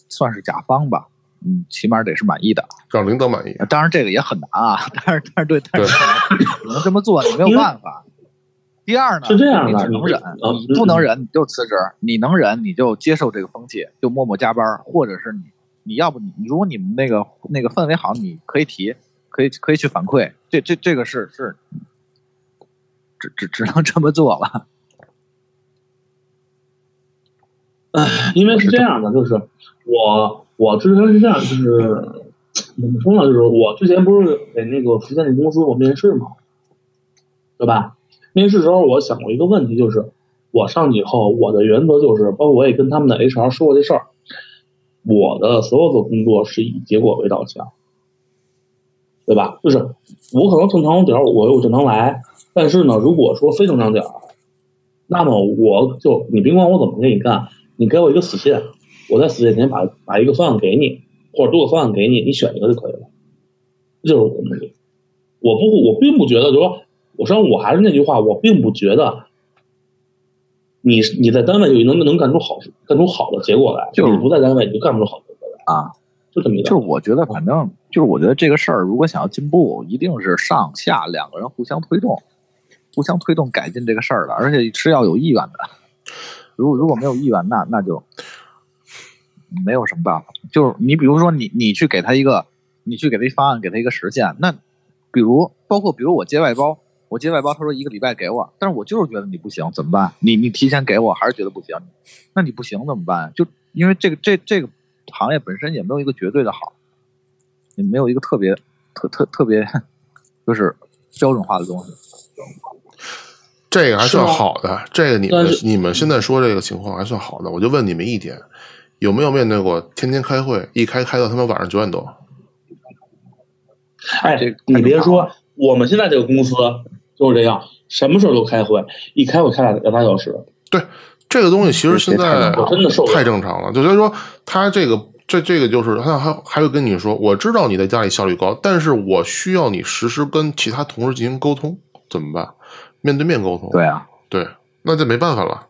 Speaker 4: 算是甲方吧，嗯，起码得是满意的。
Speaker 2: 让领导满意。
Speaker 4: 当然这个也很难啊，但是但是对，但是
Speaker 2: 对
Speaker 4: 只能这么做，你没有办法。第二呢，
Speaker 3: 是这样的，
Speaker 4: 你能忍，
Speaker 3: 啊，
Speaker 4: 你不能忍你就辞职，你能忍你就接受这个风气，就默默加班，或者是你你要不你如果你们那个那个氛围好，你可以提，可以可以去反馈，这这这个是是，只只只能这么做了。
Speaker 3: 因为是这样的，就是我我之前是这样，就是怎么说呢？就是我之前不是给那个福建那公司我面试嘛，对吧？面试时候我想过一个问题，就是我上去以后，我的原则就是，包括我也跟他们的 HR 说过这事儿，我的所有的工作是以结果为导向，对吧？就是我可能正常点儿，我我正常来，但是呢，如果说非正常点儿，那么我就你别管我怎么给你干。你给我一个死线，我在死线前把把一个方案给你，或者多个方案给你，你选一个就可以了。这就是我的目的。我不，我并不觉得，就是说，我说我还是那句话，我并不觉得你你在单位就能能干出好干出好的结果来，
Speaker 4: 就是
Speaker 3: 你不在单位你就干不出好的结果来
Speaker 4: 啊，
Speaker 3: 就这么一
Speaker 4: 就
Speaker 3: 个。
Speaker 4: 是我觉得，反正就是我觉得这个事儿，如果想要进步，一定是上下两个人互相推动，互相推动改进这个事儿的，而且是要有意愿的。如果如果没有意愿，那那就没有什么办法。就是你比如说你，你去给他一个，你去给他一方案，给他一个实现。那比如包括比如我接外包，我接外包，他说一个礼拜给我，但是我就是觉得你不行，怎么办？你你提前给我，还是觉得不行？那你不行怎么办？就因为这个这这个行业本身也没有一个绝对的好，也没有一个特别特特特别就是标准化的东西。
Speaker 2: 这个还算
Speaker 3: 是吗
Speaker 2: 好的，这个你
Speaker 3: 但
Speaker 2: 们
Speaker 3: 是
Speaker 2: 你们现在说这个情况还算好的，我就问你们一点，有没有面对过天天开会，一开开到他妈晚上九点多？
Speaker 3: 哎
Speaker 4: 这，
Speaker 3: 你别说，我们现在这个公司就是这样，什么事儿都开会，一开会开俩两仨小时。
Speaker 2: 这个东西
Speaker 3: 嗯
Speaker 2: 其实现
Speaker 4: 这太
Speaker 3: 了
Speaker 2: 在
Speaker 4: 正常
Speaker 3: 真的受不了
Speaker 2: 太正常了，就所以说他这个这这个就是他还还会跟你说，我知道你在家里效率高，但是我需要你实时跟其他同事进行沟通，怎么办？面对面沟通，
Speaker 4: 对啊，
Speaker 2: 对那这没办法了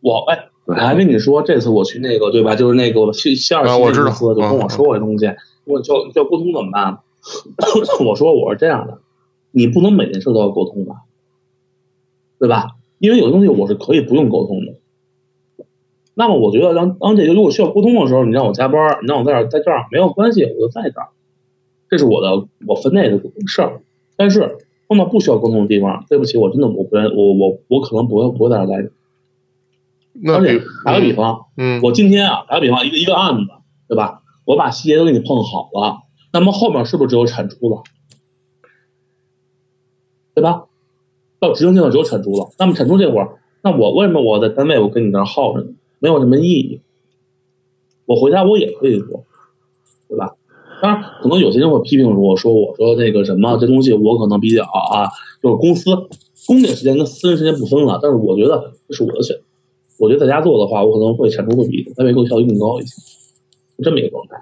Speaker 3: 我哎，
Speaker 4: 对啊
Speaker 3: 我还跟你说，这次我去那个对吧？就是那个我去西二
Speaker 2: 啊
Speaker 3: 旗
Speaker 2: 我
Speaker 3: 那
Speaker 2: 知道
Speaker 3: 公司，就跟
Speaker 2: 嗯
Speaker 3: 我说过这东西，我叫叫沟通怎么办？啊 我说我是这样的，你不能每件事都要沟通吧，对吧？因为有东西我是可以不用沟通的。那么我觉得当当这个如果需要沟通的时候，你让我加班儿，你让我在这儿在这儿没有关系，我就在这儿，这是我的我分内的事儿。但是碰到不需要沟通的地方，对不起，我真的我不愿我我我可能不会不会在这儿待着。
Speaker 2: 那
Speaker 3: 而
Speaker 2: 比
Speaker 3: 且打个比方，
Speaker 2: 嗯，
Speaker 3: 我今天啊，打个比方，一个一个案子，对吧？我把细节都给你碰好了，那么后面是不是只有产出了？对吧？到执行阶段只有产出了，那么产出这会儿，那我为什么我在单位我跟你那儿耗着呢？没有什么意义。我回家我也可以说，对吧？当然，可能有些人会批评我说，我说那个什么，这东西我可能比较啊，就是公司工作时间跟私人时间不分了，但是我觉得这是我的选择。我觉得在家做的话，我可能会产出会比单位更效率更高一些，是这么一个状态。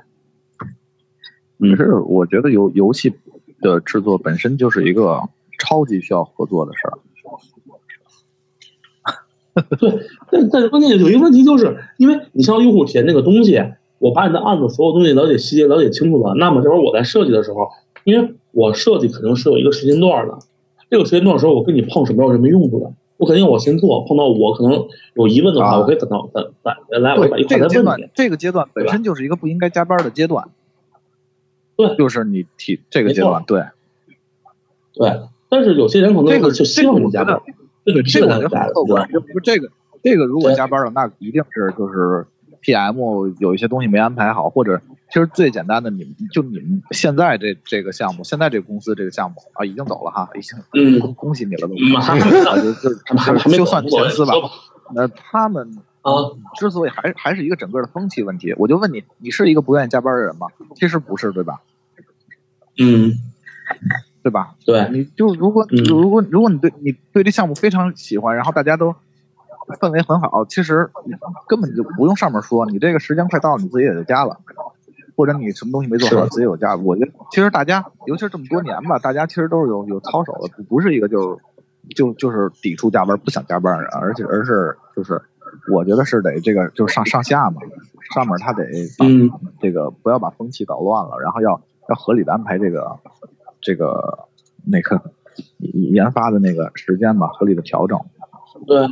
Speaker 4: 可是我觉得游游戏的制作本身就是一个超级需要合作的事儿。
Speaker 3: 但但是关键有一个问题，就是因为你像用户体验这个东西，我把你的案子所有东西了解细节了解清楚了，那么这会儿我在设计的时候，因为我设计肯定是有一个时间段的，这个时间段的时候，我跟你碰什么有什么用处的，我肯定我先做，碰到我可能有疑问的话，
Speaker 4: 啊
Speaker 3: 我可以等到等等等来，我把一块
Speaker 4: 对，这
Speaker 3: 儿
Speaker 4: 个
Speaker 3: 再
Speaker 4: 阶
Speaker 3: 问你
Speaker 4: 段。，这个阶段本身就是一个不应该加班的阶段。
Speaker 3: 对
Speaker 4: 就是你提这个阶段，对，
Speaker 3: 对，但是有些人可
Speaker 4: 这
Speaker 3: 能
Speaker 4: 个
Speaker 3: 就希望
Speaker 4: 这
Speaker 3: 你
Speaker 4: 个我
Speaker 3: 加
Speaker 4: 觉
Speaker 3: 班
Speaker 4: 得，
Speaker 3: 这个
Speaker 4: 这个我
Speaker 3: 就
Speaker 4: 觉得
Speaker 3: 加了
Speaker 4: 很客
Speaker 3: 对吧
Speaker 4: 观。就这个这个如果加班了，那一定是就是 PM 有一些东西没安排好，或者其实最简单的，你们就你们现在这这个项目，现在这个公司这个项目啊，已经走了哈，已经
Speaker 3: 嗯，
Speaker 4: 恭喜你了，都
Speaker 3: 妈
Speaker 4: 啊就就
Speaker 3: 还还还
Speaker 4: 就
Speaker 3: 没
Speaker 4: 就算
Speaker 3: 走
Speaker 4: 前司吧
Speaker 3: 说。吧
Speaker 4: 那他们
Speaker 3: 啊，
Speaker 4: 之所以还还是一个整个的风气问题，我就问你，你是一个不愿意加班的人吗？其实不是，对吧？
Speaker 3: 嗯，
Speaker 4: 对吧？
Speaker 3: 对，
Speaker 4: 你就如果
Speaker 3: 嗯
Speaker 4: 如果如果你对你对这项目非常喜欢，然后大家都氛围很好，其实你根本就不用上面说，你这个时间快到了，你自己也就加了，或者你什么东西没做好，
Speaker 3: 是
Speaker 4: 自己有加了。我觉得其实大家，尤其是这么多年吧，大家其实都是有有操守的，不不是一个就是就就是抵触加班、不想加班的人，而且而是就是我觉得是得这个就是上上下嘛，上面他得把
Speaker 3: 嗯，
Speaker 4: 这个不要把风气搞乱了，然后要要合理的安排这个这个那个研发的那个时间吧，合理的调整。
Speaker 3: 对，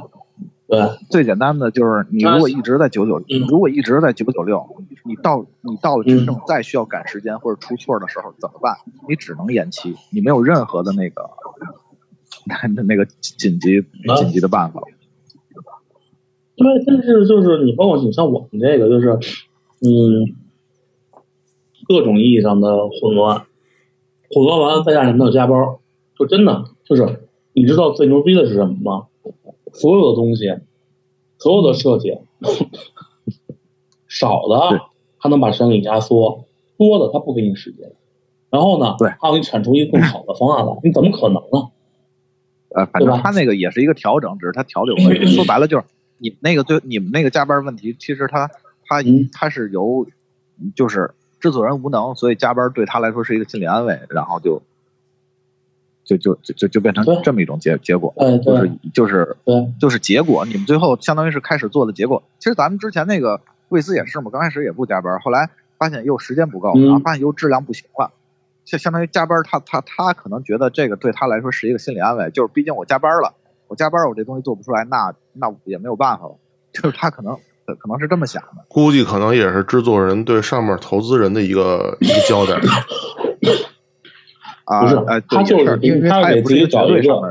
Speaker 3: 对，
Speaker 4: 最简单的就是，你如果一直在九九、
Speaker 3: 嗯
Speaker 4: 如果一直在九九六，你到你到了真正
Speaker 3: 嗯
Speaker 4: 再需要赶时间或者出错儿的时候怎么办？你只能延期，你没有任何的那个 那那个紧急
Speaker 3: 啊
Speaker 4: 紧急的办法。
Speaker 3: 对，但是就是你包括你像我们这个，就是嗯，各种意义上的混乱，混乱完了再加上你们有加班儿，就真的就是你知道最牛逼的是什么吗？所有的东西，所有的设计， 少
Speaker 4: 对
Speaker 3: 的他能把生意压缩，多的他不给你时间。然后呢，
Speaker 4: 对
Speaker 3: 他给你产出一个更好的方案来，你怎么可能呢？
Speaker 4: 呃，反正
Speaker 3: 对吧嗯
Speaker 4: 他那个也是一个调整，只是他调整问题。说白了就是你那个对你们那个加班问题，其实他他
Speaker 3: 嗯
Speaker 4: 他是由就是制作人无能，所以加班对他来说是一个心理安慰，然后就就就就就就变成
Speaker 3: 对
Speaker 4: 这么一种结结果，
Speaker 3: 哎，
Speaker 4: 就
Speaker 3: 对
Speaker 4: 是就是
Speaker 3: 对，
Speaker 4: 就是结果。你们最后相当于是开始做的结果。其实咱们之前那个卫斯也是嘛，刚开始也不加班，后来发现又时间不够，
Speaker 3: 嗯
Speaker 4: 然后发现又质量不行了。就相当于加班，他他他可能觉得这个对他来说是一个心理安慰，就是毕竟我加班了，我加班我这东西做不出来，那那也没有办法了。就是他可能可能是这么想的，
Speaker 2: 估计可能也是制作人对上面投资人的一个 一个交代。
Speaker 4: 啊、
Speaker 3: 不是
Speaker 4: 呃，
Speaker 3: 他
Speaker 4: 对也
Speaker 3: 就是
Speaker 4: 是因为
Speaker 3: 他
Speaker 4: 也
Speaker 3: 给
Speaker 4: 不是
Speaker 3: 自己
Speaker 4: 个绝
Speaker 3: 找
Speaker 4: 对
Speaker 3: 一个
Speaker 4: 上面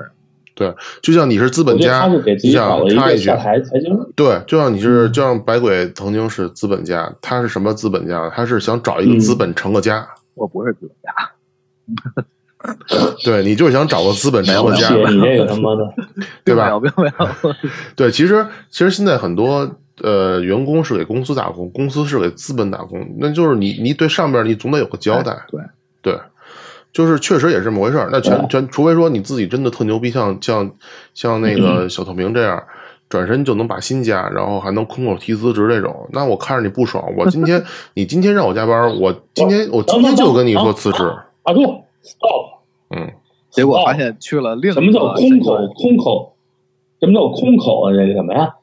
Speaker 4: 人，
Speaker 2: 就像你是资
Speaker 3: 我
Speaker 2: 本
Speaker 3: 觉得
Speaker 2: 家
Speaker 3: 他是给，自
Speaker 2: 你
Speaker 3: 己找
Speaker 2: 想
Speaker 3: 了一
Speaker 2: 插
Speaker 3: 个
Speaker 2: 一句
Speaker 3: 下，台台阶儿。
Speaker 2: 对，就像你是
Speaker 3: 嗯
Speaker 2: 就像百鬼曾经是资本家，他是什么资本家？他是想找一个
Speaker 3: 嗯
Speaker 2: 资本成个家，
Speaker 4: 我不是资本家，
Speaker 2: 对你就是想找个资本成个家，
Speaker 3: 谢你这个 他妈的，
Speaker 2: 对吧
Speaker 4: 没有没有没 有，
Speaker 2: 对，其实其实现在很多呃员工是给公司打工，公司是给资本打工，那就是你你对上边你总得有个交代，
Speaker 4: 对。
Speaker 2: 对，就是确实也是这么回事儿。那全全，除非说你自己真的特牛逼，像像像那 个小透明这样，转身就能把薪加，然后还能空口提辞职这种，那我看着你不爽，我 今天你今天让我加班，我今天
Speaker 3: 哦
Speaker 2: 我今天就跟你说辞职，
Speaker 3: 打住，stop。
Speaker 2: 嗯，
Speaker 4: 结果发现去了另一个
Speaker 3: 什么叫空口？空口？什么叫空口啊？这是什么呀？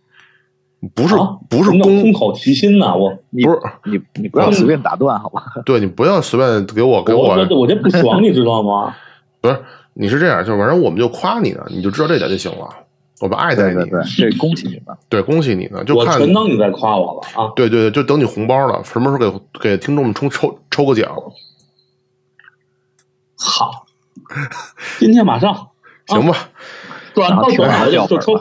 Speaker 2: 不是
Speaker 3: 啊
Speaker 2: 不
Speaker 3: 什
Speaker 2: 是
Speaker 3: 么叫
Speaker 2: 公
Speaker 3: 空，口提薪呐、我
Speaker 4: 你
Speaker 2: 不是
Speaker 4: 你你不要随便打断好吧？
Speaker 2: 对你不要随便给我给
Speaker 3: 我
Speaker 2: 我
Speaker 3: 我我这不爽，你知道吗？
Speaker 2: 不是，你是这样，就反正我们就夸你呢，你就知道这点就行了。我们爱戴
Speaker 4: 对
Speaker 2: 你，
Speaker 4: 对对，这恭喜你们。
Speaker 2: 对恭喜你呢， 就
Speaker 3: 我
Speaker 2: 看
Speaker 3: 全当你在夸我了 啊！
Speaker 2: 对对对，就等你红包了，什么时候给给听众们抽抽抽个奖，
Speaker 3: 操，今天马 上
Speaker 2: 行吧？
Speaker 3: 哦转到手了就就抽，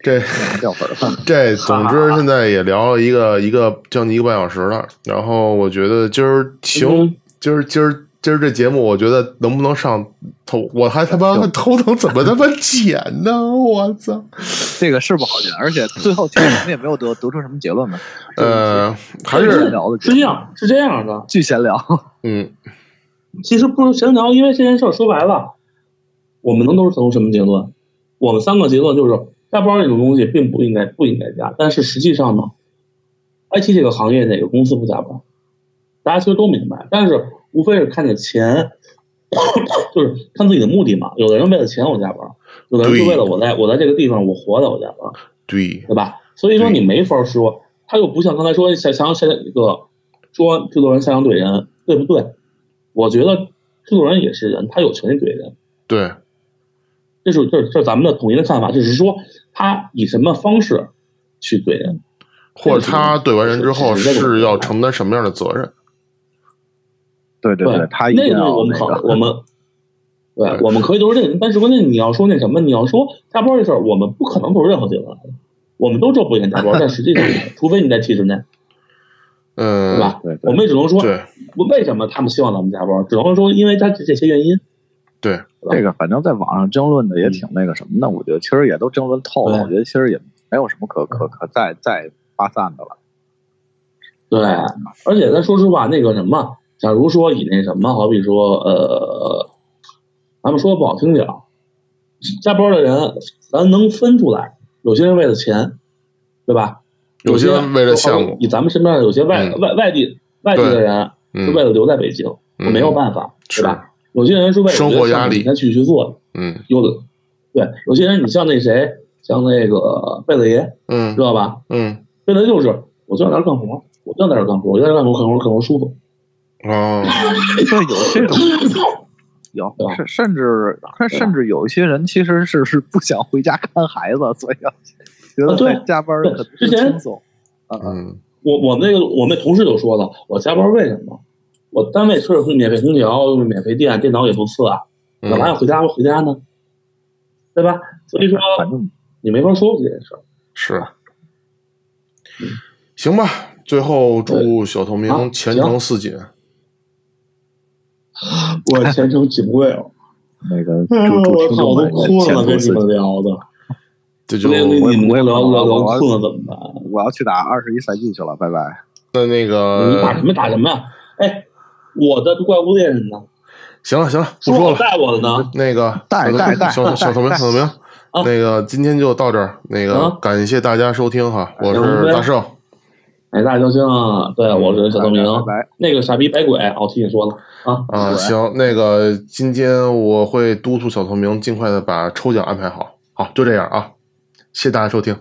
Speaker 2: 这
Speaker 4: 掉粉了。
Speaker 2: 这，总之现在也聊了一个一个将近一个半小时了，然后我觉得今儿行
Speaker 3: 嗯，
Speaker 2: 今儿今儿今儿这节目，我觉得能不能上头？我还他妈 头疼，怎么他妈剪呢？我操！
Speaker 4: 这个是不好剪，而且最后其实我们也没有得得出什么结论嘛。
Speaker 2: 呃，还
Speaker 4: 巨闲
Speaker 2: 是
Speaker 4: 聊的
Speaker 3: 是这样是这样的。
Speaker 4: 巨闲聊，
Speaker 2: 嗯，
Speaker 3: 其实不是闲聊，因为这件事儿说白了，我们能得出什么结论？我们三个结论就是，加班这种东西并不应该不应该加，但是实际上呢，IT 这个行业哪个公司不加班？大家其实都明白，但是无非是看着钱， 就是看自己的目的嘛。有的人为了钱我加班，有的人
Speaker 2: 对
Speaker 3: 是为了我在我在这个地方我活着我加班，
Speaker 2: 对，
Speaker 3: 对吧？所以说
Speaker 2: 对
Speaker 3: 你没法说，他又不像刚才说下乡下那个说制作人下乡怼人，对不对？我觉得制作人也是人，他有权利怼人，
Speaker 2: 对，
Speaker 3: 这是这是这是咱们的统一的看法，只是说他以什么方式去怼人，
Speaker 2: 或者他怼完人之后
Speaker 3: 这是这个
Speaker 2: 是要承担什么样的责任？
Speaker 4: 对对对，他一定
Speaker 3: 那个东西
Speaker 4: 要
Speaker 3: 我们考
Speaker 4: 那
Speaker 3: 我
Speaker 4: 个。
Speaker 3: 们。对
Speaker 2: 对，
Speaker 3: 我们可以就是这个，但是关键你要说那什么，你要说加班这事儿，我们不可能做任何结论来的，我们都知道不应该加班，但实 际上，除非你在体制内，对
Speaker 2: 嗯
Speaker 3: 吧，？
Speaker 4: 对
Speaker 3: 我
Speaker 4: 对
Speaker 3: 们也只能说，
Speaker 2: 对
Speaker 3: 为什么他们希望咱们加班？只能说因为他这这些原因。
Speaker 2: 对，
Speaker 4: 这个反正在网上争论的也挺那个什么的，我觉得其实也都争论透了，
Speaker 3: 对
Speaker 4: 我觉得其实也没有什么可可可再再发散的了。
Speaker 3: 对，而且咱说实话，那个什么，假如说以那什么，好比说呃，咱们说不好听点儿，加班的人，咱能分出来，有些人为了钱，对吧？
Speaker 2: 有些
Speaker 3: 些
Speaker 2: 人为了项目
Speaker 3: 以咱们身边的有些外、
Speaker 2: 嗯
Speaker 3: 外外地外地的人
Speaker 2: 嗯
Speaker 3: 是，为了留在北京，
Speaker 2: 嗯
Speaker 3: 我没有办法，
Speaker 2: 是
Speaker 3: 对吧？有些人是为了
Speaker 2: 生活压力
Speaker 3: 他去去做，
Speaker 2: 嗯
Speaker 3: 有的对，有些人你像那谁，像那个贝勒爷，
Speaker 2: 嗯
Speaker 3: 知道吧？
Speaker 2: 嗯，
Speaker 3: 真的就是我就在那儿干活，我就在那啊
Speaker 2: 嗯
Speaker 3: 儿干活，我就在那儿干活，干活干活舒服。
Speaker 2: 哦，
Speaker 4: 对，有这种 有
Speaker 3: 对吧
Speaker 4: 甚甚至甚
Speaker 3: 对吧
Speaker 4: 甚至有一些人其实是是不想回家看孩子，所以要觉得
Speaker 3: 啊对
Speaker 4: 在加班
Speaker 3: 对
Speaker 4: 可
Speaker 3: 之前
Speaker 4: 轻松。啊，
Speaker 2: 嗯
Speaker 3: 我我那个我那同事就说了，我加班为什么？我单位是免费空调、免费电，电脑也不次啊，
Speaker 2: 嗯
Speaker 3: 干嘛要回家回家呢？对吧？所以说
Speaker 4: 反正
Speaker 3: 你没法说这件事儿。
Speaker 2: 是，行吧。最后祝小透
Speaker 3: 好
Speaker 2: 明前程似锦。
Speaker 3: 我前程几不贵哦，
Speaker 4: 那个
Speaker 3: 哎呦
Speaker 4: 祝祝
Speaker 3: 我操，
Speaker 4: 听众
Speaker 3: 我
Speaker 4: 们
Speaker 3: 都困
Speaker 4: 前
Speaker 3: 了，
Speaker 4: 途
Speaker 3: 跟你
Speaker 4: 似
Speaker 3: 们
Speaker 4: 锦。
Speaker 3: 聊的，
Speaker 2: 这就
Speaker 3: 那那你们
Speaker 4: 我也
Speaker 3: 聊聊
Speaker 4: 我
Speaker 3: 聊
Speaker 4: 我
Speaker 3: 困了怎么办？
Speaker 4: 我要去打二十一赛季去了，拜拜。
Speaker 2: 那那
Speaker 3: 你打什
Speaker 2: 个，
Speaker 3: 么打什么呀？哎，我的怪物猎人呢？
Speaker 2: 行了行了，不
Speaker 3: 说好
Speaker 2: 说了。
Speaker 3: 带啊我的 呢？
Speaker 2: 那个
Speaker 4: 带
Speaker 2: 小
Speaker 4: 带带
Speaker 2: 小小透明，
Speaker 4: 带
Speaker 2: 小透明，那个今天就到这儿。那个
Speaker 3: 啊
Speaker 2: 感谢大家收听哈，我
Speaker 3: 行拜
Speaker 2: 是
Speaker 3: 拜
Speaker 2: 大圣，
Speaker 3: 哎，大家都行啊！对，我是小透明，
Speaker 4: 拜拜。
Speaker 3: 那个傻逼白鬼，哦，听你说了啊，
Speaker 2: 啊，行，那个今天我会督促小透明尽快的把抽奖安排好。好，就这样啊，谢谢大家收听，